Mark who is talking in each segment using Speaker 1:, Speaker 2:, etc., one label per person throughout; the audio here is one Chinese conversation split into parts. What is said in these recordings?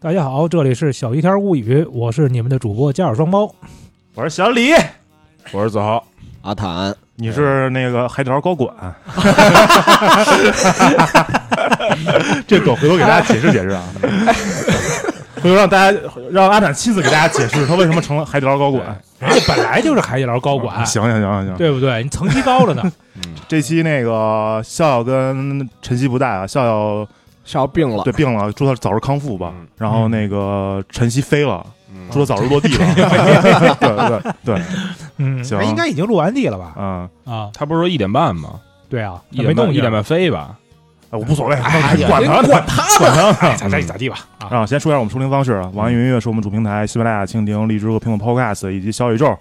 Speaker 1: 大家好，这里是小一天物语，我是你们的主播加尔双猫。
Speaker 2: 我是小李，
Speaker 3: 我是子豪，
Speaker 4: 阿坦，
Speaker 2: 你是那个海底捞高管，
Speaker 3: 这梗回头给大家解释解释 啊。
Speaker 2: 回头让大家让阿展妻子给大家解释他为什么成了海底捞高管。啊
Speaker 1: 人家本来就是海底捞高管，
Speaker 3: 行行行行行，
Speaker 1: 对不对？你层级高了呢。
Speaker 2: 这期那个笑笑跟晨曦不在啊，笑笑
Speaker 4: 少病了，
Speaker 2: 对病了，祝他早日康复吧
Speaker 3: 嗯。
Speaker 2: 然后那个晨曦飞了，
Speaker 3: 嗯
Speaker 2: 祝他早日落地吧。对对对，
Speaker 1: 嗯，
Speaker 2: 行
Speaker 1: 哎应该已经录完地了吧？
Speaker 2: 嗯，
Speaker 1: 啊，
Speaker 3: 他不是说一点半吗？
Speaker 1: 对啊，
Speaker 3: 一
Speaker 1: 还没
Speaker 3: 点
Speaker 1: 动
Speaker 3: 半
Speaker 1: 静
Speaker 3: 一点，半飞吧？
Speaker 2: 哎我无所谓，
Speaker 4: 哎呀
Speaker 2: 管他呢，
Speaker 4: 人管他呢
Speaker 2: 管他呢。
Speaker 1: 哎咋咋地咋地吧？啊，
Speaker 2: 啊，先说一下我们收听方式啊，网易云音乐是我们主平台，喜马拉雅、蜻蜓、荔枝和苹果 Podcast 以及小宇宙。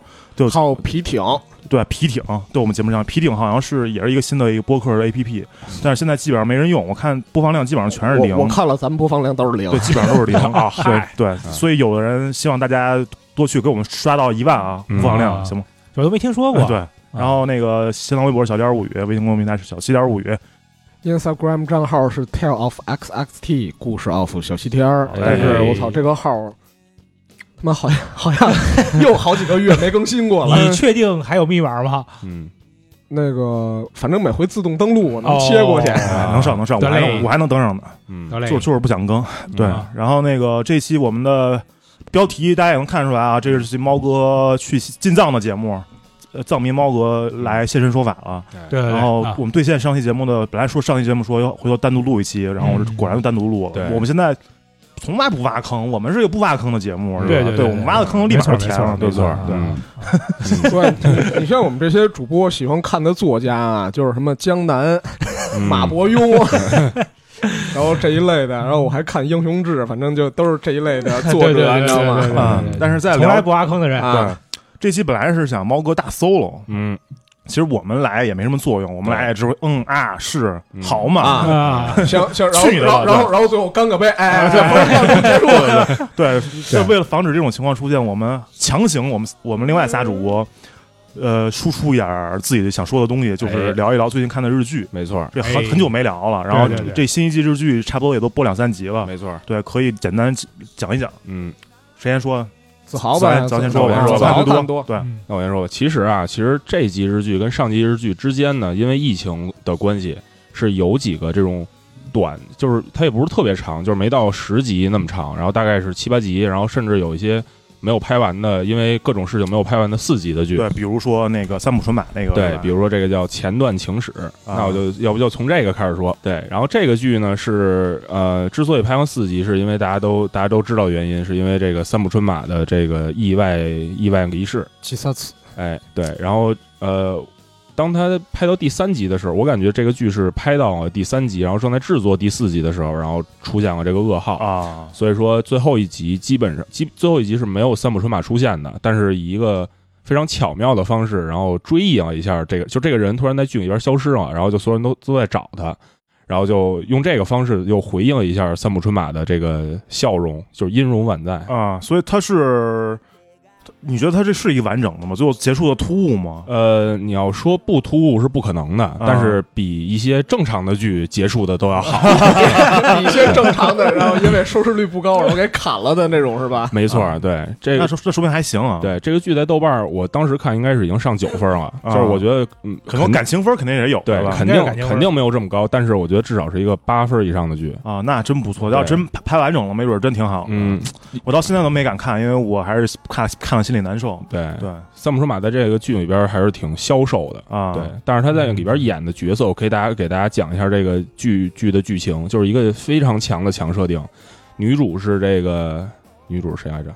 Speaker 4: 还有皮艇，
Speaker 2: 对皮艇，对我们节目上，皮艇好像是也是一个新的一个播客的 APP，但是现在基本上没人用，我看播放量基本上全是零
Speaker 4: 我，我看了，咱们播放量都是零
Speaker 2: 对，，基本上都是零啊，对对，
Speaker 3: 嗯
Speaker 2: 所以有的人希望大家多去给我们刷到一万啊，
Speaker 3: 嗯
Speaker 2: 播放量
Speaker 1: 啊
Speaker 2: 行吗？
Speaker 1: 我都没听说过。
Speaker 2: 哎对，然后那个新浪微博是小点儿物语，微信公众平台是小七点儿物语，
Speaker 4: Instagram 账号是 Tale of XXT 故事 of 小西天儿，
Speaker 3: 哎
Speaker 4: 但是我操，这个号他妈好像 好像又好几个月没更新过了。
Speaker 1: 你确定还有密码吗？
Speaker 3: 嗯，
Speaker 4: 那个反正每回自动登录，我能
Speaker 1: 哦
Speaker 4: 切过去。
Speaker 2: 哎能上能上，我
Speaker 1: 得
Speaker 2: 还
Speaker 1: 嘞
Speaker 2: 能我还能登上呢，
Speaker 3: 嗯
Speaker 1: 得嘞，
Speaker 2: 就就是不想更。对
Speaker 1: 啊，
Speaker 2: 然后那个这期我们的标题大家也能看出来啊，这是猫哥去进藏的节目，呃，藏民猫哥来现身说法了。
Speaker 1: 对，对
Speaker 2: 然后
Speaker 1: 啊
Speaker 2: 我们兑现上期节目的，本来说上期节目说要回头单独录一期，然后
Speaker 1: 嗯
Speaker 2: 果然就单独录了。
Speaker 3: 对
Speaker 2: 我们现在从来不挖坑，我们是一个不挖坑的节目，是吧？
Speaker 1: 对
Speaker 2: 对
Speaker 1: 对对
Speaker 2: 我们挖的坑都立马就填上，对
Speaker 1: 没
Speaker 2: 不
Speaker 1: 错
Speaker 2: 对
Speaker 1: 没？错
Speaker 2: 对
Speaker 1: 嗯
Speaker 4: 对，你像我们这些主播喜欢看的作家啊，就是什么江南、
Speaker 3: 嗯
Speaker 4: 马伯 庸，然后这一类的，然后我还看《英雄志》，反正就都是这一类的作
Speaker 1: 对对
Speaker 4: 者，
Speaker 1: 对
Speaker 4: 你知道
Speaker 1: 对对
Speaker 4: 吗？
Speaker 1: 对
Speaker 2: 啊
Speaker 1: 对对，
Speaker 2: 但是在
Speaker 1: 从来
Speaker 2: 聊
Speaker 1: 不挖坑的 人，
Speaker 4: 啊，
Speaker 2: 对这期本来是想猫哥大 solo，
Speaker 3: 嗯
Speaker 2: 其实我们来也没什么作用，我们来也只会嗯啊是
Speaker 3: 嗯
Speaker 2: 好嘛
Speaker 4: 啊
Speaker 1: 啊，
Speaker 4: 行行，然后
Speaker 2: 去你的
Speaker 4: 然后
Speaker 2: 吧啊
Speaker 4: 然后然后最后干个杯，哎，这不是结束了，
Speaker 2: 对，是为了防止这种情况出现，我们强行我们我们另外仨主播，呃，输出一点儿自己想说的东西，就是
Speaker 3: 哎
Speaker 2: 聊一聊最近看的日剧。
Speaker 3: 没错，
Speaker 2: 这很
Speaker 1: 哎
Speaker 2: 很久没聊了，然后
Speaker 1: 对对对
Speaker 2: 这新一季日剧差不多也都播两三集了，
Speaker 3: 没错，
Speaker 2: 对，可以简单讲一讲。
Speaker 3: 嗯，
Speaker 2: 谁先说？
Speaker 4: 子豪吧，
Speaker 2: 咱咱先
Speaker 3: 说吧
Speaker 4: 子
Speaker 3: 咱
Speaker 2: 先
Speaker 4: 豪
Speaker 2: 说吧
Speaker 4: 看多，
Speaker 2: 对，
Speaker 1: 嗯
Speaker 3: 那我先说吧。其实啊，其实这季日剧跟上季日剧之间呢，因为疫情的关系，是有几个这种短，就是它也不是特别长，就是没到十集那么长，然后大概是七八集，然后甚至有一些没有拍完的，因为各种事情没有拍完的四集的剧。
Speaker 2: 对，比如说那个三浦纯马那个，
Speaker 3: 对
Speaker 2: 是，吧啊
Speaker 3: 比如说这个叫前段情史，啊那我就要不就从这个开始说。对，然后这个剧呢是呃，之所以拍成四集，是因为大家都大家都知道原因，是因为这个三浦春马的这个意外意外离世。
Speaker 4: 七三次，
Speaker 3: 哎，对，然后呃，当他拍到第三集的时候，我感觉这个剧是拍到第三集，然后正在制作第四集的时候，然后出现了这个噩耗。
Speaker 2: 啊，
Speaker 3: 所以说最后一集基本上基最后一集是没有三浦春马出现的，但是以一个非常巧妙的方式，然后追忆了一下这个，就这个人突然在剧里边消失了，然后就所有人都都在找他，然后就用这个方式又回应了一下三浦春马的这个笑容，就是音容宛在。
Speaker 2: 啊，所以他是，你觉得他这是一个完整的吗？最后结束的突兀吗？
Speaker 3: 呃，你要说不突兀是不可能的，但是比一些正常的剧结束的都要
Speaker 2: 啊
Speaker 3: 好。
Speaker 4: 一些正常的，然后因为收视率不高，然后给砍了的那种是吧？
Speaker 3: 没错，对这
Speaker 2: 啊那
Speaker 3: 个
Speaker 2: 说那说明还行啊，，
Speaker 3: 对这个剧在豆瓣儿，我当时看应该是已经上九分了，
Speaker 2: 啊
Speaker 3: 就是我觉得嗯，
Speaker 2: 可能感情分肯定也有，
Speaker 3: 对
Speaker 2: 是，吧？
Speaker 3: 肯
Speaker 1: 应该
Speaker 3: 定
Speaker 1: 是感情分
Speaker 3: 肯定没有这么高，但是我觉得至少是一个八分以上的剧。
Speaker 2: 啊，那真不错，要
Speaker 3: 对
Speaker 2: 真拍拍完整了，没准真挺好。
Speaker 3: 嗯，
Speaker 2: 我到现在都没敢看，因为我还是看看了心里难受。
Speaker 3: 对，
Speaker 2: 对
Speaker 3: 三浦春马在这个剧里边还是挺消瘦的。
Speaker 2: 啊，
Speaker 3: 对，但是他在里边
Speaker 1: 嗯
Speaker 3: 演的角色，我可以大家给大家讲一下这个剧剧的剧情，就是一个非常强的强设定。女主是这个女主是谁来着？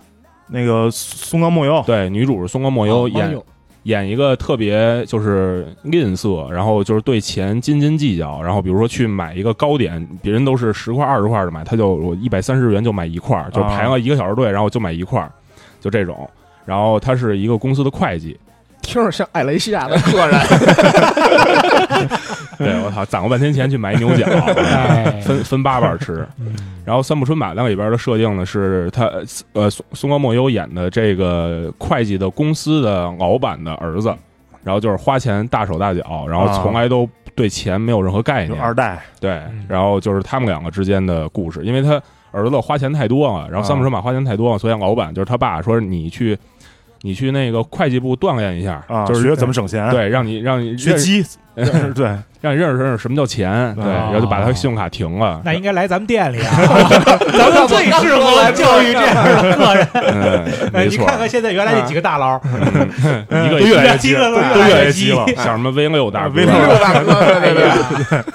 Speaker 2: 那个松冈莫由，
Speaker 3: 对，女主是松冈莫优演演一个特别就是吝啬，然后就是对钱斤斤计较，然后比如说去买一个糕点，别人都是十块二十块的买，他就我一百三十元就买一块儿，就
Speaker 2: 啊
Speaker 3: 排了一个小时队，然后就买一块儿，就这种。然后他是一个公司的会计，
Speaker 4: 听着像艾雷西亚的客 人，
Speaker 3: 对我操，攒了半天钱去买一牛角，
Speaker 1: 哎
Speaker 3: 分分八瓣吃。
Speaker 1: 嗯
Speaker 3: 然后三浦春马那里边的设定呢，是他呃松松冈莫优演的这个会计的公司的老板的儿子，然后就是花钱大手大脚，然后从来都对钱没有任何概
Speaker 2: 就
Speaker 3: 念，
Speaker 2: 啊二代嗯
Speaker 3: 对，然后就是他们两个之间的故事，因为他。儿子花钱太多了，然后
Speaker 2: 啊
Speaker 3: 三木春马花钱太多了，所以老板就是他爸说你去你去那个会计部锻炼一下，
Speaker 2: 啊，
Speaker 3: 就是
Speaker 2: 学怎么省钱，，
Speaker 3: 对，让你让你
Speaker 2: 学
Speaker 3: 认识
Speaker 2: 鸡，对，
Speaker 3: 让你认识认识什么叫钱，对，
Speaker 2: 啊
Speaker 3: 然后就把他信用卡停了。
Speaker 1: 那应该来咱们店里啊，咱们最适合教育这样的客人。
Speaker 3: 嗯，
Speaker 1: 哎
Speaker 3: 没
Speaker 1: 你
Speaker 3: 错，
Speaker 1: 看看现在原来那几个大佬，
Speaker 3: 嗯一个
Speaker 2: 都越来越
Speaker 1: 激
Speaker 2: 激
Speaker 1: 了
Speaker 2: 哎对
Speaker 1: 都
Speaker 2: 都
Speaker 1: 越来
Speaker 2: 越来
Speaker 1: 越
Speaker 2: 越
Speaker 1: 激
Speaker 2: 激了，
Speaker 3: 像什么 V 六
Speaker 2: 啊
Speaker 3: 大哥，
Speaker 2: V
Speaker 4: 这
Speaker 2: 六
Speaker 4: 个大哥，这个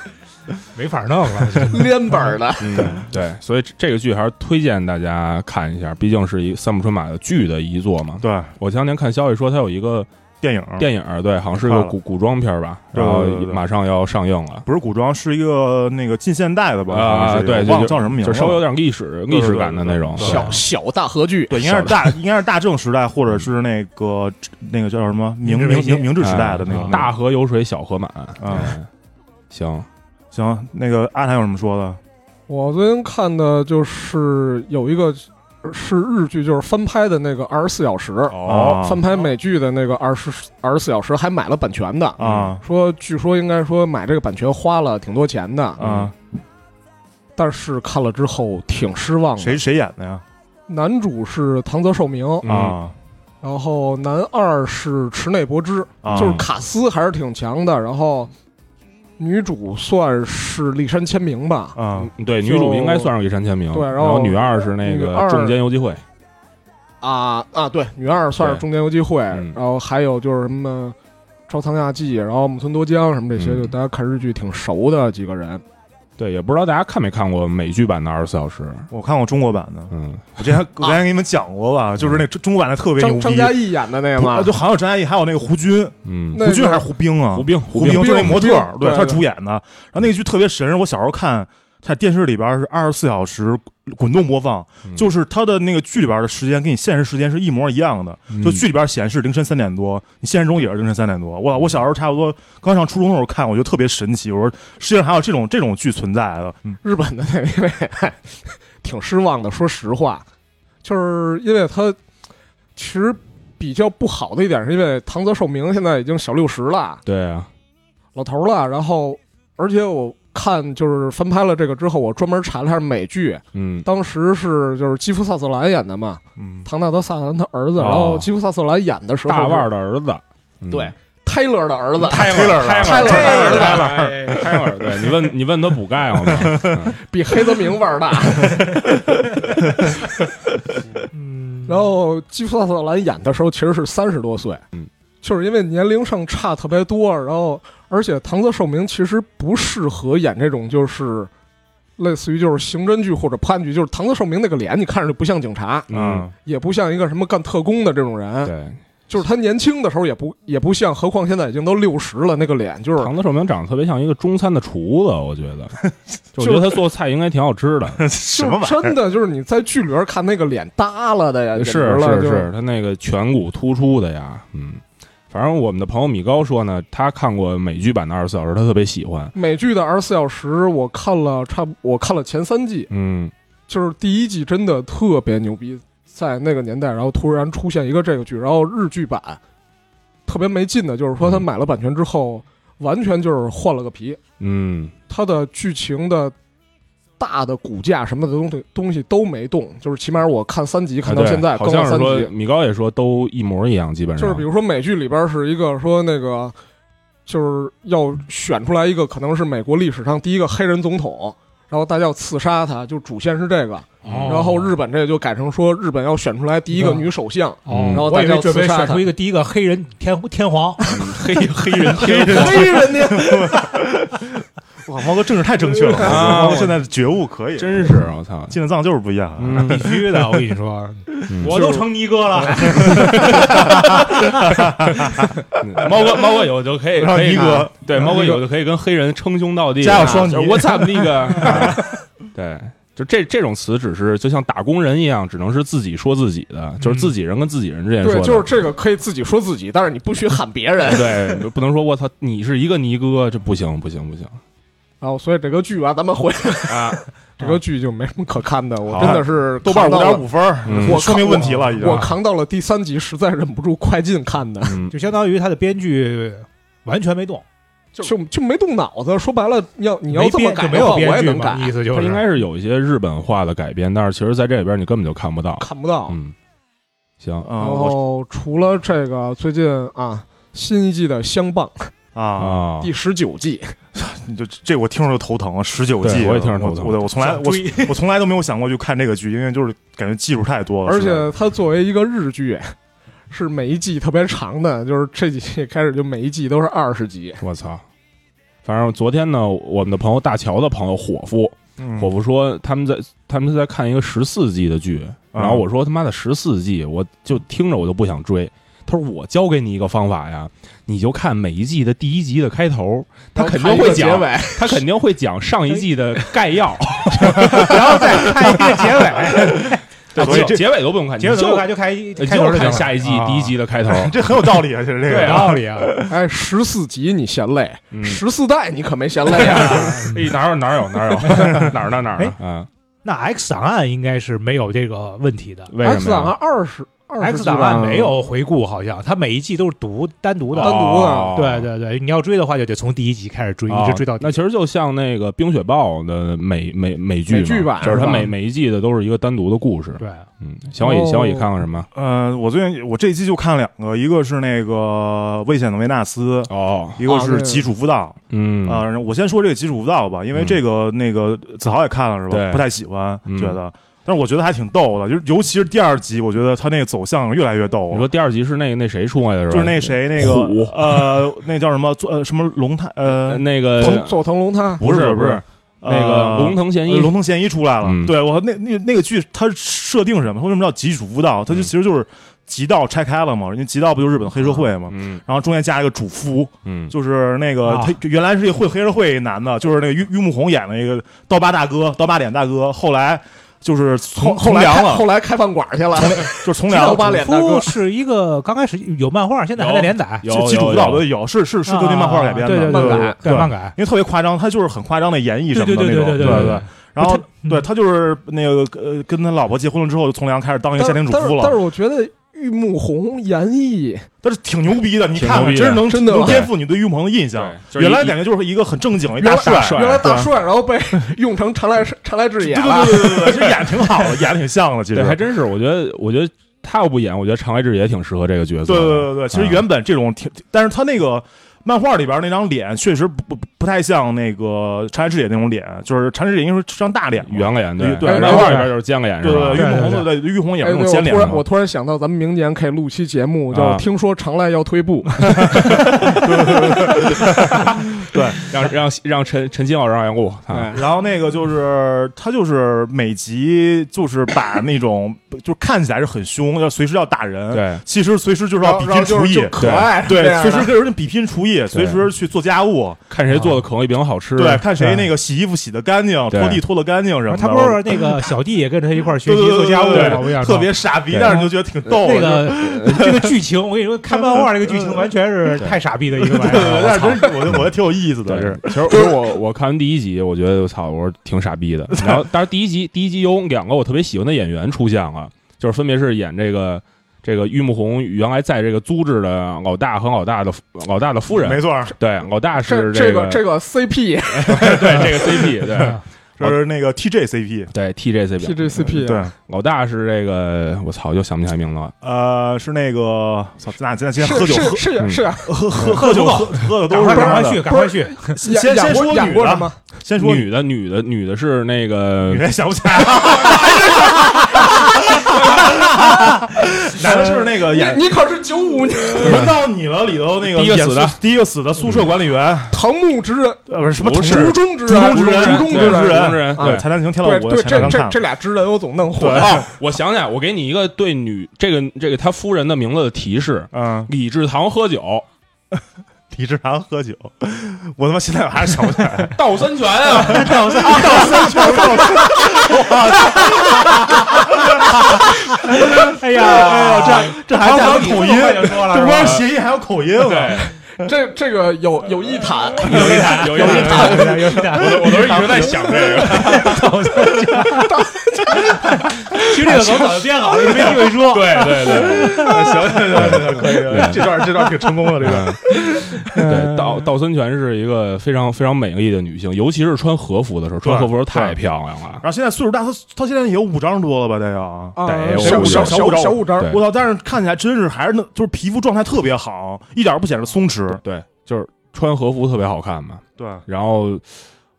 Speaker 1: 没法弄了。
Speaker 4: 连本儿的，
Speaker 3: 嗯，对，所以这这个剧还是推荐大家看一下，毕竟是一三木春马的剧的遗作嘛。
Speaker 2: 对，
Speaker 3: 我前两天看消息说他有一个
Speaker 2: 电影，
Speaker 3: 电影儿，对，好像是一
Speaker 2: 看
Speaker 3: 个
Speaker 2: 了
Speaker 3: 古古装片儿吧，
Speaker 2: 对
Speaker 3: 然后
Speaker 2: 对对对
Speaker 3: 马上要上映了，
Speaker 2: 不是古装，是一个那个近现代的吧？
Speaker 3: 啊
Speaker 2: 好像是一个
Speaker 3: 对就
Speaker 2: 忘了叫什么名字
Speaker 3: 就
Speaker 2: 了，
Speaker 3: 稍微有点历史
Speaker 2: 对
Speaker 3: 历史感的那种。
Speaker 2: 对
Speaker 3: 对
Speaker 4: 小小大合剧，
Speaker 2: 对，应该是大，应该是大正时代，或者是那个那个叫什么明
Speaker 1: 明治维
Speaker 2: 明
Speaker 1: 新
Speaker 2: 明明治时代的那
Speaker 3: 哎
Speaker 2: 个
Speaker 3: 大。河有水小河满。
Speaker 2: 嗯
Speaker 3: 嗯，行，
Speaker 2: 行，那个阿谭有什么说的？
Speaker 4: 我昨天看的就是有一个是日剧，就是翻拍的那个二十四小时，
Speaker 2: 哦
Speaker 4: 翻拍美剧的那个二十二十四小时，还买了版权的。
Speaker 2: 啊
Speaker 4: 说据说应该说买这个版权花了挺多钱的，
Speaker 3: 嗯
Speaker 2: 啊，
Speaker 4: 但是看了之后挺失望的。
Speaker 2: 谁谁演的呀？
Speaker 4: 男主是唐泽寿明，
Speaker 3: 嗯
Speaker 2: 啊
Speaker 4: 然后男二是池内博之，
Speaker 2: 啊，
Speaker 4: 就是卡斯还是挺强的。然后女主算是立山签名吧，
Speaker 2: 啊
Speaker 3: 嗯对，女
Speaker 4: 就
Speaker 3: 主应该算是一山签名，
Speaker 4: 对然
Speaker 3: 然
Speaker 4: 后
Speaker 3: 女二是那
Speaker 4: 女
Speaker 3: 个
Speaker 4: 二
Speaker 3: 中间游击会，
Speaker 4: 啊啊，对，女二算是
Speaker 3: 对
Speaker 4: 中间游击会，
Speaker 3: 嗯
Speaker 4: 然后还有就是什么朝仓亚纪，然后木村多江什么这些，
Speaker 3: 嗯
Speaker 4: 就大家看日剧挺熟的几个人。
Speaker 3: 对，也不知道大家看没看过美剧版的二十四小时，
Speaker 2: 我看过中国版的，
Speaker 3: 嗯，
Speaker 2: 我
Speaker 1: 啊
Speaker 2: 之前我之前给你们讲过吧，就是那中国版的特别牛
Speaker 4: 张
Speaker 2: 逼，
Speaker 4: 张嘉译演的那个
Speaker 2: 不
Speaker 4: 嘛，
Speaker 2: 就好像有张嘉译，还有那个胡军，
Speaker 3: 嗯
Speaker 4: 那
Speaker 2: 胡军
Speaker 4: 个
Speaker 2: 还是胡兵啊？
Speaker 3: 胡兵
Speaker 2: 胡
Speaker 3: 胡兵
Speaker 2: 就是那模特儿
Speaker 4: 胡，兵
Speaker 2: 对
Speaker 4: 对
Speaker 2: 他
Speaker 4: 对
Speaker 2: 主演的。然后那个剧特别神，我小时候看，在电视里边是二十四小时滚动播放，
Speaker 3: 嗯
Speaker 2: 就是他的那个剧里边的时间跟你现实时间是一模一样的。
Speaker 3: 嗯
Speaker 2: 就剧里边显示凌晨三点多，你现实中也是凌晨三点多。我我小时候差不多刚上初中的时候看，我觉得特别神奇，我说世界上还有这种这种剧存在的。
Speaker 4: 日本的那一位， 挺失望的。说实话，就是因为他其实比较不好的一点，是因为唐泽寿明现在已经小六十了，
Speaker 3: 对啊，
Speaker 4: 老头儿了。然后，而且我看就是翻拍了这个之后，我专门查了一下美剧，
Speaker 3: 嗯，
Speaker 4: 当时是就是基夫·萨瑟兰演的嘛，
Speaker 2: 嗯，
Speaker 4: 唐纳德·萨瑟兰他儿子，
Speaker 3: 哦
Speaker 4: 然后基夫·萨瑟兰演的时候
Speaker 3: 大腕儿
Speaker 4: 的
Speaker 3: 的儿子，嗯
Speaker 4: 对泰勒的儿子，
Speaker 3: Taylor
Speaker 4: 泰勒的儿子
Speaker 3: 开会儿， 对你问你问他补钙了吗？
Speaker 4: 比黑泽明腕儿大。
Speaker 1: 嗯，
Speaker 4: 然后基夫·萨瑟兰演的时候其实是三十多岁，
Speaker 3: 嗯，
Speaker 4: 就是因为年龄上差特别多，然后而且唐泽寿明其实不适合演这种就是类似于就是刑侦剧或者破案剧，就是唐泽寿明那个脸你看着就不像警察，
Speaker 3: 嗯，
Speaker 4: 也不像一个什么干特工的这种人，
Speaker 3: 对，
Speaker 4: 就是他年轻的时候也不也不像，何况现在已经都六十了，那个脸就是
Speaker 3: 唐德寿明长得特别像一个中餐的厨子，我觉 得，就我觉得他做菜应该挺好吃 的。
Speaker 2: 什么玩意
Speaker 4: 就
Speaker 2: 儿？
Speaker 4: 真的就是你在剧里边看那个脸耷拉的呀，简
Speaker 3: 是
Speaker 4: 直了
Speaker 3: 是，
Speaker 4: 就是
Speaker 3: 他那个颧骨突出的呀，嗯，反正我们的朋友米高说呢，他看过美剧版的《二十四小时》，他特别喜欢。
Speaker 4: 美剧的二十四小时，我看了差不我看了前三季，
Speaker 3: 嗯，
Speaker 4: 就是第一季真的特别牛逼，在那个年代，然后突然出现一个这个剧，然后日剧版特别没劲的，就是说他买了版权之后，完全就是换了个皮，
Speaker 3: 嗯，
Speaker 4: 它的剧情的大的骨架什么的东西东西都没动，就是起码我看三集看到
Speaker 3: 啊对
Speaker 4: 现在，
Speaker 3: 好
Speaker 4: 刚到
Speaker 3: 像是
Speaker 4: 三
Speaker 3: 说
Speaker 4: 集，
Speaker 3: 米高也说都一模一样，基本上
Speaker 4: 就是比如说美剧里边是一个说那个。就是要选出来一个可能是美国历史上第一个黑人总统，然后大家要刺杀他，就主线是这个。
Speaker 1: 哦
Speaker 4: 然后日本这就改成说日本要选出来第一个女首 相，
Speaker 1: 哦
Speaker 3: 嗯，
Speaker 4: 然后
Speaker 1: 我
Speaker 4: 大
Speaker 1: 以
Speaker 4: 家
Speaker 1: 为
Speaker 4: 要
Speaker 1: 准
Speaker 4: 刺
Speaker 1: 备
Speaker 4: 杀
Speaker 1: 选
Speaker 4: 他
Speaker 1: 出。一个第一个黑人天天皇，
Speaker 3: 黑黑人天
Speaker 4: 黑人呢？
Speaker 2: 哇，猫哥政治太正确了，
Speaker 3: 啊
Speaker 2: 猫哥现在觉悟可以，
Speaker 3: 真是我操，
Speaker 2: 进了藏就是不一样啊。
Speaker 3: 嗯，
Speaker 1: 必须的。我跟你说，我都成尼哥
Speaker 2: 哎
Speaker 1: 了，
Speaker 3: 猫哥，猫哥有就可以，
Speaker 2: 让
Speaker 3: 可以
Speaker 2: 尼哥
Speaker 3: 对猫哥有就可以跟黑人称兄道弟，啊
Speaker 2: 家有双尼
Speaker 3: 我操那个， 啊对，就这这种词只是就像打工人一样，只能是自己说自己的，
Speaker 2: 嗯
Speaker 3: 就是自己人跟自己人之间说
Speaker 4: 对，
Speaker 3: 的，
Speaker 4: 就是这个可以自己说自己，但是你不许喊 别人。
Speaker 3: 对，不能说我操你是一个尼哥，这不行不行不行
Speaker 4: 然后，所以这个剧啊，咱们回
Speaker 3: 啊，
Speaker 4: 这个剧就没什么可看的。我
Speaker 1: 啊
Speaker 3: 好
Speaker 4: 真的是
Speaker 2: 豆瓣五
Speaker 4: 扛到了
Speaker 2: 点五，分儿，
Speaker 3: 嗯
Speaker 4: 我
Speaker 2: 说明
Speaker 4: 扛
Speaker 2: 问题了已经。
Speaker 4: 我扛到了第三集，实在忍不住快进看的。
Speaker 3: 嗯
Speaker 1: 就相当于他的编剧完全没动，
Speaker 4: 就就没动脑子。说白了，要你要
Speaker 1: 没
Speaker 4: 这么
Speaker 1: 编
Speaker 4: 改
Speaker 1: 就没
Speaker 4: 的
Speaker 1: 有
Speaker 4: 话，我也
Speaker 1: 编剧
Speaker 4: 能
Speaker 1: 嘛，
Speaker 4: 改，
Speaker 1: 意思就是
Speaker 3: 它应该是有一些日本化的改编，但是其实在这里边你根本就看不到。
Speaker 4: 看不到。
Speaker 3: 嗯，行，
Speaker 4: 然
Speaker 2: 啊我
Speaker 4: 后除了这个，最近啊，新一季的《相棒》
Speaker 2: 啊，
Speaker 3: 啊，
Speaker 4: 第十九季，
Speaker 2: 你就这我听着就头疼啊，十九季
Speaker 3: 对我也听着头疼
Speaker 2: 我我我从来我我从来都没有想过去看这个剧，因为就是感觉技术太多了，
Speaker 4: 而
Speaker 2: 实在
Speaker 4: 且它作为一个日剧， 是每一季特别长的，就是这几 季开始就每一季都是二十集。
Speaker 3: 我操！反正昨天呢，我们的朋友大乔的朋友伙夫，
Speaker 2: 嗯
Speaker 3: 伙夫说他们在他们在看一个十四季的剧，然后我
Speaker 2: 嗯
Speaker 3: 说他妈的十四季，我就听着我就不想追。他说我教给你一个方法呀，你就看每一季的第一集的开头，他肯定会
Speaker 4: 结
Speaker 3: 讲，
Speaker 4: 尾，
Speaker 3: 他肯定会讲上一季的概 要，啊
Speaker 1: 然后再看一个结尾，
Speaker 3: 对，
Speaker 2: 所以这
Speaker 3: 结尾都不用看，你
Speaker 1: 结尾
Speaker 3: 就
Speaker 1: 我看就看一开
Speaker 3: 就
Speaker 1: 头就
Speaker 3: 看
Speaker 1: 行
Speaker 3: 下一季
Speaker 1: 了
Speaker 3: 第一集的啊开 头。
Speaker 2: 这很有道理啊，其实这
Speaker 1: 啊
Speaker 2: 个
Speaker 1: 有 道理啊，
Speaker 4: 哎，十四集你嫌累，
Speaker 3: 嗯，
Speaker 4: 十四代你可没嫌 累啊。
Speaker 3: 哎，哪有哪有哪有 哪儿呢哪儿呢？嗯，
Speaker 1: 那 X 档案应该是没有这个问题的
Speaker 3: 为
Speaker 4: X
Speaker 3: 什么
Speaker 4: 档案
Speaker 3: 呀？
Speaker 4: 二十二十
Speaker 1: X 档案没有回顾，好像它每一季都是独单独的。
Speaker 4: 单独
Speaker 3: 哦
Speaker 1: 对对对，你要追的话，就得从第一集开始追，一直追到
Speaker 3: 哦
Speaker 1: 底。
Speaker 3: 那其实就像那个《冰雪暴》的美美美剧嘛
Speaker 4: 美剧版
Speaker 3: 就是它
Speaker 4: 是吧
Speaker 3: 每每一季的都是一个单独的故事。
Speaker 1: 对，
Speaker 3: 嗯，小野
Speaker 4: 哦
Speaker 3: 小野看看什么？
Speaker 2: 呃，我最近我这一季就看两个，一个是那个《危险的维纳斯》，
Speaker 3: 哦，
Speaker 2: 一个
Speaker 4: 啊
Speaker 2: 是
Speaker 4: 对
Speaker 2: 《极主夫道》
Speaker 3: 嗯
Speaker 2: 啊、然后我先说这个《极主夫道》吧，因为
Speaker 3: 嗯
Speaker 2: 这个、那个子豪也看了是
Speaker 3: 对
Speaker 2: 吧？不太喜欢，
Speaker 3: 嗯
Speaker 2: 觉得，但是我觉得还挺逗的，就是尤其是第二集，我觉得他那个走向越来越逗
Speaker 3: 你
Speaker 2: 了
Speaker 3: 说。第二集是那个那谁出来的是吧？
Speaker 2: 就是那谁，那个
Speaker 3: 虎
Speaker 2: 呃，那叫什么？呃，什么龙太？
Speaker 3: 呃
Speaker 2: 呃，
Speaker 3: 那个
Speaker 4: 腾佐藤龙他
Speaker 2: 不是
Speaker 3: 不是那
Speaker 2: 呃
Speaker 3: 个龙腾贤一
Speaker 2: 龙腾贤一出来了。
Speaker 3: 嗯
Speaker 2: 对我那那那个剧，它设定是什么？为什么叫极主夫道？它就
Speaker 3: 嗯
Speaker 2: 其实就是极道拆开了嘛，因为极道不就是日本的黑社会嘛。
Speaker 3: 嗯
Speaker 2: 然后中间加一个主夫，
Speaker 3: 嗯
Speaker 2: 就是那个、
Speaker 1: 啊
Speaker 2: 他原来是一会黑社会一男的，就是那个玉玉木宏演的一个刀疤大哥、刀疤脸大哥，后来就是从
Speaker 4: 后后来
Speaker 2: 从良
Speaker 4: 开
Speaker 2: 了，
Speaker 4: 后来开饭馆去了，
Speaker 2: 就是从良
Speaker 4: 刀疤
Speaker 2: 了。
Speaker 4: 脸大哥
Speaker 1: 是一个刚开始有漫画，现在还在连载，
Speaker 3: 有
Speaker 2: 就基础
Speaker 3: 有
Speaker 2: 辅导
Speaker 3: 有
Speaker 2: 的有，是是是根据漫画改编的，
Speaker 1: 啊对对
Speaker 4: 漫
Speaker 1: 对
Speaker 4: 改
Speaker 1: 对对
Speaker 2: 对
Speaker 1: 漫改。
Speaker 2: 因为特别夸张，他就是很夸张的演绎什么的那种，
Speaker 1: 对对对对对
Speaker 2: 对
Speaker 1: 对
Speaker 2: 对。然后
Speaker 1: 他
Speaker 2: 对
Speaker 1: 嗯
Speaker 2: 他就是那个呃，跟他老婆结婚了之后，就从良开始当一个
Speaker 4: 但
Speaker 2: 家庭
Speaker 4: 是
Speaker 2: 主
Speaker 4: 但
Speaker 2: 妇
Speaker 4: 是
Speaker 2: 了。
Speaker 4: 但是我觉得玉木宏演绎
Speaker 2: 但是挺牛逼的，你
Speaker 3: 挺
Speaker 2: 看
Speaker 3: 牛
Speaker 2: 看，
Speaker 3: 逼
Speaker 2: 真是
Speaker 3: 的
Speaker 2: 能
Speaker 4: 真的
Speaker 2: 能
Speaker 4: 对
Speaker 2: 颠覆你对于鹏的印象
Speaker 3: 对。就是
Speaker 2: 原来
Speaker 3: 一
Speaker 2: 感觉就是一个很正经一
Speaker 4: 原
Speaker 2: 大
Speaker 4: 来
Speaker 2: 帅，
Speaker 3: 帅
Speaker 4: 原来大
Speaker 2: 对
Speaker 4: 帅，然后被 用成常来常来智也
Speaker 2: 对
Speaker 4: 了。哎
Speaker 2: 对对对对对，这演得挺好的，演得挺像的，其实
Speaker 3: 对，还真是，我觉得我觉得他要不演，我觉得长来智也挺适合这个角色
Speaker 2: 对
Speaker 3: 的。
Speaker 2: 对对对，其实原本这种挺，但是他那个漫画里边那张脸确实不不不太像那个长安之野那种脸，就是长安之野应该是张大脸嘛，
Speaker 3: 圆脸对
Speaker 2: 对
Speaker 3: 漫画里边就是尖脸
Speaker 2: 对
Speaker 3: 是吧？
Speaker 2: 对，玉
Speaker 1: 对
Speaker 2: 红对对玉红也
Speaker 4: 哎，
Speaker 2: 是那
Speaker 4: 对，
Speaker 2: 种
Speaker 4: 我
Speaker 2: 尖脸
Speaker 4: 突然
Speaker 2: 嘛
Speaker 4: 我，突然想到，咱们明年可以录期节目，叫
Speaker 3: 啊
Speaker 4: 《听说常来要退步》
Speaker 3: 让让让陈陈金老师让杨过，啊
Speaker 4: 哎
Speaker 2: 然后那个就是他就是每集就是把那种 就是看起来是很凶，要随时要打人，
Speaker 3: 对
Speaker 2: 其实随时就是要
Speaker 4: 然后
Speaker 2: 比
Speaker 4: 然后
Speaker 2: 拼
Speaker 4: 就
Speaker 2: 厨
Speaker 4: 是
Speaker 2: 艺
Speaker 4: 就。可爱，
Speaker 2: 对
Speaker 4: 这，样
Speaker 2: 随
Speaker 4: 的
Speaker 2: 时跟人比拼厨艺，随时去做家务，
Speaker 3: 看谁做的可能也比较好吃。
Speaker 2: 对，看谁
Speaker 1: 对
Speaker 2: 那个洗衣服洗的干净，
Speaker 3: 对
Speaker 2: 拖地拖的干净什么的。
Speaker 1: 他不是那个小弟也跟着他一块儿学
Speaker 2: 对
Speaker 1: 习
Speaker 2: 对对
Speaker 1: 做家务
Speaker 2: 对
Speaker 1: 嘛，我想
Speaker 2: 特别傻逼，
Speaker 3: 对
Speaker 2: 但是你就觉得挺逗
Speaker 1: 那
Speaker 2: 的。
Speaker 1: 个这个剧情，我跟你说，看漫画这个剧情完全是太傻逼的一个玩意
Speaker 2: 对对对，
Speaker 1: 儿。
Speaker 2: 但是真是我觉得我觉得挺有意思的，
Speaker 3: 对
Speaker 2: 这是，
Speaker 3: 其实其实我我看完第一集，我觉得我操，我说挺傻逼的。然后，但是第一集第一集有两个我特别喜欢的演员出现了，就是分别是演这个这个玉木宏原来在这个租制的老大和老大的夫老大的夫人。
Speaker 2: 没错
Speaker 4: 啊
Speaker 2: 儿，
Speaker 3: 对，老大
Speaker 4: 这
Speaker 3: 是
Speaker 4: 这
Speaker 3: 个
Speaker 4: 个这个 CP
Speaker 3: 对这个 CP 对
Speaker 2: 这是那个 TJ CP，
Speaker 3: 对 TJ CP，
Speaker 4: TG CP，
Speaker 2: 对，
Speaker 3: 老大是这个我操又想不起来名字了。
Speaker 2: 呃，是那个，操，咱俩咱俩今天喝
Speaker 4: 是
Speaker 2: 酒
Speaker 4: 是是
Speaker 3: 嗯
Speaker 4: 是，啊
Speaker 2: 喝喝喝酒喝喝的
Speaker 1: 赶
Speaker 2: 都
Speaker 1: 快
Speaker 2: 是这
Speaker 1: 赶
Speaker 2: 样
Speaker 1: 快去，
Speaker 2: 的，
Speaker 1: 赶快去！
Speaker 4: 演
Speaker 2: 先先
Speaker 4: 演
Speaker 2: 说
Speaker 4: 过演
Speaker 2: 女
Speaker 4: 过
Speaker 2: 的
Speaker 4: 什么？
Speaker 2: 先说
Speaker 3: 女的女的女的是那
Speaker 2: 女
Speaker 3: 个
Speaker 2: 人想不 起来了，男的是那个 演。
Speaker 4: 你你可是九 五年
Speaker 2: 轮到你了，里头那个
Speaker 3: 第一个
Speaker 2: 演
Speaker 3: 死的
Speaker 2: 宿，第一个死的宿舍管理员，
Speaker 4: 唐木之人，
Speaker 2: 呃，不是什么
Speaker 3: 不是
Speaker 4: 竹中之
Speaker 2: 竹中
Speaker 4: 人，
Speaker 2: 之人，
Speaker 4: 竹中
Speaker 2: 竹
Speaker 4: 之
Speaker 3: 对
Speaker 2: 中之
Speaker 4: 人。
Speaker 3: 竹中之人
Speaker 2: 对，
Speaker 3: 对
Speaker 2: 《才男情》天老
Speaker 4: 对
Speaker 2: 五，我
Speaker 4: 对，
Speaker 2: 前两
Speaker 4: 这
Speaker 2: 天看
Speaker 4: 这这
Speaker 2: 了，
Speaker 4: 俩之人我总弄混。啊
Speaker 3: 哦，我想起来，我给你一个对女这个这个他夫人的名字的提示：
Speaker 2: 嗯，
Speaker 3: 李志堂喝酒，
Speaker 2: 李志堂喝酒，我他妈现在我还是想不起 来，
Speaker 3: 道三拳啊！
Speaker 1: 哎呀，
Speaker 2: 这这还带有口音，
Speaker 1: 就说了，
Speaker 2: 这不光是谐音，还有口音了。啊
Speaker 3: 对，
Speaker 4: 这这个有有一谈，
Speaker 3: 有一谈，有一谈，
Speaker 1: 有一
Speaker 3: 我
Speaker 1: 点，
Speaker 3: 都我都是一直在想这个，
Speaker 1: 其实这个梗早就编好了，你没机会说。
Speaker 3: 对对对，
Speaker 2: 行行行，可以，这段这段挺成功的，这个
Speaker 3: 对，道道森泉是一个非常非常美丽的女性，尤其是穿和服的时候，穿和服的时候太漂亮了。
Speaker 2: 然后现在岁数大，他他现在也有五张多了吧？得有。
Speaker 4: 啊
Speaker 3: 得有
Speaker 4: 小
Speaker 3: 五
Speaker 4: 小
Speaker 3: 张
Speaker 4: 小
Speaker 2: 对
Speaker 4: 小五张，
Speaker 3: 对
Speaker 2: 我操！但是看起来真是还是那，就是皮肤状态特别好，一点儿不显得松弛。
Speaker 3: 对，就是穿和服特别好看嘛。
Speaker 2: 对，
Speaker 3: 然后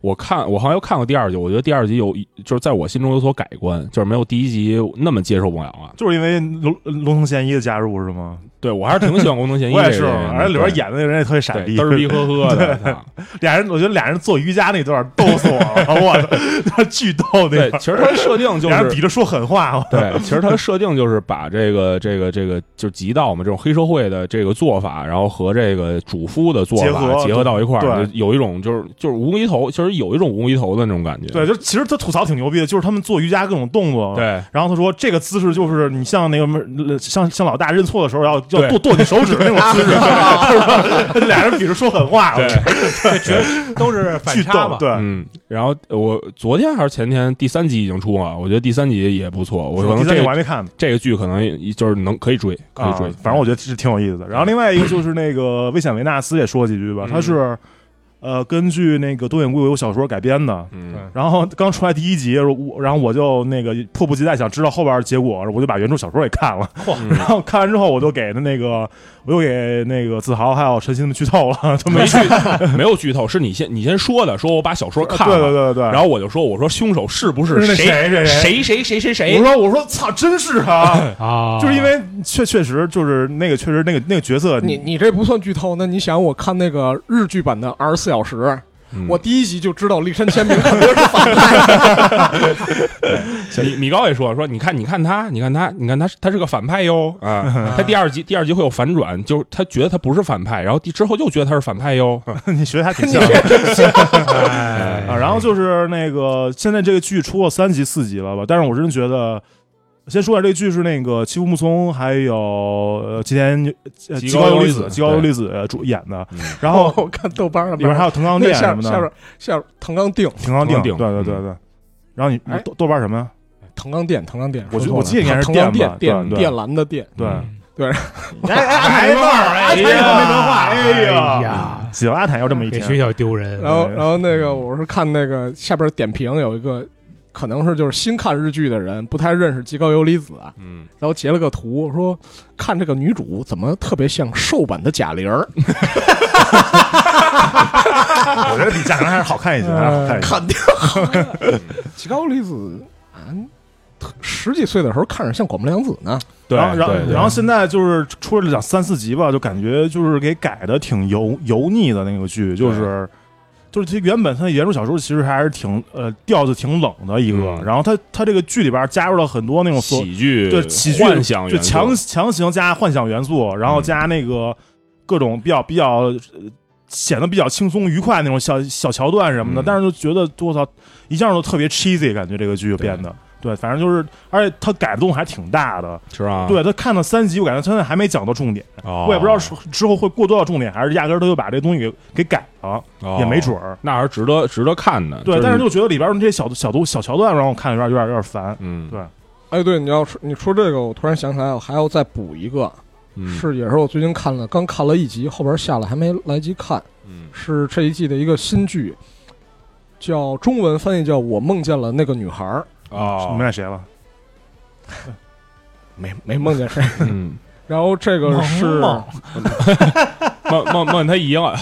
Speaker 3: 我看我好像又看过第二集，我觉得第二集有就是在我心中有所改观，就是没有第一集那么接受不了了。
Speaker 2: 就是因为龙呃龙腾贤一的加入是吗？
Speaker 3: 对 我还是挺喜欢宫藤贤一
Speaker 2: 我
Speaker 3: 这
Speaker 2: 也
Speaker 3: 个
Speaker 2: 是，
Speaker 3: 人的，
Speaker 2: 而且里边演的那人也特别傻
Speaker 3: 对
Speaker 2: 逼，
Speaker 3: 嘚儿逼呵呵的。啊操
Speaker 2: 俩人，我觉得俩人做瑜伽那段逗死我了， 我操，巨逗那
Speaker 3: 对，
Speaker 2: 段，
Speaker 3: 其实他的设 定就
Speaker 2: 俩人
Speaker 3: 是
Speaker 2: 比着说狠话， 我
Speaker 3: 对，其实它的设定就是把这个这个这个就是极道嘛，这种黑社会的这个做法，然后和这个主夫的做
Speaker 2: 结
Speaker 3: 法
Speaker 2: 合
Speaker 3: 结合到一块儿，
Speaker 2: 对
Speaker 3: 就有一种就是就是无厘头，其实有一种无厘头的那种感觉。
Speaker 2: 对，就其实他吐槽挺牛逼的，就是他们做瑜伽各种动作，
Speaker 3: 对
Speaker 2: 然后他说这个姿势就是你像那个什么呃像像老大认错的时候要
Speaker 3: 对
Speaker 2: 要跺跺你手指那种姿势，是 吧俩人比着说狠话，我
Speaker 3: 对
Speaker 2: 觉得
Speaker 1: 都是反
Speaker 2: 巨
Speaker 1: 差
Speaker 2: 逗
Speaker 1: 嘛，。
Speaker 2: 对，
Speaker 3: 嗯，然后我昨天还是前天第三集已经出了，我觉得第三集也不错，我
Speaker 2: 第
Speaker 3: 可能
Speaker 2: 三集
Speaker 3: 这
Speaker 2: 我
Speaker 3: 个
Speaker 2: 还没看呢，
Speaker 3: 这个剧可能也就是能可以追，可以追
Speaker 2: 啊，反正我觉得是挺有意思的。然后另
Speaker 3: 嗯
Speaker 2: 外一个就是那个危险维纳斯也说几句吧，他是呃根据那个东野圭吾小说改编的，
Speaker 3: 嗯
Speaker 1: 嗯
Speaker 2: 然后刚出来第一集，我然后我就那个迫不及待想知道后边结果，我就把原著小说给看了。然后看完之后，我就给的那个，我又给那个子豪还有陈鑫他们剧透了，就
Speaker 3: 没
Speaker 2: 没
Speaker 3: 剧没有剧透，是你先你先说的，说我把小说看了，
Speaker 2: 啊对对对对对。
Speaker 3: 然后我就说我说凶手是不是
Speaker 2: 是那
Speaker 3: 谁
Speaker 2: 谁
Speaker 1: 谁谁谁谁
Speaker 2: 我
Speaker 1: 谁
Speaker 2: 说我说操，真是 他，
Speaker 1: 啊
Speaker 2: 就是因为确确实就是那个确实那个那个角色，
Speaker 4: 你你这不算剧透，那你想我看那个日剧版的《二十四小时》
Speaker 3: 嗯
Speaker 4: 我第一集就知道立山千明肯定是反派，
Speaker 3: 米米高也说说，你看，你看他，你看他，你看他，他是个反派哟 啊！他第二集第二集会有反转，就是他觉得他不是反派，然后第之后又觉得他是反派哟。
Speaker 2: 你学的还挺像啊。然后就是那个现在这个剧出了三集四集了吧，但是我真觉得。先说一下，这个剧是那个七浦木聪还有呃吉田呃
Speaker 3: 吉
Speaker 2: 吉
Speaker 3: 高
Speaker 2: 高由
Speaker 3: 由
Speaker 2: 里
Speaker 3: 里
Speaker 2: 子
Speaker 3: 子
Speaker 2: 吉高由里子呃主演的
Speaker 3: 嗯，
Speaker 2: 然
Speaker 4: 然
Speaker 2: 后
Speaker 4: 后 哦我看豆瓣上
Speaker 2: 哦里边还有藤冈
Speaker 4: 那
Speaker 2: 健
Speaker 4: 下
Speaker 2: 什
Speaker 4: 边
Speaker 2: 么
Speaker 4: 下边
Speaker 2: 的，
Speaker 4: 下边藤冈定
Speaker 2: 藤冈
Speaker 3: 藤冈
Speaker 2: 定，
Speaker 3: 定
Speaker 2: 对对对
Speaker 3: 嗯
Speaker 2: 对。然后你你
Speaker 4: 哎
Speaker 2: 豆豆瓣什么呀？
Speaker 4: 藤冈店，藤冈店，
Speaker 2: 我觉
Speaker 4: 说错
Speaker 2: 我
Speaker 4: 了
Speaker 2: 记得应该是
Speaker 4: 藤
Speaker 2: 店
Speaker 4: 冈店
Speaker 2: 吧对
Speaker 4: 店
Speaker 2: 对
Speaker 4: 电蓝的店，
Speaker 2: 对，
Speaker 1: 哎哎，没文化，哎
Speaker 2: 没文化没文化哎呀
Speaker 1: 哎呀，
Speaker 2: 喜欢阿坦要这么一
Speaker 1: 给
Speaker 2: 天，
Speaker 1: 学校丢人。
Speaker 4: 然后然后那个我是看那个下边点评有一个。可能是就是新看日剧的人不太认识吉高由里子，
Speaker 3: 嗯，
Speaker 4: 然后截了个图说看这个女主怎么特别像瘦版的贾玲儿，
Speaker 2: 我觉得比贾玲还是好看一些，还是 好看一些。
Speaker 4: 肯定。吉高由里子啊，特十几岁的时候看着像广木凉子呢，
Speaker 3: 对，
Speaker 2: 然后，然
Speaker 3: 对
Speaker 2: 后，
Speaker 3: 对
Speaker 2: 然后现在就是出了两三四集吧，就感觉就是给改的挺油油腻的那个剧，就是就是它原本它原著小说其实还是挺呃调子挺冷的一个，
Speaker 3: 嗯
Speaker 2: 然后它它这个剧里边加入了很多那种所
Speaker 3: 喜剧
Speaker 2: 对喜剧
Speaker 3: 幻想
Speaker 2: 就
Speaker 3: 元素
Speaker 2: 强强行加幻想元素，然后
Speaker 3: 嗯
Speaker 2: 加那个各种比较比较呃显得比较轻松愉快那种小小桥段什么的，
Speaker 3: 嗯
Speaker 2: 但是就觉得我操，一下就特别 cheesy，感觉这个剧就变得。对，反正就是，而且它改动还挺大的。
Speaker 3: 是吧？
Speaker 2: 对他看了三集，我感觉他现在还没讲到重点，
Speaker 3: 哦，
Speaker 2: 我也不知道是之后会过渡到重点，还是压根儿他就把这东西给给改了，
Speaker 3: 哦
Speaker 2: 也没准儿。
Speaker 3: 那还是值得值得看的。
Speaker 2: 对，
Speaker 3: 就
Speaker 2: 但是就觉得里边儿那些小小东小桥段让我看有点有点有点烦。
Speaker 3: 嗯
Speaker 2: 对
Speaker 4: 哎，对，你要说你说这个，我突然想起来，我还要再补一个，
Speaker 3: 嗯
Speaker 4: 是也是我最近看了，刚看了一集，后边下来还没来及看，
Speaker 3: 嗯
Speaker 4: 是这一季的一个新剧，叫中文翻译叫《我梦见了那个女孩》，儿
Speaker 2: 明
Speaker 3: 哦
Speaker 2: 白谁了？》，
Speaker 4: 没没梦见谁。
Speaker 3: 嗯，
Speaker 4: 然后这个是，
Speaker 1: 梦
Speaker 3: 梦梦梦他 姨了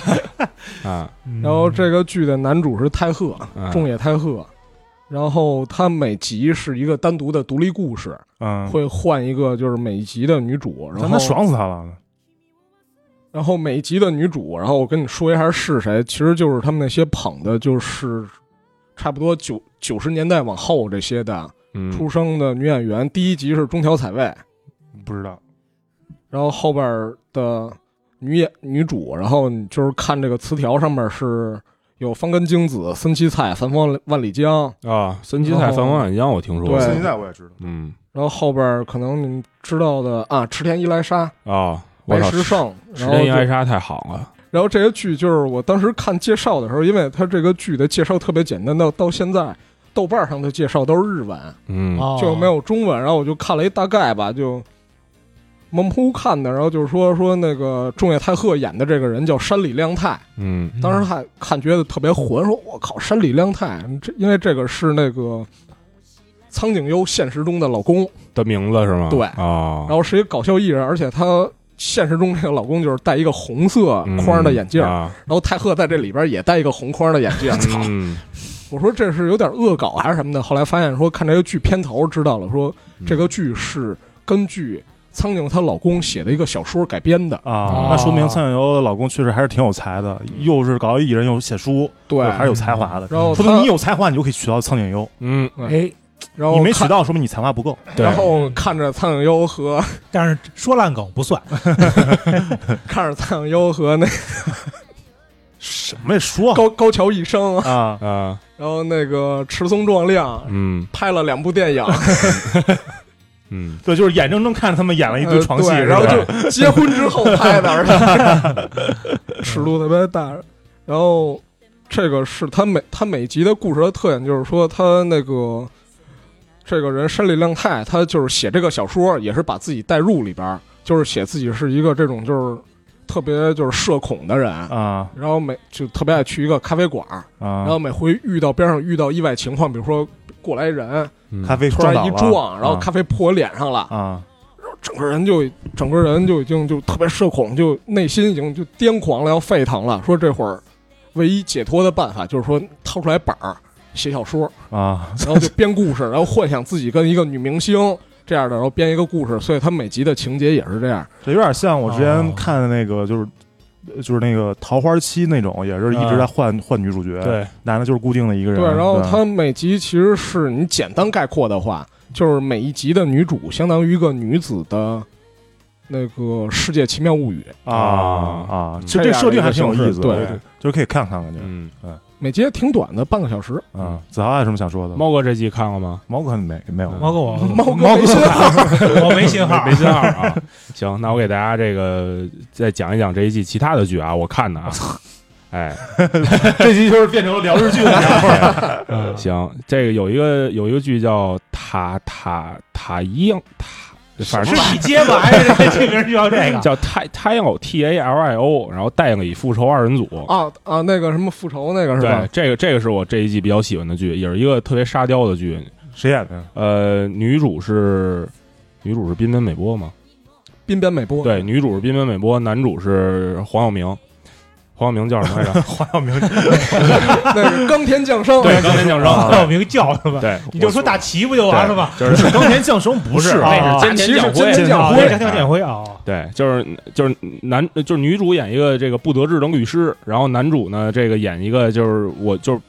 Speaker 3: 啊，
Speaker 4: 然后这个剧的男主是太赫，
Speaker 3: 嗯
Speaker 4: 中野太赫。然后他每集是一个单独的独立故事，
Speaker 2: 嗯，
Speaker 4: 会换一个就是每一集的女主，然
Speaker 2: 让他
Speaker 4: 后
Speaker 2: 爽死他了。
Speaker 4: 然后每一集的女主，然后我跟你说一下是谁，其实就是他们那些捧的，就是差不多九九十年代往后这些的
Speaker 3: 嗯
Speaker 4: 出生的女演员。第一集是中条彩未，
Speaker 2: 不知道，
Speaker 4: 然后后边的女演女主，然后你就是看这个词条上面是有方根京子、森七菜、三方万里江，
Speaker 3: 啊，森七菜
Speaker 4: 然后
Speaker 3: 饭王晚江我听说过，
Speaker 4: 对
Speaker 2: 现在我也知道。
Speaker 3: 嗯
Speaker 4: 然后后边可能你们知道的啊，池田一来沙、
Speaker 3: 啊，我
Speaker 4: 白
Speaker 3: 操，
Speaker 4: 石胜，
Speaker 3: 时
Speaker 4: 然后
Speaker 3: 间一
Speaker 4: 就
Speaker 3: 挨杀太好了，
Speaker 4: 然后这些剧就是我当时看介绍的时候，因为它这个剧的介绍特别简单，到到现在豆瓣上的介绍都是日文，
Speaker 3: 嗯
Speaker 1: 哦
Speaker 4: 就没有中文。然后我就看了一大概吧，就蒙乎看的。然后就是说说那个中野太鹤演的这个人叫山里亮太，
Speaker 3: 嗯
Speaker 4: 当时还看觉得特别混，说我靠，山里亮太，这因为这个是那个苍井优现实中的老
Speaker 2: 啊
Speaker 4: 公，
Speaker 3: 的名字是吗？
Speaker 4: 对
Speaker 3: 啊，
Speaker 4: 然后是一个搞笑艺人，而且他现实中这个老公就是戴一个红色
Speaker 3: 嗯
Speaker 4: 框的眼镜，
Speaker 3: 啊
Speaker 4: 然后泰赫在这里边也戴一个红框的眼镜。操！
Speaker 3: 嗯
Speaker 4: 我说这是有点恶搞还是什么的，后来发现说看这个剧片头知道了，说
Speaker 2: 嗯
Speaker 4: 这个剧是根据苍井她老公写的一个小说改编的。
Speaker 2: 啊，那说明苍井优的老公确实还是挺有才的，又是搞艺人又写书，
Speaker 4: 对，
Speaker 2: 还是有才华的。
Speaker 4: 然后
Speaker 2: 说明
Speaker 4: 他
Speaker 2: 你，有才华，你就可以娶到苍井优。
Speaker 3: 嗯，
Speaker 1: 哎，
Speaker 4: 然后
Speaker 2: 你没娶
Speaker 4: 看，
Speaker 2: 到，说明你才华不够。
Speaker 3: 对
Speaker 4: 然后看着苍井优和
Speaker 1: 但是说烂梗不算，
Speaker 4: 看着苍井优和那
Speaker 2: 什么也说
Speaker 4: 高高桥一生，
Speaker 2: 啊，
Speaker 3: 啊
Speaker 4: 然后那个持松壮亮
Speaker 3: 嗯
Speaker 4: 拍了两部电影，
Speaker 3: 嗯
Speaker 2: 对，就是眼睁睁看着他们演了一堆床戏，
Speaker 4: 呃对
Speaker 2: 是吧
Speaker 4: 然后就结婚之后拍的，而嗯且尺度特别大。然后这个是他每他每集的故事的特点，就是说他那个这个人山里亮太，他就是写这个小说，也是把自己带入里边儿，就是写自己是一个这种就是特别就是社恐的人。
Speaker 2: 啊
Speaker 4: 然后每就特别爱去一个咖啡馆儿，然后
Speaker 2: 啊，
Speaker 4: 每回遇到边上遇到意外情况，比如说过来人
Speaker 3: 嗯
Speaker 2: 咖啡
Speaker 4: 突
Speaker 2: 撞
Speaker 4: 然
Speaker 2: 倒
Speaker 4: 一
Speaker 2: 了
Speaker 4: 撞，然后
Speaker 2: 啊
Speaker 4: 咖啡泼我脸上了，
Speaker 2: 啊
Speaker 4: 整个人就整个人就已经就特别社恐，就内心已经就癫狂了，要沸腾了。说这会儿唯一解脱的办法就是说掏出来本儿写 小说，
Speaker 2: 啊，
Speaker 4: 然后就编故事，然后幻想自己跟一个女明星这样的，然后编一个故事。所以他每集的情节也是这样。
Speaker 2: 这有点像我之
Speaker 1: 哦
Speaker 2: 前看的那个，就是。呃就是那个桃花期那种，也是一
Speaker 4: 嗯
Speaker 2: 直在换换女主角，
Speaker 3: 对，
Speaker 2: 男的就是固定的一个人。
Speaker 4: 对，然后他每集其实是你简单概括的话，就是每一集的女主相当于一个女子的。那个《世界奇妙物语》
Speaker 2: 啊啊，
Speaker 3: 嗯
Speaker 2: 其实这设定还挺有意思的，
Speaker 4: 哦这样的一个形式对
Speaker 2: 对就是可以看看感觉。
Speaker 3: 嗯，
Speaker 4: 每集也挺短的，半个小时。
Speaker 2: 啊，子豪还有什么想说的？
Speaker 3: 猫哥这季看了吗？
Speaker 2: 猫可能没没有，
Speaker 1: 猫哥我
Speaker 3: 嗯
Speaker 4: 猫哥
Speaker 1: 猫
Speaker 4: 没信号，
Speaker 1: 我没信号
Speaker 3: 没，信号啊。行，那我给大家这个再讲一讲这一季其他的剧啊，我看的啊。哎，
Speaker 2: 这集就是变成了聊日 剧了。
Speaker 1: 嗯
Speaker 3: 行，这个有一个有一个剧叫塔塔塔一样塔，反正
Speaker 1: 是你结巴还是这名儿就要这个？
Speaker 3: 叫太太阳偶 T A L I O，然后带领以复仇二人组。
Speaker 4: 啊啊，那个什么复仇那个是吧
Speaker 3: 对，？这个这个是我这一季比较喜欢的剧，也是一个特别沙雕的剧。
Speaker 2: 谁演的？
Speaker 3: 呃，女主是女主是滨本美波嘛？
Speaker 4: 滨边美波，
Speaker 3: 对，女主是滨本美波，男主是黄晓明。黄晓明叫什么来 着？
Speaker 2: 黄晓明
Speaker 4: 那是冈田将生。
Speaker 3: 对，钢铁降生。
Speaker 1: 我名叫他吧，
Speaker 3: 对，
Speaker 1: 你就说大齐不就完了吗？
Speaker 3: 就是
Speaker 2: 冈田将生不是
Speaker 1: 啊
Speaker 3: 那是
Speaker 1: 啊
Speaker 3: 菅
Speaker 4: 其
Speaker 3: 田
Speaker 4: 实菅
Speaker 3: 将晖
Speaker 4: 田，将
Speaker 1: 啊
Speaker 4: 晖
Speaker 1: 我也想听点辉啊，
Speaker 3: 对，就是就是男就是女主演一个这个不得志的律师，然后男主呢这个演一个就是我就是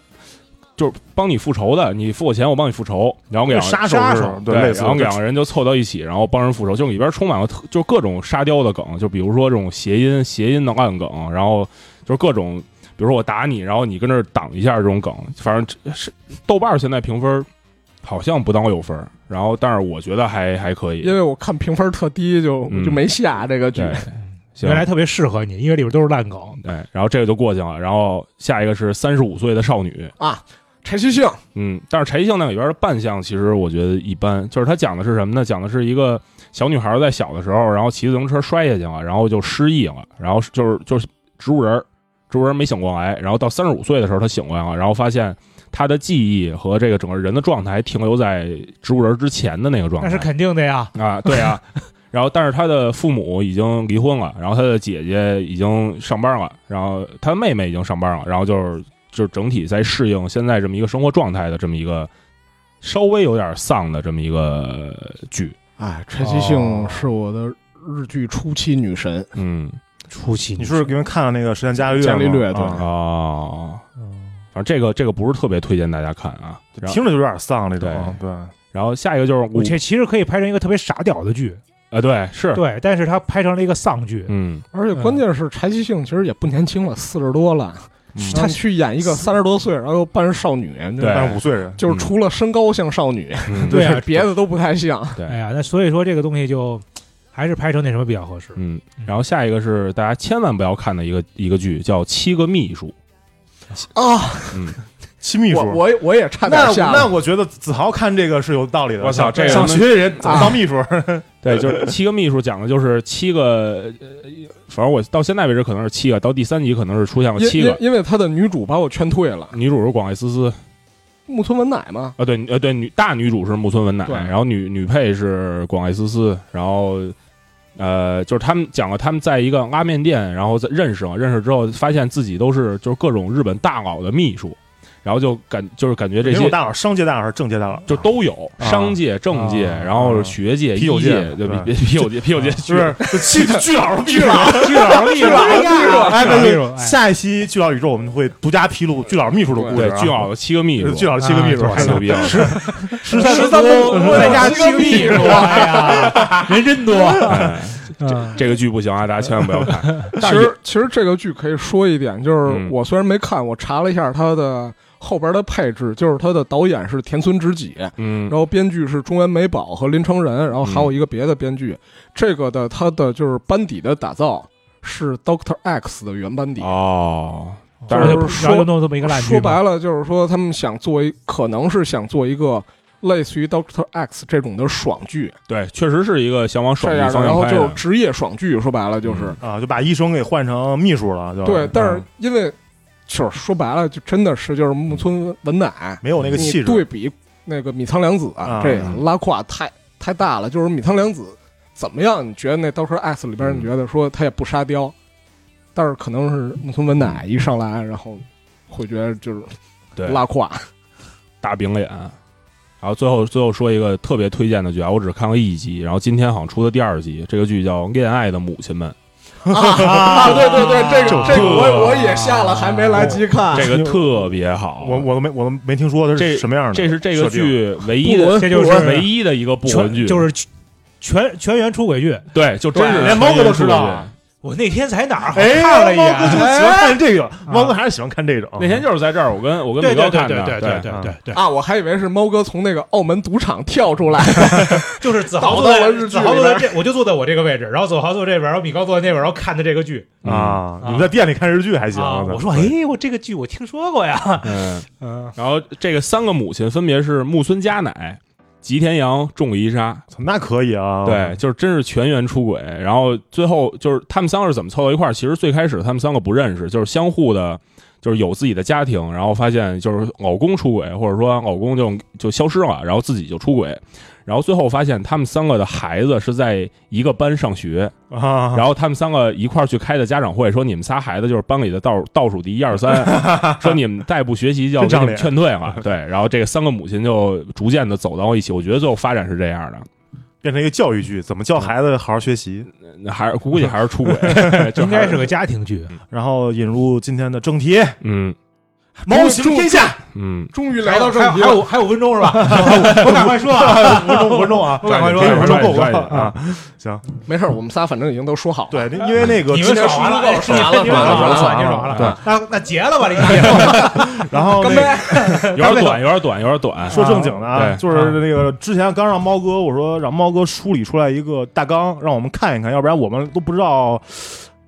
Speaker 3: 就是帮你复仇的，你付我钱我帮你复仇，然后两
Speaker 2: 杀手
Speaker 3: 杀
Speaker 2: 是
Speaker 3: 手
Speaker 2: 对
Speaker 3: 对，
Speaker 2: 类似
Speaker 3: 然后
Speaker 2: 这
Speaker 3: 两个人就凑到一起，然后帮人复仇，就里边充满了特就各种沙雕的梗，就比如说这种谐音谐音的烂梗，然后就是各种。比如说我打你，然后你跟这儿挡一下这种梗，反正这是豆瓣儿现在评分好像不到六分儿，然后但是我觉得还还可以。
Speaker 4: 因为我看评分特低，就
Speaker 3: 嗯
Speaker 4: 就没下这个剧
Speaker 3: 对。，行
Speaker 1: 原来特别适合你，因为里边都是烂梗。
Speaker 3: 对，哎然后这个就过去了。然后下一个是三十五岁的少女，
Speaker 4: 啊。柴崎幸
Speaker 3: 嗯，但是柴静那里边的扮相其实我觉得一般，就是她讲的是什么呢？讲的是一个小女孩在小的时候，然后骑自行车摔下去了，然后就失忆了，然后就是就是植物人儿，植物人没醒过来，然后到三十五岁的时候她醒过来了，然后发现她的记忆和这个整个人的状态还停留在植物人之前的那个状态，
Speaker 1: 那是肯定的呀，
Speaker 3: 啊，对 啊。然后，但是他的父母已经离婚了，然后他的姐姐已经上班了，然后他妹妹已经上班了，然后就是就是整体在适应现在这么一个生活状态的这么一个稍微有点丧的这么一个剧，
Speaker 4: 哎，柴崎
Speaker 3: 哦
Speaker 4: 幸是我的日剧初期女神，
Speaker 3: 嗯
Speaker 1: 初期
Speaker 2: 你是不是给你们看了那个《时间伽利略》吗？
Speaker 4: 伽利略对
Speaker 2: 啊
Speaker 3: 哦，
Speaker 2: 嗯
Speaker 3: 反正这个这个不是特别推荐大家看啊。然后
Speaker 2: 听着就有点丧那种。对，
Speaker 3: 然后下一个就是
Speaker 1: 我
Speaker 3: 五
Speaker 1: 这其实可以拍成一个特别傻屌的剧，
Speaker 3: 啊，对是，
Speaker 1: 对，但是他拍成了一个丧剧，
Speaker 3: 嗯
Speaker 4: 而且关键是柴崎幸其实也不年轻了，四十多了，
Speaker 2: 嗯
Speaker 4: 她去演一个三十多岁，然后又扮少女，
Speaker 3: 对
Speaker 2: 但是五岁人
Speaker 4: 就是除了身高像少女，
Speaker 3: 嗯
Speaker 1: 对啊
Speaker 4: 别的都不太像。
Speaker 3: 对
Speaker 1: 哎呀，那所以说这个东西就还是拍成那什么比较合适？
Speaker 3: 嗯，然后下一个是大家千万不要看的一个一个剧，叫《七个秘书
Speaker 4: 啊！》。
Speaker 3: 嗯，
Speaker 2: 七秘
Speaker 4: 我
Speaker 2: 书。
Speaker 4: 我也我也差
Speaker 2: 那
Speaker 4: 点
Speaker 2: 我
Speaker 4: 下
Speaker 2: 那
Speaker 4: 了。
Speaker 2: 我觉得子豪看这个是有道理的。
Speaker 3: 我操这个
Speaker 2: 想学学人怎么当秘书，
Speaker 3: 对，就是《七个秘书》讲的就是七个，呃，反正我到现在为止可能是七个，到第三集可能是出现了
Speaker 4: 因
Speaker 3: 七
Speaker 4: 因
Speaker 3: 个。
Speaker 4: 因为他的女主把我劝退了，
Speaker 3: 女主是广濑丝丝
Speaker 4: 木村文乃嘛，
Speaker 3: 啊，对，呃，对，女大女主是木村文乃，
Speaker 4: 对
Speaker 3: 然后女女配是广濑丝丝，然后呃，就是他们讲了他们在一个拉面店，然后在认识嘛，认识之后发现自己都是就是各种日本大佬的秘书，然后就感就是感觉这
Speaker 2: 没有
Speaker 3: 些
Speaker 2: 大佬，商界大佬，政界大佬，
Speaker 3: 就都有，
Speaker 2: 啊
Speaker 3: 商界、政界，
Speaker 2: 啊
Speaker 3: 然后学界、
Speaker 2: 啤酒
Speaker 3: 医
Speaker 2: 界
Speaker 3: 对
Speaker 2: 对
Speaker 3: 吧
Speaker 2: 吧？
Speaker 3: 啤啤酒界、啤酒界
Speaker 2: 就
Speaker 3: 巨
Speaker 2: 是就七巨佬秘书。
Speaker 1: 巨佬秘书，
Speaker 2: 哎，
Speaker 1: 巨佬秘
Speaker 2: 对
Speaker 1: 书
Speaker 2: 对，，下一期巨佬宇宙我们会独家披露巨佬秘书的故事
Speaker 3: 对
Speaker 2: 啊，
Speaker 3: 巨佬的七个秘书，哎
Speaker 2: 巨佬七个秘书
Speaker 1: 啊，
Speaker 3: 太牛逼了！
Speaker 2: 十三
Speaker 1: 十
Speaker 2: 分
Speaker 1: 三分
Speaker 2: 钟
Speaker 3: 嗯
Speaker 1: 钟
Speaker 2: 在家
Speaker 1: 七个秘书，哎呀，人真多。
Speaker 3: 哎
Speaker 1: 嗯
Speaker 3: 这个剧不行啊，大家千万不要看。
Speaker 4: 其
Speaker 3: 但是
Speaker 4: 实其实这个剧可以说一点，就是
Speaker 3: 嗯
Speaker 4: 我虽然没看，我查了一下它的后边的配置，就是它的导演是田村直己，
Speaker 3: 嗯
Speaker 4: 然，后编剧是中原美宝和林成仁，然后还有一个别的编剧。这个的它的就是班底的打造是 Doctor X 的原班底。
Speaker 3: 哦，但
Speaker 4: 是
Speaker 1: 就是然后就弄这么一个烂剧嘛，
Speaker 4: 说白了就是说，他们想做一，可能是想做一个类似于 Doctor X 这种的爽剧，
Speaker 3: 对，确实是一个想往爽
Speaker 4: 这
Speaker 3: 剧
Speaker 4: 样的，
Speaker 3: 方
Speaker 4: 然
Speaker 3: 向
Speaker 4: 后
Speaker 3: 拍
Speaker 4: 就是
Speaker 3: 的。
Speaker 4: 职业爽剧。说白了就是，
Speaker 3: 嗯
Speaker 2: 啊，就把医生给换成秘书了，就
Speaker 4: 对，但是
Speaker 2: 嗯
Speaker 4: 因为就是说白了，就真的是就是木村文乃，
Speaker 2: 没有那个气
Speaker 4: 你
Speaker 2: 质，
Speaker 4: 对比那个米仓凉子
Speaker 2: 啊
Speaker 4: 这拉胯太太大了。就是米仓凉子怎么样？你觉得那《刀车 X》里边，
Speaker 3: 嗯
Speaker 4: 你觉得说他也不沙雕，但是可能是木村文乃一上来，然后会觉得就是
Speaker 3: 对
Speaker 4: 拉胯。
Speaker 3: 大饼脸。然后最后最后说一个特别推荐的剧啊，我只看过一集，然后今天好像出的第二集，这个剧叫《恋爱的母亲们
Speaker 4: 啊，对对对，这个这个我
Speaker 3: 啊
Speaker 4: 我也下了，还没来及》，看。
Speaker 3: 这个特别好。
Speaker 2: 我我都没我都没听说它
Speaker 3: 哦这
Speaker 2: 是什么样的，
Speaker 3: 这是这个
Speaker 2: 设定
Speaker 3: 剧唯一
Speaker 4: 不
Speaker 3: 的，
Speaker 4: 伦
Speaker 1: 这就是
Speaker 4: 不伦
Speaker 3: 唯一的一个不
Speaker 1: 全
Speaker 3: 文剧，
Speaker 1: 就是全全员出轨剧。
Speaker 3: 对，就真是
Speaker 4: 对
Speaker 2: 连猫哥都知道啊。
Speaker 1: 我那天在哪儿好像
Speaker 2: 哎，
Speaker 1: 看了一
Speaker 2: 猫哥就
Speaker 1: 眼，
Speaker 2: 喜欢看这个，啊猫哥还是喜欢看这种。啊
Speaker 3: 那天就是在这儿，我跟我跟
Speaker 1: 对
Speaker 3: 米
Speaker 1: 对
Speaker 3: 高
Speaker 1: 对
Speaker 3: 看
Speaker 1: 对
Speaker 3: 的，
Speaker 1: 对对对对对，
Speaker 4: 啊，我还以为是猫哥从那个澳门赌场跳出来，
Speaker 1: 就是子
Speaker 4: 倒
Speaker 1: 豪
Speaker 4: 到
Speaker 1: 坐在
Speaker 4: 了日剧
Speaker 1: 子豪
Speaker 4: 里
Speaker 1: 坐在
Speaker 4: 边
Speaker 1: 这，我就坐在我这个位置，然后子豪坐这边，然后米高坐在那边，然后看的这个剧
Speaker 2: 啊，
Speaker 1: 嗯
Speaker 2: 你们在店里看日剧还行
Speaker 1: 啊，。
Speaker 2: 操
Speaker 1: 我说，哎，我这个剧我听说过呀，
Speaker 3: 嗯，
Speaker 1: 嗯，
Speaker 3: 然后这个三个母亲分别是木村佳乃、吉田洋、重里伊莎，
Speaker 2: 操那可以啊。
Speaker 3: 对，，就是真是全员出轨。然后最后就是他们三个是怎么凑到一块儿？其实最开始他们三个不认识，就是相互的，就是有自己的家庭，然后发现就是老公出轨，或者说老公就就消失了，然后自己就出轨。然后最后发现他们三个的孩子是在一个班上学，
Speaker 2: 啊，
Speaker 3: 然后他们三个一块儿去开的家长会，说你们仨孩子就是班里的倒倒数第一二三，说你们再不学习就要
Speaker 2: 真
Speaker 3: 给
Speaker 2: 长
Speaker 3: 你们
Speaker 2: 脸
Speaker 3: 劝退了。对，然后这个三个母亲就逐渐的走到一起，我觉得最后发展是这样的。
Speaker 2: 变成一个教育剧，怎么教孩子好好学习，
Speaker 3: 那还是估计还是出轨，就
Speaker 1: 应该
Speaker 3: 还
Speaker 1: 是个家庭剧，
Speaker 2: 然后引入今天的正题，
Speaker 3: 嗯
Speaker 2: 猫行天下，
Speaker 3: 嗯，
Speaker 4: 终于来到正题
Speaker 1: 还有还有
Speaker 4: 了。
Speaker 1: 还有分钟是吧？我赶快说啊，
Speaker 2: 五分钟，五分钟啊，
Speaker 1: 我赶快说
Speaker 2: 五分钟够
Speaker 3: 抓紧抓紧
Speaker 2: 啊。行，
Speaker 4: 没事儿，我们仨反正已经都说好了。
Speaker 2: 对，因为那个
Speaker 1: 你们爽
Speaker 3: 啊
Speaker 1: 完了，哎
Speaker 4: 说完了
Speaker 1: 你们
Speaker 4: 说完
Speaker 1: 爽
Speaker 4: 了说完
Speaker 1: 了，
Speaker 4: 了
Speaker 1: 你爽完了，
Speaker 2: 对，
Speaker 1: 那那结了吧，这个
Speaker 2: 然后那
Speaker 4: 干
Speaker 2: 个
Speaker 4: 杯！
Speaker 3: 有点短，有点短，有点短。
Speaker 2: 说正经的啊，
Speaker 3: 对
Speaker 2: 就是
Speaker 1: 嗯
Speaker 2: 那个之前刚让猫哥，我说让猫哥梳理出来一个大纲，让我们看一看，要不然我们都不知道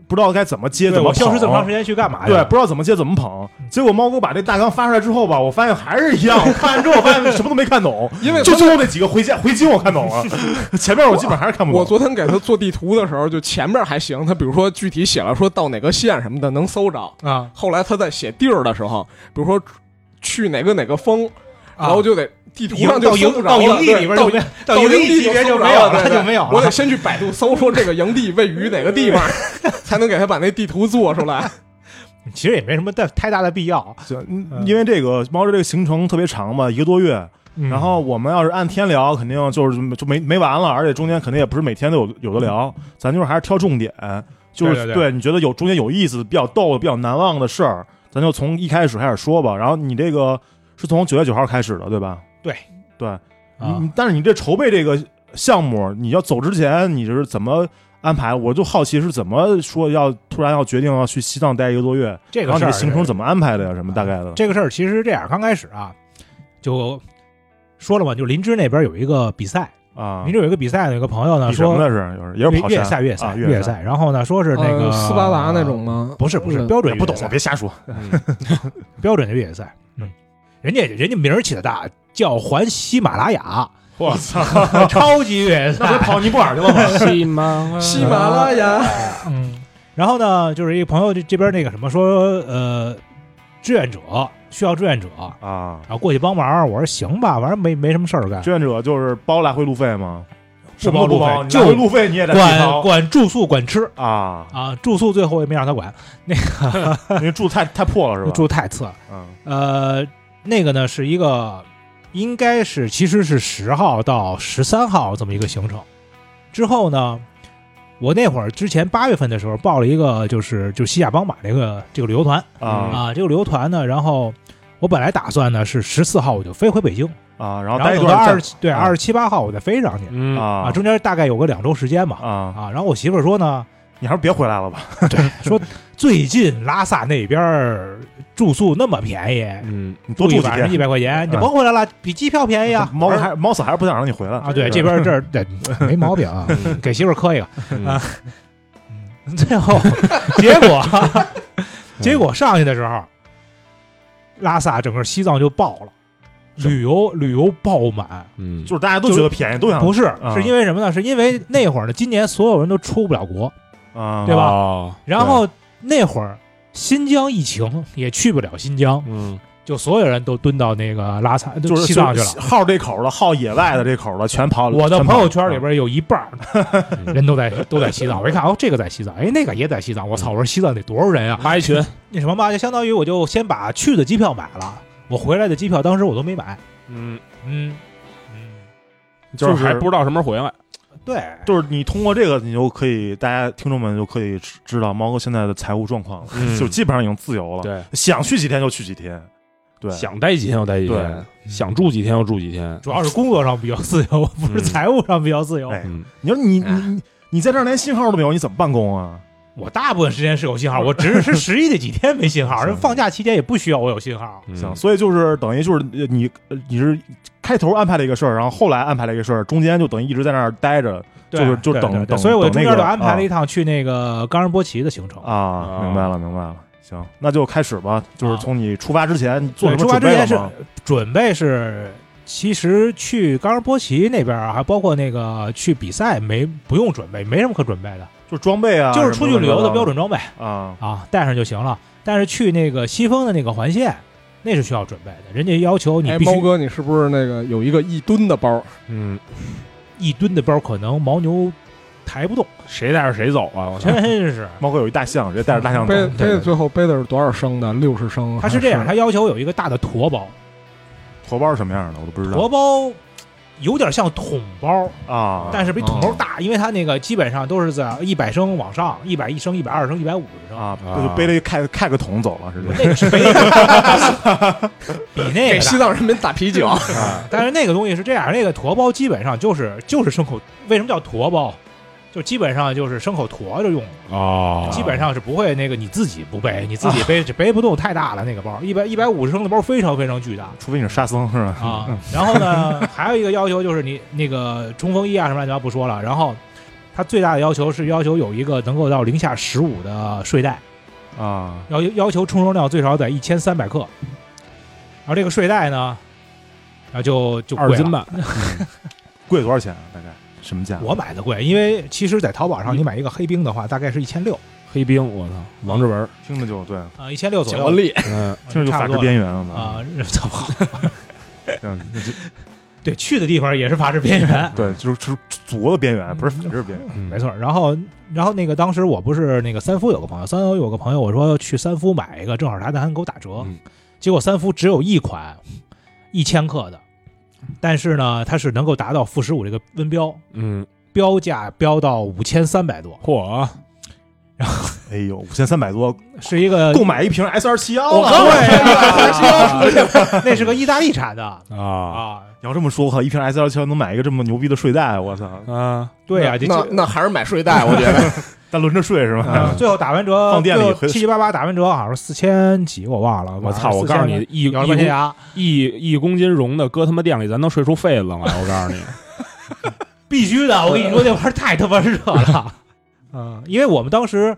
Speaker 2: 不知道该怎么接，
Speaker 1: 对
Speaker 2: 怎
Speaker 1: 我
Speaker 2: 么
Speaker 1: 消失这么长时
Speaker 2: 间。
Speaker 1: 间去嗯干嘛去啊
Speaker 2: 对，
Speaker 1: 了？
Speaker 2: 不知道怎么接怎么捧，结果猫哥把这大纲发出来之后吧，我发现还是一样。我看完之后发现什么都没 看懂，
Speaker 4: 因为
Speaker 2: 就最后那几个回家回金我看懂了，前面我基本还是看不
Speaker 4: 我
Speaker 2: 懂。
Speaker 4: 昨天给他做地图的时候，就前面还行，他比如说具体写了说到哪个县什么的能搜着。
Speaker 1: 啊，
Speaker 4: 后来他在写地儿的时候，比如说去哪个哪个峰，然后就得地图
Speaker 1: 一
Speaker 4: 上
Speaker 1: 个
Speaker 4: 就
Speaker 1: 啊到
Speaker 4: 搜
Speaker 1: 营
Speaker 4: 不着
Speaker 1: 到
Speaker 4: 了
Speaker 1: 营地
Speaker 4: 对
Speaker 1: 里边
Speaker 4: 到
Speaker 1: 就没
Speaker 4: 到
Speaker 1: 营
Speaker 4: 地
Speaker 1: 级别
Speaker 4: 搜
Speaker 1: 就
Speaker 4: 不
Speaker 1: 没
Speaker 4: 着
Speaker 1: 有了，
Speaker 4: 对
Speaker 1: 它
Speaker 4: 对
Speaker 1: 就没有了。
Speaker 4: 我得先去百度搜说这个营地位于哪个地方，才能给他把那地图做出来。
Speaker 1: 其实也没什么太太大的必要。
Speaker 2: 行嗯因为这个猫哥这个行程特别长嘛，一个多月，
Speaker 1: 嗯
Speaker 2: 然后我们要是按天聊，肯定就是就没没完了，而且中间肯定也不是每天都有有的聊，咱就是还是挑重点，就是
Speaker 1: 嗯对对对
Speaker 2: 你觉得有中间有意思的、比较逗的、比较难忘的事儿，咱就从一开始开始说吧。然后你这个是从九月九号开始的，对吧？
Speaker 1: 对
Speaker 2: 对，你、
Speaker 1: 啊
Speaker 2: 你但是你这筹备这个项目，你要走之前你是怎么安排？我就好奇是怎么说要突然要决定要去西藏待一个多月，
Speaker 1: 这
Speaker 2: 然
Speaker 1: 个
Speaker 2: 后
Speaker 1: 事
Speaker 2: 你
Speaker 1: 儿
Speaker 2: 的行程怎么安排的呀？什么大概的？
Speaker 1: 这个事儿其实是这样，刚开始啊，就说了嘛，就林芝那边有一个比赛，
Speaker 2: 啊
Speaker 1: 民，主有一个比赛呢，有个朋友呢
Speaker 2: 比什么
Speaker 1: 说
Speaker 2: 的是有人也是跑
Speaker 1: 越野
Speaker 2: 山
Speaker 1: 赛越野
Speaker 2: 啊
Speaker 1: 赛
Speaker 2: 越
Speaker 1: 越野
Speaker 2: 赛，
Speaker 1: 赛，然后呢说是那个
Speaker 4: 呃斯巴达那种吗？
Speaker 1: 不是不是
Speaker 4: 嗯
Speaker 1: 标准
Speaker 2: 不懂
Speaker 1: 越野赛
Speaker 2: 别瞎说。
Speaker 1: 标准的越野赛，嗯，人家人家名儿起的大，叫环喜马拉雅，
Speaker 2: 我操，
Speaker 1: 超级 越野赛，
Speaker 2: 跑尼泊尔去了吗？
Speaker 3: 喜 马
Speaker 4: 喜马
Speaker 1: 啊
Speaker 4: 拉雅，
Speaker 1: 嗯，然后呢，就是一个朋友这这边那个什么说，呃，志愿者需要志愿者，然
Speaker 2: 啊，
Speaker 1: 后过去帮忙。我说行吧，反正没没什么事儿干
Speaker 2: 志，愿者就是包来回路费吗？
Speaker 1: 不
Speaker 2: 什么
Speaker 1: 包
Speaker 2: 都不
Speaker 1: 路
Speaker 2: 包，
Speaker 1: 费，
Speaker 2: 你来回
Speaker 1: 就
Speaker 2: 路费你也得自己
Speaker 1: 管
Speaker 2: 掏
Speaker 1: 管住宿管吃
Speaker 2: 啊，
Speaker 1: 啊，住宿最后也没让他管，
Speaker 2: 因为住太太破了是吧？
Speaker 1: 住太次了。
Speaker 2: 嗯
Speaker 1: 呃，那个呢是一个，应该是其实是十号到十三号这么一个行程。之后呢，我那会儿之前八月份的时候报了一个，就是就西雅邦马这个这个旅游团
Speaker 2: 啊
Speaker 1: 啊，这个旅游团呢，然后我本来打算呢是十四号我就飞回北京，
Speaker 2: 啊，然后
Speaker 1: 然
Speaker 2: 待
Speaker 1: 后
Speaker 2: 一
Speaker 1: 等到
Speaker 2: 段
Speaker 1: 二
Speaker 2: 儿
Speaker 1: 十对
Speaker 2: 啊
Speaker 1: 二十七八号我再飞上去
Speaker 2: 再
Speaker 3: 嗯
Speaker 2: 啊
Speaker 1: 啊，中间大概有个两周时间吧
Speaker 2: 啊，
Speaker 1: 啊。然后我媳妇儿说呢，
Speaker 2: 你还是别回来了吧。
Speaker 1: 最近拉萨那边儿住宿那么便宜，
Speaker 3: 嗯，
Speaker 2: 你多
Speaker 1: 住
Speaker 2: 住
Speaker 1: 一
Speaker 2: 几
Speaker 1: 晚上
Speaker 2: 天
Speaker 1: 一，百块钱，你
Speaker 2: 嗯
Speaker 1: 甭回来了，比机票便宜啊。
Speaker 2: 猫还猫死还是不想让你回来
Speaker 1: 啊，对，这边这儿 对没毛病啊，给媳妇儿磕一个。
Speaker 3: 嗯
Speaker 1: 啊 嗯最后结果
Speaker 2: 嗯
Speaker 1: 结果上去的时候，拉萨整个西藏就爆了，旅游旅游爆满。
Speaker 3: 嗯，
Speaker 2: 就是大家都觉得便宜，都想
Speaker 1: 不是，
Speaker 2: 啊
Speaker 1: 是因为什么呢？是因为那会儿呢，今年所有人都出不了国，
Speaker 2: 啊，
Speaker 1: 对吧
Speaker 3: 吧
Speaker 1: 然后那会儿新疆疫情也去不了新疆，
Speaker 3: 嗯，
Speaker 1: 就所有人都蹲到那个拉萨，
Speaker 2: 就
Speaker 1: 就是西藏去了。
Speaker 2: 耗这口的，耗野外的这口的，全跑。
Speaker 1: 我的
Speaker 2: 全
Speaker 1: 朋
Speaker 2: 跑
Speaker 1: 友圈里边有一半儿
Speaker 3: 嗯
Speaker 1: 人都在都在西藏，我一看哦，这个在西藏，哎，那个也在西藏，我操！我说西藏得多少人啊？
Speaker 3: 八一群，
Speaker 1: 那什么吧，就相当于我就先把去的机票买了，我回来的机票当时我都没买。
Speaker 3: 嗯，
Speaker 1: 嗯嗯，
Speaker 3: 就是
Speaker 2: 就是
Speaker 3: 还不知道什么时候回来，
Speaker 1: 对，
Speaker 2: 啊就是你通过这个，你就可以，大家听众们就可以知知道猫哥现在的财务状况了，
Speaker 3: 嗯
Speaker 2: 就基本上已经自由了，
Speaker 3: 对，
Speaker 2: 想去几天就去几天，对，
Speaker 3: 想待几天就待几天，想住几天就住几天，
Speaker 1: 主要是工作上比较自由，不是
Speaker 3: 嗯
Speaker 1: 财务上比较自由。
Speaker 2: 哎
Speaker 3: 嗯，
Speaker 2: 你说你
Speaker 4: 哎
Speaker 2: 你你你在这儿连信号都没有，你怎么办公啊？
Speaker 1: 我大部分时间是有信号，我只是十一那几天没 信号，人放假期间也不需要我有信号。
Speaker 3: 嗯
Speaker 2: 行，所以就是等于就是呃你呃你是开头安排了一个事儿，然后后来安排了一个事儿，中间就等于一直在那儿待着
Speaker 1: 对
Speaker 2: 就是就是
Speaker 1: 对
Speaker 2: 等
Speaker 1: 对对
Speaker 2: 等
Speaker 1: 所以我
Speaker 2: 等
Speaker 1: 中
Speaker 2: 那
Speaker 1: 间就
Speaker 2: 个
Speaker 1: 安排
Speaker 2: 啊
Speaker 1: 了一趟去那个冈仁波齐的行程。
Speaker 2: 啊
Speaker 3: 啊，
Speaker 2: 明白了明白了，行，那就开始吧，就是
Speaker 1: 啊
Speaker 2: 从你出发之前你做什
Speaker 1: 对
Speaker 2: 么
Speaker 1: 出发
Speaker 2: 准
Speaker 1: 之
Speaker 2: 备
Speaker 1: 前
Speaker 2: 了
Speaker 1: 是
Speaker 2: 吗？
Speaker 1: 准备是，其实去冈仁波齐那边啊，还包括那个去比赛，没不用准备，没什么可准备的，
Speaker 2: 就是装备啊，
Speaker 1: 就是出去旅游的标准
Speaker 2: 准
Speaker 1: 装备。
Speaker 2: 啊
Speaker 1: 啊，带上就行了。但是去那个西峰的那个环线，那是需要准备的，人家要求你
Speaker 4: 哎，
Speaker 1: 必须
Speaker 4: 猫哥，你是不是那个有一个一吨的包？
Speaker 3: 嗯，
Speaker 1: 一吨的包，可能牦牛抬 不动，
Speaker 3: 谁带着谁走啊？我操，
Speaker 1: 真是。
Speaker 2: 猫哥有一大象，直接带着大象走
Speaker 4: 背
Speaker 1: 对
Speaker 4: 背的最后背的是多少升的？六十升。
Speaker 1: 他是这样，他要求有一个大的驮包，
Speaker 2: 驼包是什么样的我都不知道
Speaker 1: 驮包有点像桶包，
Speaker 2: 啊。
Speaker 1: 但是比桶包大，因为它那个基本上都是在一百升往上，一百一升、一百二十升、一百五十升，
Speaker 2: 啊，就背了一开开个桶走了，是这
Speaker 1: 那个是没比那
Speaker 4: 给
Speaker 1: 个
Speaker 4: 西
Speaker 1: 大。
Speaker 4: 藏人民打啤酒。
Speaker 1: 但是那个东西是这样，那个驮包基本上就是就是牲口，为什么叫驮包？就基本上就是牲口驮着用的。
Speaker 3: 哦，
Speaker 1: 基本上是不会那个你自己不背，你自己背背不动太大了那个包，一百一百五十升的包非常非常巨大
Speaker 2: 除非你是沙僧是吧？
Speaker 1: 啊。然后呢，还有一个要求就是你那个冲锋衣啊什么乱七八糟不说了，然后它最大的要求是要求有一个能够到零下十五的睡袋，
Speaker 2: 啊，
Speaker 1: 要要求充绒量最少在一千三百克，然后这个睡袋呢，然后就就贵
Speaker 3: 二
Speaker 1: 了
Speaker 3: 斤。半，
Speaker 2: 贵多少钱啊？大概什么价？
Speaker 1: 我买的贵，因为其实，在淘宝上你买一个黑冰的话，大概是一千六
Speaker 3: 黑冰，我操，王志文，
Speaker 2: 听着就对，
Speaker 1: 啊，一千六左
Speaker 4: 巧克
Speaker 1: 右，
Speaker 4: 力，
Speaker 3: 嗯，
Speaker 2: 听着就
Speaker 1: 差
Speaker 2: 法
Speaker 1: 不
Speaker 2: 制
Speaker 1: 多
Speaker 2: 边缘了嘛。
Speaker 1: 啊， 怎么
Speaker 2: 嗯那就，
Speaker 1: 对，去的地方也是法制边缘
Speaker 3: 嗯
Speaker 2: 对，就是就是祖国的边缘，不是法制边缘。
Speaker 1: 没错。然后，然后那个当时我不是那个三夫有个朋友，三夫有个朋友，我说去三夫买一个，正好他那还给我打折，
Speaker 3: 嗯
Speaker 1: 结果三夫只有一款一千克的，但是呢，它是能够达到负十五这个温标，
Speaker 3: 嗯，
Speaker 1: 标价标到五千三百多，
Speaker 3: 嚯啊，
Speaker 2: 哎呦，五千三百多，
Speaker 1: 是一个
Speaker 2: 购买一瓶 S 二七幺啊
Speaker 1: 我
Speaker 2: 了。
Speaker 1: 对那是个意大利产的
Speaker 3: 啊
Speaker 1: 啊，
Speaker 2: 你要这么说，我靠，一瓶 S 二七幺能买一个这么牛逼的睡袋，我操！
Speaker 3: 啊，
Speaker 1: 对啊，这
Speaker 4: 那那还是买睡袋，我觉得。
Speaker 2: 但轮着睡是吧？
Speaker 1: 啊最后打完折，
Speaker 2: 放店里回
Speaker 1: 七七八八打完折，好像是四千几，我忘了。
Speaker 3: 我操！我告诉你，，一一
Speaker 1: 咬了半天牙，啊
Speaker 3: 一一公斤绒的，搁他妈店里，咱能睡出痱子来！我告诉你，
Speaker 1: 必须的，我跟你说那玩意儿太他妈热了，嗯，因为我们当时